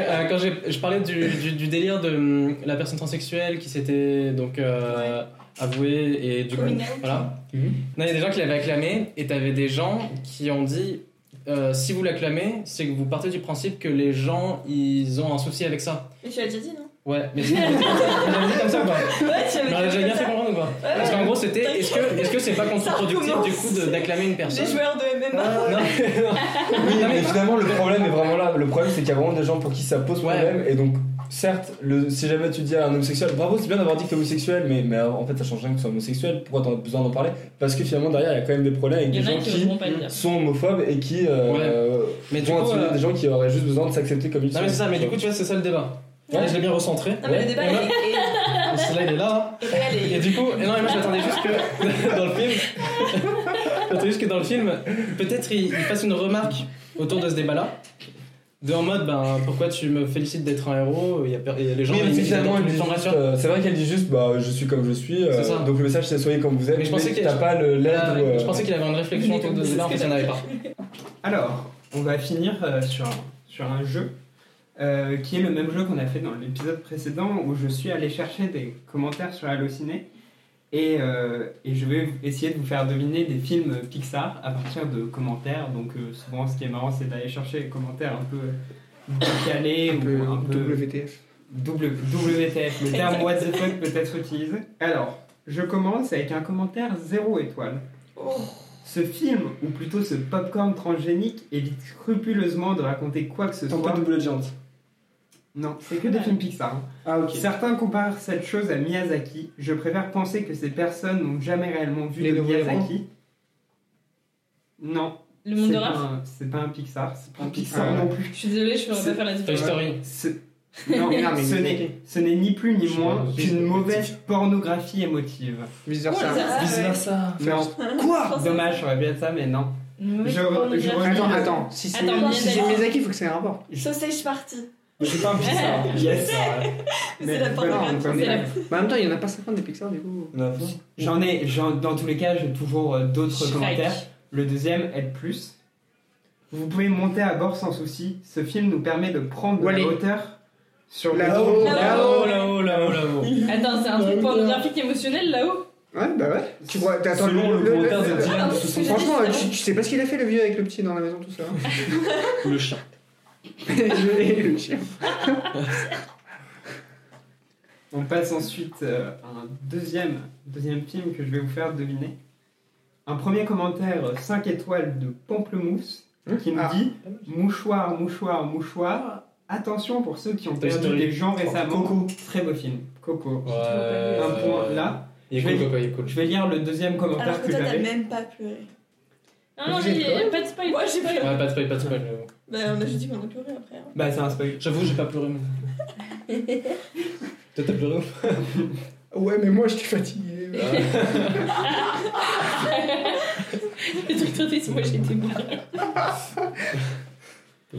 S2: Euh, quand j'ai- je parlais du, du- du délire de hum, la personne transsexuelle qui s'était donc euh, avouée et du coup.
S4: Coming out.
S2: Voilà. Non, il y a des gens qui l'avaient acclamé et t'avais des gens qui ont dit euh, si vous l'acclamez, c'est que vous partez du principe que les gens, ils ont un souci avec ça.
S4: Mais tu l'as déjà dit, non
S2: Ouais, mais c'est comme ça, quoi.
S4: *laughs* Ouais, tu
S2: Non,
S4: l'avais
S2: j'ai
S4: déjà
S2: bien
S4: dit.
S2: fait comprendre ou pas Parce qu'en gros, c'était est-ce que est-ce que c'est pas contre-productif du coup de- d'acclamer une
S4: Les
S2: personne
S4: joueurs de
S1: hein.
S4: MMA.
S2: Non,
S3: Oui, mais finalement, le problème est vraiment là. Le problème, c'est qu'il y a vraiment des gens pour qui ça pose
S2: euh, Ouais.
S3: problème. Et donc, certes, le, si jamais tu dis à un homosexuel, bravo, c'est bien d'avoir dit que t'es homosexuel, mais, mais euh, en fait, ça change rien que tu sois homosexuel. Pourquoi t'en as besoin d'en parler Parce que finalement, derrière, il y a quand même des problèmes avec
S6: Il
S3: des
S6: y en a
S3: gens
S6: qui
S3: qui
S6: n'oseront pas le dire.
S3: sont homophobes et qui euh,
S2: Ouais.
S3: euh,
S2: mais du
S3: vont
S2: coup,
S3: intimider
S2: euh,
S3: des gens qui auraient juste besoin de s'accepter comme ils
S2: non mais c'est ça. Mais du coup, tu vois, c'est ça le débat.
S3: Ouais.
S2: Ouais, je l'ai bien recentré.
S4: Non, mais le débat
S2: Et moi-
S4: est- est
S2: parce que là, il est là. hein.
S4: est réel *laughs* et-
S2: Et du coup, et non, et moi je m'attendais juste que *laughs* dans le film, j'attendais juste que dans le film, peut-être il, il fasse une remarque autour de ce débat-là, de en mode, ben pourquoi tu me félicites d'être un héros Il y a, per- il y a les gens
S3: Oui, mais
S2: ils- ils-
S3: finalement,
S2: ils-
S3: elle
S2: ils
S3: dit
S2: t'en
S3: juste,
S2: rassurent.
S3: euh, c'est vrai qu'elle dit juste, bah, je suis comme je suis. euh,
S2: C'est ça.
S3: donc le message, c'est soyez comme vous êtes.
S2: Mais je pensais qu'il y a-
S3: t'as pas le l'aide.
S2: Voilà,
S3: ou, euh,
S2: Je pensais qu'il avait une réflexion autour de ce débat, en fait il n'y en avait pas.
S1: Alors, on va finir euh, sur, sur un jeu euh, qui est le même jeu qu'on a fait dans l'épisode précédent où je suis allé chercher des commentaires sur Allociné et, euh, et je vais essayer de vous faire deviner des films Pixar à partir de commentaires. Donc, euh, souvent, ce qui est marrant, c'est d'aller chercher des commentaires un peu décalés
S5: Un peu
S1: ou un peu.
S5: WTF.
S1: Double, WTF, le terme what the fuck peut être utilisé. Alors, je commence avec un commentaire 0 étoile.
S4: Oh,
S1: Ce film, ou plutôt ce popcorn transgénique, évite scrupuleusement de raconter quoi que ce
S3: Tant
S1: soit.
S2: Hein
S3: pas double agent.
S1: Non, c'est que des films Pixar. hein.
S5: Ah, ok.
S1: Certains comparent cette chose à Miyazaki. Je préfère penser que ces personnes n'ont jamais réellement vu
S5: Les
S1: de
S5: nouveaux héros
S1: Miyazaki. Non,
S6: Le monde
S1: c'est
S6: de
S1: pas,
S6: Raph
S1: un- c'est pas un Pixar. C'est pas un
S5: Un
S1: Pixar
S5: Pixar.
S1: non plus.
S6: Je suis désolée, je ne
S1: C'est-
S6: pourrais pas faire la
S2: Toy
S6: différence.
S2: Story.
S1: Ce... Non,
S5: Non, mais
S1: ce
S5: Miyazaki.
S1: n'est- ce n'est ni plus ni
S5: Je
S1: moins
S5: suis-
S1: qu'une mauvaise pornographie émotive.
S5: Vice
S4: Oh, les
S5: versa.
S4: arabes, ouais.
S1: Non. Quoi Dommage, j'aurais bien ça, mais non.
S6: Une
S1: Je-
S6: mauvaise
S1: je
S6: pornographie.
S5: Attends, attends. Si c'est
S6: Attends,
S5: si c'est
S6: Miyazaki.
S5: Miyazaki, il faut que c'est un rapport.
S4: Sausage party.
S3: Mais c'est pas un Pixar.
S1: Yes.
S4: Mais c'est la
S1: voilà,
S4: pornographie,
S1: on
S4: c'est
S1: connaît.
S6: la-
S5: Mais en même temps, il y en a pas 50 des Pixar, du
S4: *laughs*
S5: coup.
S3: On a fait.
S1: J'en ai, j'en- dans tous les cas, j'ai toujours euh, d'autres
S6: Shrek.
S1: commentaires. Le deuxième, aide plus. Vous pouvez monter à bord sans souci. Ce film nous permet de prendre de
S5: Wall-E.
S1: la hauteur sur le
S5: Là-haut,
S6: Là-haut.
S5: là-haut.
S2: là-haut, là-haut, là-haut.
S6: Attends, c'est un truc pornographique émotionnel là-haut
S5: Ouais, bah ouais. Tu vois, t'as- attends,
S3: Selon le commentaire de
S4: Ah,
S3: Dylan,
S4: non,
S3: ce
S4: parce
S3: sont
S4: que j'ai
S5: Franchement,
S4: dit
S5: euh,
S4: ça.
S5: tu, tu sais pas ce qu'il a fait le vieux avec le petit dans la maison,
S3: *laughs*
S5: tout ça. *laughs* hein.
S2: Le chien.
S5: Et le chien.
S1: On passe ensuite euh, à un deuxième, deuxième film que je vais vous faire deviner. Un premier commentaire 5 étoiles de Pamplemousse
S4: Hein
S1: qui nous
S5: Ah.
S1: dit Mouchoir, mouchoir, mouchoir. Attention pour ceux qui ont
S2: Toy
S1: perdu
S2: Story.
S1: des gens récemment.
S3: Coco.
S1: Très beau film. Coco.
S2: Ouais.
S1: Un point là.
S2: Il est
S1: Je vais-
S2: cool, Coco, il est cool.
S1: Je vais lire le deuxième commentaire
S4: Euh, Alors que
S1: que
S4: toi, t'as
S1: j'avais.
S4: même pas pleuré.
S6: Non, Ah non,
S5: Vous êtes
S6: j'ai pas de spoil.
S4: Moi, j'ai pleuré.
S2: Ouais, pas de spoil, pas de spoil.
S4: Bah, on a juste dit qu'on a pleuré après. hein.
S1: Bah c'est un spoil.
S2: J'avoue, j'ai pas pleuré. *laughs* moi. Toi, t'as pleuré
S5: Ouais, mais moi, je suis fatigué.
S11: Euh,
S6: Les trucs trop tristes, moi j'étais bourrée.
S2: ou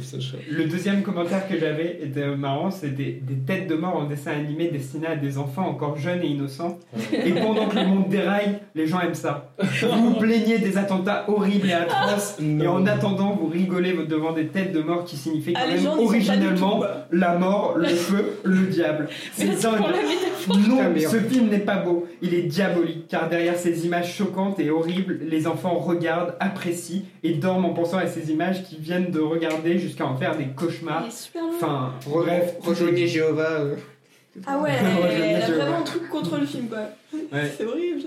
S1: Le deuxième commentaire que j'avais était marrant, c'était des têtes de mort en dessin animé destinées à des enfants encore jeunes et innocents. Et pendant que le monde déraille, les gens aiment ça. Vous vous plaignez des attentats horribles et atroces,
S2: Ah.
S1: et en attendant, vous rigolez devant des têtes de mort qui signifient quand
S4: Ah, les
S1: même
S4: gens n'y sont pas du tout,
S1: originalement
S4: quoi.
S1: la mort, le feu, le
S4: *laughs*
S1: diable. C'est
S6: Merci pour
S1: dingue.
S6: la métaphore.
S1: Non,
S5: merde.
S1: ce film n'est pas beau, il est diabolique, car derrière ces images choquantes et horribles, les enfants regardent, apprécient et dorment en pensant à ces images qui viennent de regarder jusqu'à en faire des cauchemars.
S4: Il est super long.
S1: Ah. Enfin, bref.
S5: Bref, rejoignez Jéhovah. euh.
S4: Ah ouais,
S1: *laughs* Moi, j'aime
S4: elle
S1: bien
S4: a
S1: Dieu,
S4: vraiment un truc contre le film, quoi.
S1: Ouais.
S4: C'est horrible.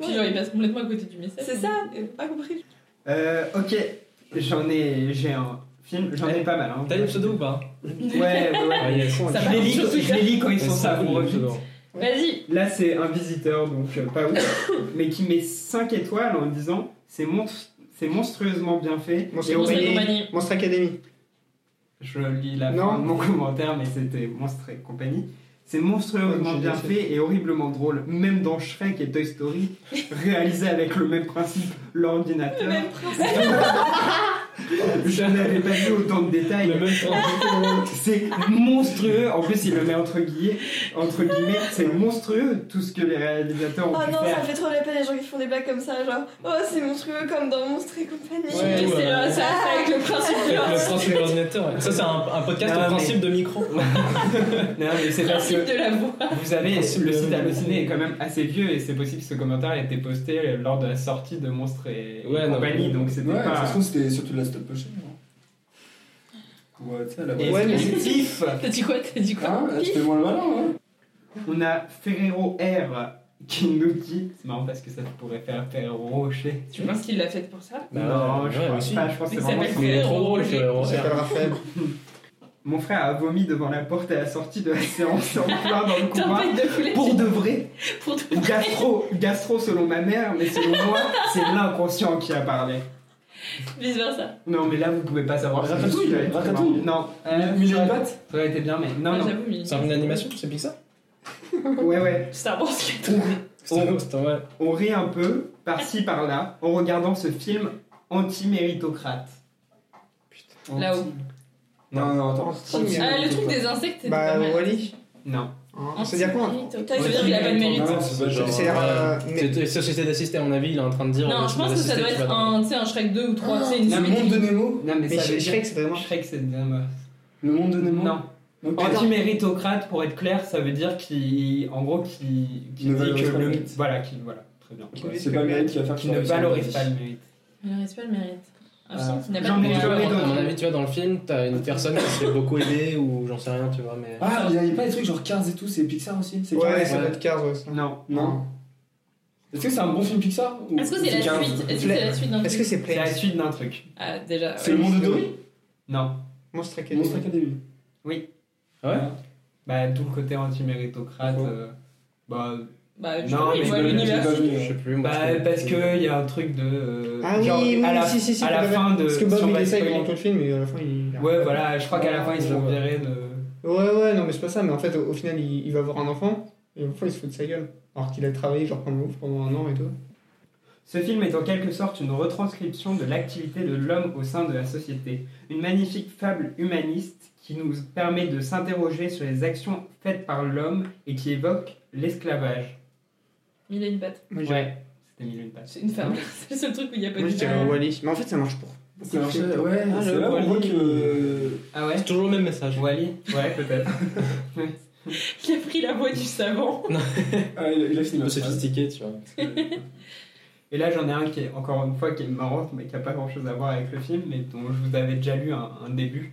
S6: Puis genre, il passe complètement à côté du message.
S4: C'est ça, j'ai pas compris.
S1: Euh, ok, j'en ai, j'ai un film, j'en ai pas mal. Hein.
S2: T'as des pseudos ou pas
S1: Ouais, ouais,
S2: Ah,
S1: ouais. *laughs*
S6: Ça
S1: Je
S6: va.
S1: les lis, je les lis quand ils sont savoureux.
S6: Vas-y.
S1: Là, c'est un visiteur, donc euh, pas *coughs* ouf, mais qui met 5 étoiles en disant c'est monstru- c'est monstrueusement bien fait.
S5: Monstre
S1: et
S5: Compagnie.
S6: Monstre et
S1: horrible.
S6: compagnie.
S5: Monstre Academy.
S1: Je lis la
S5: Non.
S1: fin de mon *laughs* commentaire, mais c'était Monstre et compagnie. C'est monstrueusement
S5: Ouais, j'ai
S1: bien
S5: bien fait.
S1: fait et horriblement drôle, même dans Shrek et Toy
S5: *laughs*
S1: Story, réalisé avec le même principe, l'ordinateur.
S4: Même principe.
S1: *laughs* Je n'avais pas vu autant de détails.
S2: Le même temps.
S1: *laughs* C'est monstrueux. En plus, il le met entre guillemets. Entre guillemets, c'est monstrueux tout ce que les réalisateurs ont
S4: Oh
S1: pu
S4: non, ça
S1: faire.
S4: me fait trop la peine les gens qui font des blagues comme ça, genre oh c'est monstrueux comme dans Monstres et compagnie.
S2: Ouais,
S6: C'est
S2: ouais.
S6: là, ça ça avec le principe de
S2: Le principe de l'ordinateur. ouais. Ça, c'est un, un podcast
S1: Non,
S2: au
S1: mais-
S2: principe de micro.
S1: Non, mais c'est parce que
S6: principe de la voix.
S1: vous avez le
S2: Possible.
S1: site halluciné est quand même assez vieux et c'est possible que ce commentaire ait été posté lors de la sortie de Monstres et
S2: Ouais, non,
S1: compagnie,
S2: mais-
S1: donc c'était
S9: Ouais, de toute
S1: pas.
S9: façon, c'était surtout de la
S3: reste peu cher. hein. Ou, euh, tu sais, à la
S1: Et
S3: voiture.
S1: Pif
S6: T'as dit quoi T'as dit quoi
S3: Hein Tu fais moins le malin, hein
S1: *laughs* On a Ferrero R qui nous dit. C'est marrant parce que ça pourrait faire Ferrero Rocher.
S6: Tu penses qu'il l'a faite pour ça
S2: Bah,
S1: non,
S2: ouais,
S1: je
S2: ouais,
S1: pense
S2: aussi.
S1: pas. Je pense que
S6: Mais
S1: c'est
S6: il
S1: vraiment
S6: s'appelle
S1: son-
S6: Ferrero.
S2: Trop drôle, euh,
S6: Roger.
S2: Ferrero
S11: Il
S2: Rocher.
S11: s'appelle Raphaël.
S1: Mon frère a vomi devant la porte à la sortie de la séance en plein dans le couloir.
S6: Tempête de poulet
S1: Pour de vrai,
S6: pour de vrai.
S1: gastro, gastro selon ma mère, mais selon moi, c'est l'inconscient qui a parlé.
S6: Vice versa.
S1: Non, mais là, vous pouvez pas savoir. si je
S3: Ratatouille,
S1: suis allé très
S3: Ratatouille.
S1: loin. Non,
S3: Un Million de
S1: Euh, ça-
S3: pattes
S1: ça aurait été bien, mais non,
S6: Ah,
S1: non.
S6: J'avoue, mais
S2: C'est un film d'animation, c'est Pixar
S1: Ouais, ouais.
S6: Star Wars qui
S1: On,
S2: C'est un- c'est un- ouais.
S1: on rit un peu par-ci par-là en regardant ce film anti-méritocrate.
S6: Là-haut.
S11: Non, non, attends.
S6: Ah, le truc des insectes, c'était pas
S11: Bah,
S6: mal.
S11: Wally.
S1: Non.
S11: Hein, C'est-à-dire quoi
S6: Ça veut dire qu'il a pas de mérite.
S3: Non, c'est pas genre-
S11: C'est-à-dire, euh,
S2: Ouais.
S11: mais-
S2: C'est- c'est Société d'assister, à mon avis, il est en train de dire.
S6: Non,
S2: euh,
S6: je
S2: c'est
S6: pense
S2: la
S6: que ça
S2: société
S6: doit
S2: qui va
S6: être
S2: dans-
S6: un, tu sais, un Shrek 2 ou
S4: Oh.
S6: 3. tu sais, une
S11: Le monde de Nemo
S1: Non, mais,
S11: Mais
S1: ça veut
S11: Sh-
S1: dire-
S11: Shrek, c'est vraiment.
S1: Shrek, c'est bien.
S3: Le monde de Nemo
S1: Non.
S11: Oh,
S3: Ok.
S1: Anti-méritocrate, pour être clair, ça veut dire qu'il. En gros, qu'il. qu'il
S3: Ne
S1: dit
S3: valorise
S1: que
S3: pas le
S1: le-
S3: mérite.
S1: Voilà, qu'il. Voilà, très bien.
S11: Ouais.
S3: C'est pas le mérite qui va faire
S1: Qu'il ne valorise pas le mérite.
S6: Il ne reste pas le mérite. Un
S3: Ah.
S6: film qui n'a pas
S1: J'en
S6: de
S1: ai
S6: mérite.
S2: Ouais,
S1: pleuré
S2: à mon- à mon
S1: d'autres.
S2: avis, tu vois, dans le film, t'as une personne qui se fait beaucoup aider ou j'en sais rien, tu vois, mais.
S3: Ah, il y avait pas des trucs genre Cars et tout, c'est Pixar aussi c'est
S11: Ouais,
S3: Cars
S11: ça
S2: ouais.
S11: doit être Cars, ouais. ça.
S1: Non.
S3: Non. Est-ce que c'est un bon film Pixar ou-
S6: Est-ce que c'est la
S3: Cars
S6: suite Est-ce que c'est la suite d'un
S11: Est-ce que
S6: truc
S11: c'est
S1: C'est la
S11: Planes
S1: suite d'un truc.
S6: Ah, déjà.
S3: C'est
S6: ouais.
S3: le monde de Dory
S1: Non.
S11: Monstre Academy
S3: Monstre Academy.
S1: Ah Bah, tout le côté anti-méritocrate.
S3: Pourquoi
S1: euh, Bah,
S6: Bah, je
S1: Non,
S6: sais pas,
S1: mais
S6: il voit
S1: je me-
S6: l'univers.
S3: j'ai pas vu.
S2: Je sais plus. moi,
S1: bah
S2: je-
S1: parce qu'il y a un truc de. euh,
S11: Ah oui,
S1: genre,
S11: oui,
S1: à la,
S11: si, si, si,
S1: à la
S11: tout à fait.
S1: fin de.
S11: Parce que
S1: si on
S11: Bob
S1: va
S11: il essaye
S1: spoiler.
S11: pendant tout le film et à la fin il.
S1: Ouais, voilà, je crois qu'à la fin, ils se font
S11: Ouais.
S1: virer de.
S11: Ouais, ouais, non, mais c'est pas ça, mais en fait au au final il, il va avoir un enfant et l'enfant il se fout de sa gueule. Alors qu'il a travaillé genre comme ouf pendant un an et tout.
S1: Ce film est en quelque sorte une retranscription de l'activité de l'homme au sein de la société, une magnifique fable humaniste qui nous permet de s'interroger sur les actions faites par l'homme et qui évoque l'esclavage.
S6: Il a une patte.
S11: Moi, je-
S1: Ouais, c'était mille et une pattes.
S6: C'est une femme. *laughs* C'est le seul truc où il n'y a pas
S11: Moi
S6: de
S11: je dirais
S6: Ah.
S11: Wally. Mais en fait ça marche pour.
S3: Ça marchait, ouais,
S2: Ah,
S3: c'est
S2: le
S3: là où on voit
S2: Wall-E. euh,
S3: que.
S1: Ah ouais
S2: C'est toujours le même message.
S1: Wally Ouais, peut-être.
S6: Il a pris la voix du savant.
S3: Ah, il a- il a
S2: Un
S3: fini
S2: peu
S3: ma phrase.
S2: sophistiqué, tu vois.
S1: euh, Et là, j'en ai un qui est encore une fois qui est marrant, mais qui n'a pas grand-chose à voir avec le film, mais dont je vous avais déjà lu un, un début,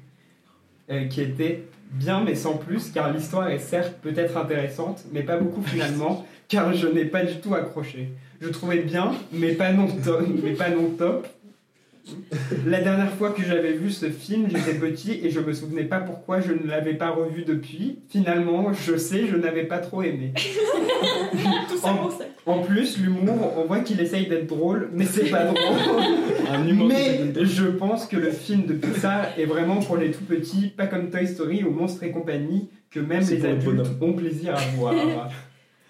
S1: euh, qui était bien mais sans plus, car l'histoire est certes peut-être intéressante, mais pas beaucoup finalement, car je n'ai pas du tout accroché. Je trouvais bien, mais pas non top. Mais pas non top. La dernière fois que j'avais vu ce film, j'étais petit et je me souvenais pas pourquoi je ne l'avais pas revu depuis. Finalement, je sais, je n'avais pas trop aimé.
S6: Tout ça pour ça.
S1: En plus, l'humour, on voit qu'il essaye d'être drôle, mais c'est pas
S3: *laughs*
S1: drôle.
S2: Un
S1: mais je pense que le film de Pixar est vraiment pour les tout petits, pas comme Toy Story ou Monstres et compagnie, que même
S3: C'est
S1: les
S3: pour les
S1: adultes ont plaisir à voir.
S3: *laughs*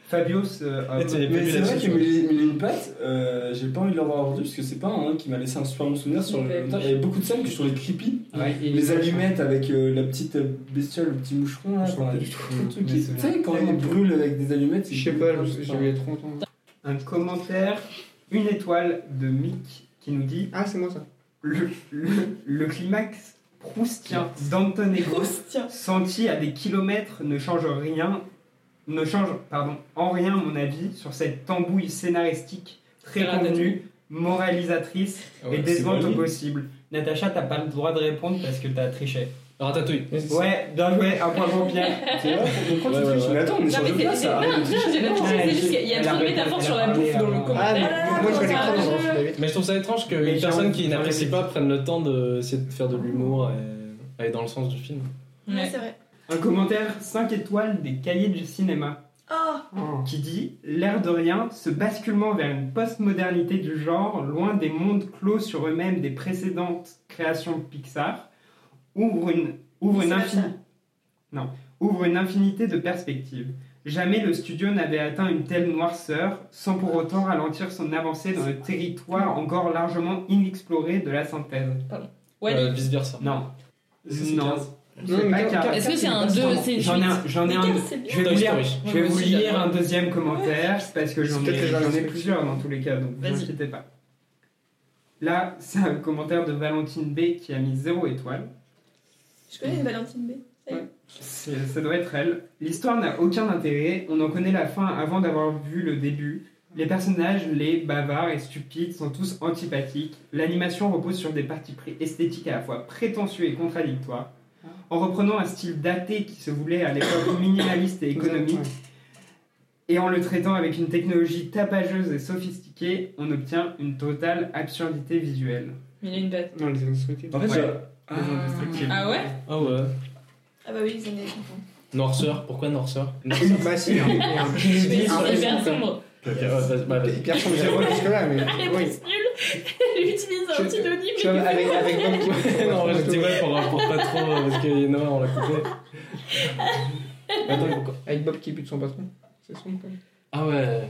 S1: Fabius, euh,
S2: Et tu-
S3: Mais c'est vrai
S2: là-dessus,
S3: que Mille Mille et une pattes, euh, j'ai pas envie de l'avoir revu parce que c'est pas un qui m'a laissé un super bon souvenir sur
S6: Ouais.
S3: le montage. Il y avait beaucoup de scènes que je trouvais creepy.
S1: ouais, il-
S3: Les allumettes avec euh, la petite euh, bestiole, le petit moucheron là,
S1: Je sais pas
S3: enfin, tout
S1: du tout.
S3: le truc.
S1: Mais
S3: qui-
S1: c'est
S3: Tu sais, quand
S1: vrai.
S3: on brûle avec des allumettes, c'est-
S11: Je sais pas, je- j'ai vu il y a trop longtemps.
S5: hein.
S1: un commentaire, une étoile de Mick qui nous dit
S11: Ah, c'est moi ça.
S1: le, le, le climax proustien d'Anton Ego
S6: Tiens.
S1: senti à des kilomètres ne change rien, ne change pardon, en rien mon avis sur cette tambouille scénaristique très
S6: Très
S1: convenue, moralisatrice
S2: Ouais,
S1: et
S2: c'est
S1: décevante au
S2: Wall-E.
S1: possible. Natacha, t'as pas le droit de répondre parce que t'as triché.
S2: Ratatouille.
S1: Ouais, bien joué, un point pour Pierre.
S3: C'est vrai, pourquoi tu
S2: Ouais, ouais,
S3: triches
S2: ouais.
S3: Mais attends, on est
S6: Non,
S3: sur
S6: mais
S3: le
S6: c'est.
S3: plat,
S6: c'est-
S3: ça
S6: Non,
S3: arrête
S6: non,
S3: de tricher.
S6: j'ai pas touché,
S1: Ouais,
S6: c'est juste qu'il y a
S1: elle a
S6: trop de
S1: parlé,
S6: métaphores
S1: elle a
S6: sur la
S1: parlé,
S6: bouffe dans
S1: euh,
S6: le
S1: ah,
S11: Ah,
S6: commentaire.
S11: mais moi je vais les prendre dans le film David.
S2: Mais je trouve ça étrange
S1: Mais
S2: qu'une
S1: j'ai
S2: personne
S1: envie de
S2: qui
S1: faire
S2: n'apprécie
S1: les
S2: pas prenne le temps d'essayer de faire de l'humour et aller dans le sens du film.
S4: Ouais,
S6: Ouais.
S4: c'est vrai.
S1: Un commentaire 5 étoiles des cahiers du cinéma.
S4: Ah
S1: qui dit L'air de rien, ce basculement vers une postmodernité du genre, loin des mondes clos sur eux-mêmes des précédentes créations Pixar, ouvre une, ouvre
S4: Mais
S1: une,
S4: c'est pas
S1: infini- non, ouvre une infinité de perspectives. Jamais le studio n'avait atteint une telle noirceur, sans pour autant ralentir son avancée dans le territoire encore largement inexploré de la synthèse.
S6: Wally.
S1: Euh,
S2: vice versa.
S1: Non,
S3: Est-ce que c'est
S1: Non.
S3: Cars
S1: c'est
S11: mais
S1: pas
S11: Cars-
S1: car-
S6: Est-ce que c'est un
S11: Cars, c'est
S6: 2
S11: pas
S6: C'est
S1: j'en ai un.
S6: huit.
S1: j'en ai un-
S6: Mais quinze, c'est bien.
S1: Je vais vous lire,
S2: Story.
S1: je vais
S6: Moi
S1: vous
S6: aussi,
S1: lire
S6: j'adore.
S1: un deuxième commentaire parce que j'en
S11: C'est peut-être
S1: ai,
S11: les
S1: j'en ai
S11: inspections.
S1: plusieurs dans tous les cas, donc ne vous
S6: Vas-y.
S1: inquiétez pas. Là, c'est un commentaire de Valentine B qui a mis 0 étoile.
S4: Je connais une Valentine B.
S1: C'est- Ça doit être elle. L'histoire n'a aucun intérêt, on en connaît la fin avant d'avoir vu le début. Les personnages, les bavards et stupides, sont tous antipathiques. L'animation repose sur des parties pris esthétiques à la fois prétentieux et contradictoires.
S11: Ah.
S1: En reprenant un style daté qui se voulait à l'époque *coughs* minimaliste et économique, et en le traitant avec une technologie tapageuse et sophistiquée, on obtient une totale absurdité visuelle.
S6: Mais il a une bête.
S5: Non, les indestructibles.
S3: En fait,
S1: Ouais.
S3: j'ai-
S1: Les indestructibles.
S6: Ah ouais
S2: Ah ouais.
S4: Ah bah oui, les années 50.
S2: Noirceur, pourquoi
S1: *laughs*
S2: noirceur
S5: Bah si, hein.
S6: C'est
S5: Ah,
S6: hyper
S5: mais
S6: bien
S5: c'est comme-
S6: sombre.
S1: bah,
S5: Hyper sombre, j'ai relu jusque-là, mais
S6: La
S5: oui.
S6: réponse nulle. Elle utilise un
S5: Tu-
S6: pseudonyme.
S5: Tu vois, avec, avec Banco.
S2: *laughs* Non, je dis ouais pour, pour pas trop, euh, parce que Noah, on l'a coupé. Attends, pourquoi
S5: Avec Bob qui pue de son patron. C'est sombre quand même.
S2: Ah ouais.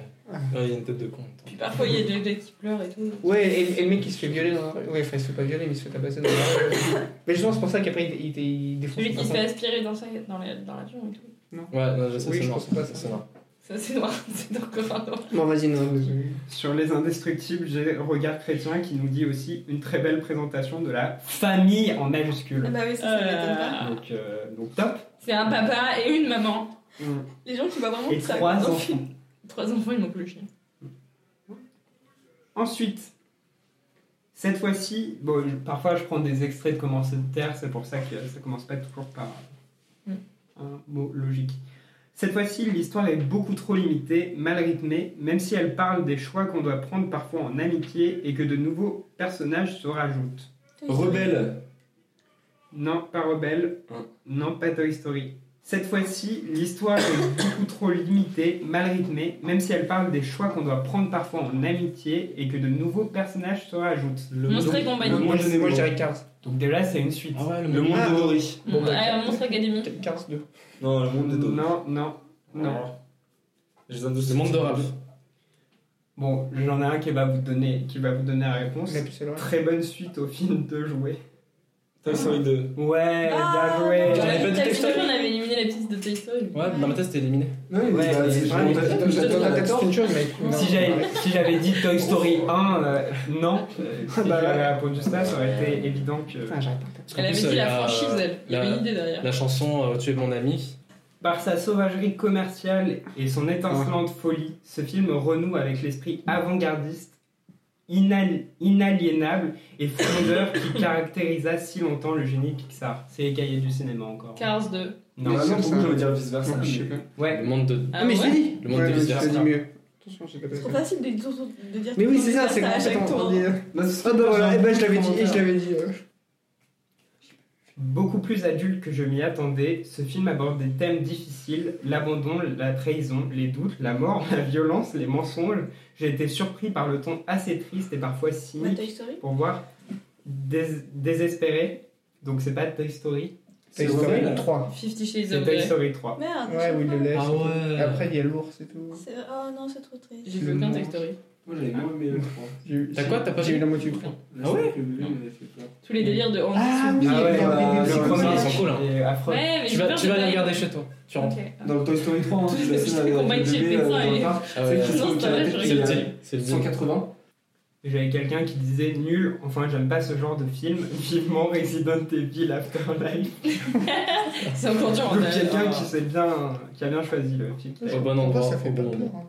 S2: Ouais, Il y a une tête de con.
S6: Puis parfois il y a des gens qui pleurent et tout.
S5: Ouais, et, et le mec qui se fait violer dans la rue. Ouais, enfin, il se fait pas violer, mais il se fait tabasser dans la rue. mais justement, c'est pour ça qu'après, il, il, il défonce
S6: Celui
S5: le
S6: qui se
S5: patron.
S6: fait aspirer dans, sa, dans, la, dans l'avion et tout.
S2: Ouais, non, je sais,
S5: Oui,
S2: c'est
S5: je
S2: noir.
S5: pense pas, ça.
S2: C'est noir.
S6: Ça c'est noir, *laughs* c'est encore un noir.
S5: Bon, vas-y, non, désolé.
S1: Sur les indestructibles, j'ai Regard Chrétien qui nous dit aussi une très belle présentation de la famille en
S4: Ah
S1: majuscule.
S4: bah oui, ça, ça m'étonne pas.
S6: Euh,
S1: Donc, euh, donc top.
S6: C'est un papa et une maman.
S4: Les gens qui voient vraiment
S1: Et
S4: ça.
S1: trois enfants.
S6: Trois enfants, ils m'ont plus le chien.
S1: Ensuite, cette fois-ci, bon, je- parfois je prends des extraits de commentaires, c'est pour ça que ça commence pas toujours par
S6: Mm.
S1: un mot logique. Cette fois-ci, l'histoire est beaucoup trop limitée, mal rythmée, même si elle parle des choix qu'on doit prendre parfois en amitié et que de nouveaux personnages se rajoutent.
S3: Rebelle.
S1: Non, pas Rebelle.
S3: Hein.
S1: Non, pas Toy Story. Cette fois-ci, l'histoire est beaucoup trop limitée, mal rythmée, même si elle parle des choix qu'on doit prendre parfois en amitié et que de nouveaux personnages se rajoutent. Le
S6: Monstre et
S5: Moi,
S6: compagnie.
S5: moi, je moi, je dirais Cars.
S1: Donc déjà, c'est une suite.
S2: Ah ouais,
S3: Le monde de Dory.
S5: Bon, bah,
S6: Ah, Monstre Academy.
S5: Cars 2.
S3: Non, le monde de Dory.
S1: Non, non, non.
S3: Les Indes-
S2: Le monde de Raph.
S1: Bon, j'en ai un qui va vous donner, qui va vous donner la réponse.
S5: La puce à l'oreille.
S1: Très bonne suite au film de jouer.
S3: Toy Story 2.
S1: Ouais,
S4: Ah,
S1: bien
S6: T'as
S1: joué.
S2: J'avais pas dit
S6: vu
S2: Toy Story.
S6: qu'on avait éliminé la piste de Toy Story
S2: Ouais, dans ma tête, c'était éliminé.
S5: Non, mais
S1: Ouais,
S5: bah,
S1: mais
S5: c'est
S1: je-
S5: vraiment-
S3: je- je-
S5: dans ta
S3: je-
S5: tête, c'est une chose, mais. non.
S1: Si j'avais, si j'avais dit Toy Story 1, euh, non. Euh, si
S5: Bah,
S1: j'avais répondu ça, ça aurait été évident que.
S5: Putain, j'arrête hein. pas.
S2: Parce qu'en
S6: Elle avait
S2: plus, euh,
S6: dit
S2: il y
S6: la
S2: a,
S6: franchise, elle. Il y
S2: la-
S6: avait une idée derrière.
S2: La chanson euh, Tu es mon ami.
S1: Par sa sauvagerie commerciale et son étincelante folie, ce film renoue avec l'esprit avant-gardiste, inal- inaliénable et fondeur *laughs* qui caractérisa si longtemps le génie Pixar. C'est les cahiers du cinéma encore.
S6: Cars 2.
S1: Non.
S3: Ah
S5: c'est
S3: non,
S5: ça.
S3: beaucoup, je veux dire vice versa.
S5: Non, je sais
S3: mais-
S5: pas.
S1: Ouais.
S2: Le monde de.
S6: Ah,
S5: Ah, mais je
S6: ouais
S5: l'ai dit
S2: Le monde
S5: Ouais,
S2: de
S5: mais je
S2: vice-versa.
S5: t'ai dit mieux. Attention, j'ai pas
S4: C'est
S5: passé.
S4: trop facile de, de dire
S5: Mais oui,
S4: que
S5: c'est ça, c'est
S4: à
S5: quand c'est
S4: chaque
S5: quand
S4: tour. hein.
S5: on dit.
S2: hein.
S3: Bah, c'est-
S5: Ah bah voilà, et ben je l'avais dit, et je l'avais dit. euh.
S1: Beaucoup plus adulte que je m'y attendais, ce film aborde des thèmes difficiles, l'abandon, la trahison, les doutes, la mort, *laughs* la violence, les mensonges. J'ai été surpris par le ton assez triste et parfois
S4: Bah,
S1: cynique
S4: Toy Story
S1: pour voir dés- désespéré. Donc c'est pas Toy Story,
S3: C'est
S5: Toy Story
S3: Rebelle.
S5: 3.
S6: Fifty Shades
S1: c'est
S6: of
S1: Toy
S6: Grey.
S1: Story 3.
S4: Merde.
S5: Ouais,
S4: je
S5: oui,
S4: sais
S5: le
S4: pas.
S5: lait.
S2: Ah ouais.
S5: Après, il y a l'ours et tout.
S4: C'est- Oh non, c'est trop triste.
S6: J'ai vu aucun Toy Story.
S3: Moi, j'avais même aimé le 3.
S5: J'ai eu-
S2: T'as quoi T'as pas
S5: J'ai eu la moitié du
S2: Ah
S5: point.
S3: Ah ouais
S6: Tous les délires de Andy.
S5: Ah oui,
S1: Ah ouais,
S5: il y a
S3: bah,
S5: un
S1: le
S5: bébé
S2: c'est
S1: premier,
S2: cool,
S5: aussi.
S2: ils sont cool, hein.
S1: est affreux.
S6: Ouais, mais
S2: Tu
S6: j'ai
S2: vas,
S6: peur
S2: tu
S6: de
S2: vas
S6: pas-
S2: les regarder chez toi. Tu rentres.
S6: Ok. Ah,
S3: Dans le Toy Story 3, hein,
S6: Je
S3: tu
S6: sais
S3: la
S6: pas,
S3: scène
S6: je
S3: avec
S6: combat
S3: le
S6: chez le
S3: bébé, euh,
S6: médecin,
S3: dans le
S6: il est-
S2: Ah
S3: parc. C'est
S2: ouais.
S3: qui joue au
S6: Non, c'est vrai,
S3: karaté,
S6: je
S2: C'est
S3: qui
S2: le
S3: a
S2: deal. C'est le deal.
S3: 180.
S1: J'avais quelqu'un qui disait nul, enfin j'aime pas ce genre de film, *laughs* vivement Resident Evil Afterlife.
S6: C'est encore dur en
S1: Donc
S6: fait.
S1: quelqu'un qui, s'est bien, qui a bien choisi le film.
S2: Au bon endroit.
S5: Ça fait
S2: au
S5: pas
S2: bon
S5: peur.
S2: endroit.
S5: hein.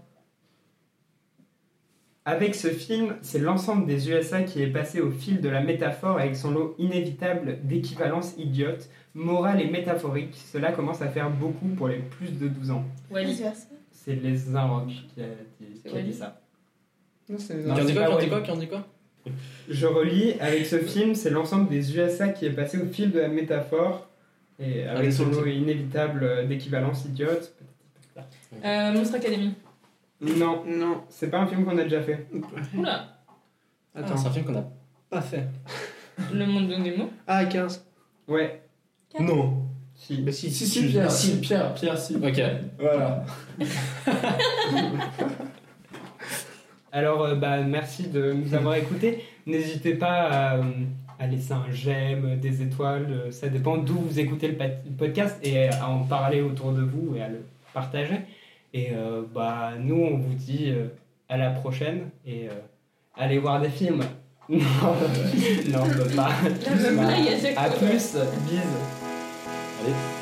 S1: Avec ce film, c'est l'ensemble des USA qui est passé au fil de la métaphore avec son lot inévitable d'équivalences idiotes, morales et métaphoriques. Cela commence à faire beaucoup pour les plus de 12 ans.
S6: Wally.
S4: Vice-versa.
S1: C'est les Arocs qui a dit,
S6: C'est
S1: qui a dit
S6: Wally.
S1: ça.
S5: Non, c'est les
S2: Qui en dit quoi Qui
S1: Ah
S2: en
S1: ouais.
S2: dit quoi Qui en dit quoi
S1: Je relis, avec ce film, c'est l'ensemble des USA qui est passé au fil de la métaphore et avec
S2: Avec
S1: son
S2: son
S1: lot inévitable d'équivalences idiotes.
S6: Euh, Monstre Academy.
S1: Non, non, c'est pas un film qu'on a déjà fait.
S6: Oula.
S2: Attends, c'est un film qu'on a pas fait.
S6: Le monde de Nemo.
S5: Ah, 15.
S1: Ouais,
S2: Non.
S1: si.
S5: Bah si,
S3: Si, si, Pierre, si, Pierre, Pierre, si.
S2: Ok.
S3: Voilà.
S1: Alors, euh, bah, merci de nous avoir écoutés. N'hésitez pas à, euh, à laisser un j'aime, des étoiles, euh, ça dépend d'où vous écoutez le pat- le podcast et à en parler autour de vous et à le partager. Et euh, bah, nous, on vous dit euh, à la prochaine et euh, allez voir des films. *laughs* non, non, on peut pas.
S6: Là, Ah, il y a
S1: Ah, À
S6: Jack.
S1: plus, bises.
S2: Allez.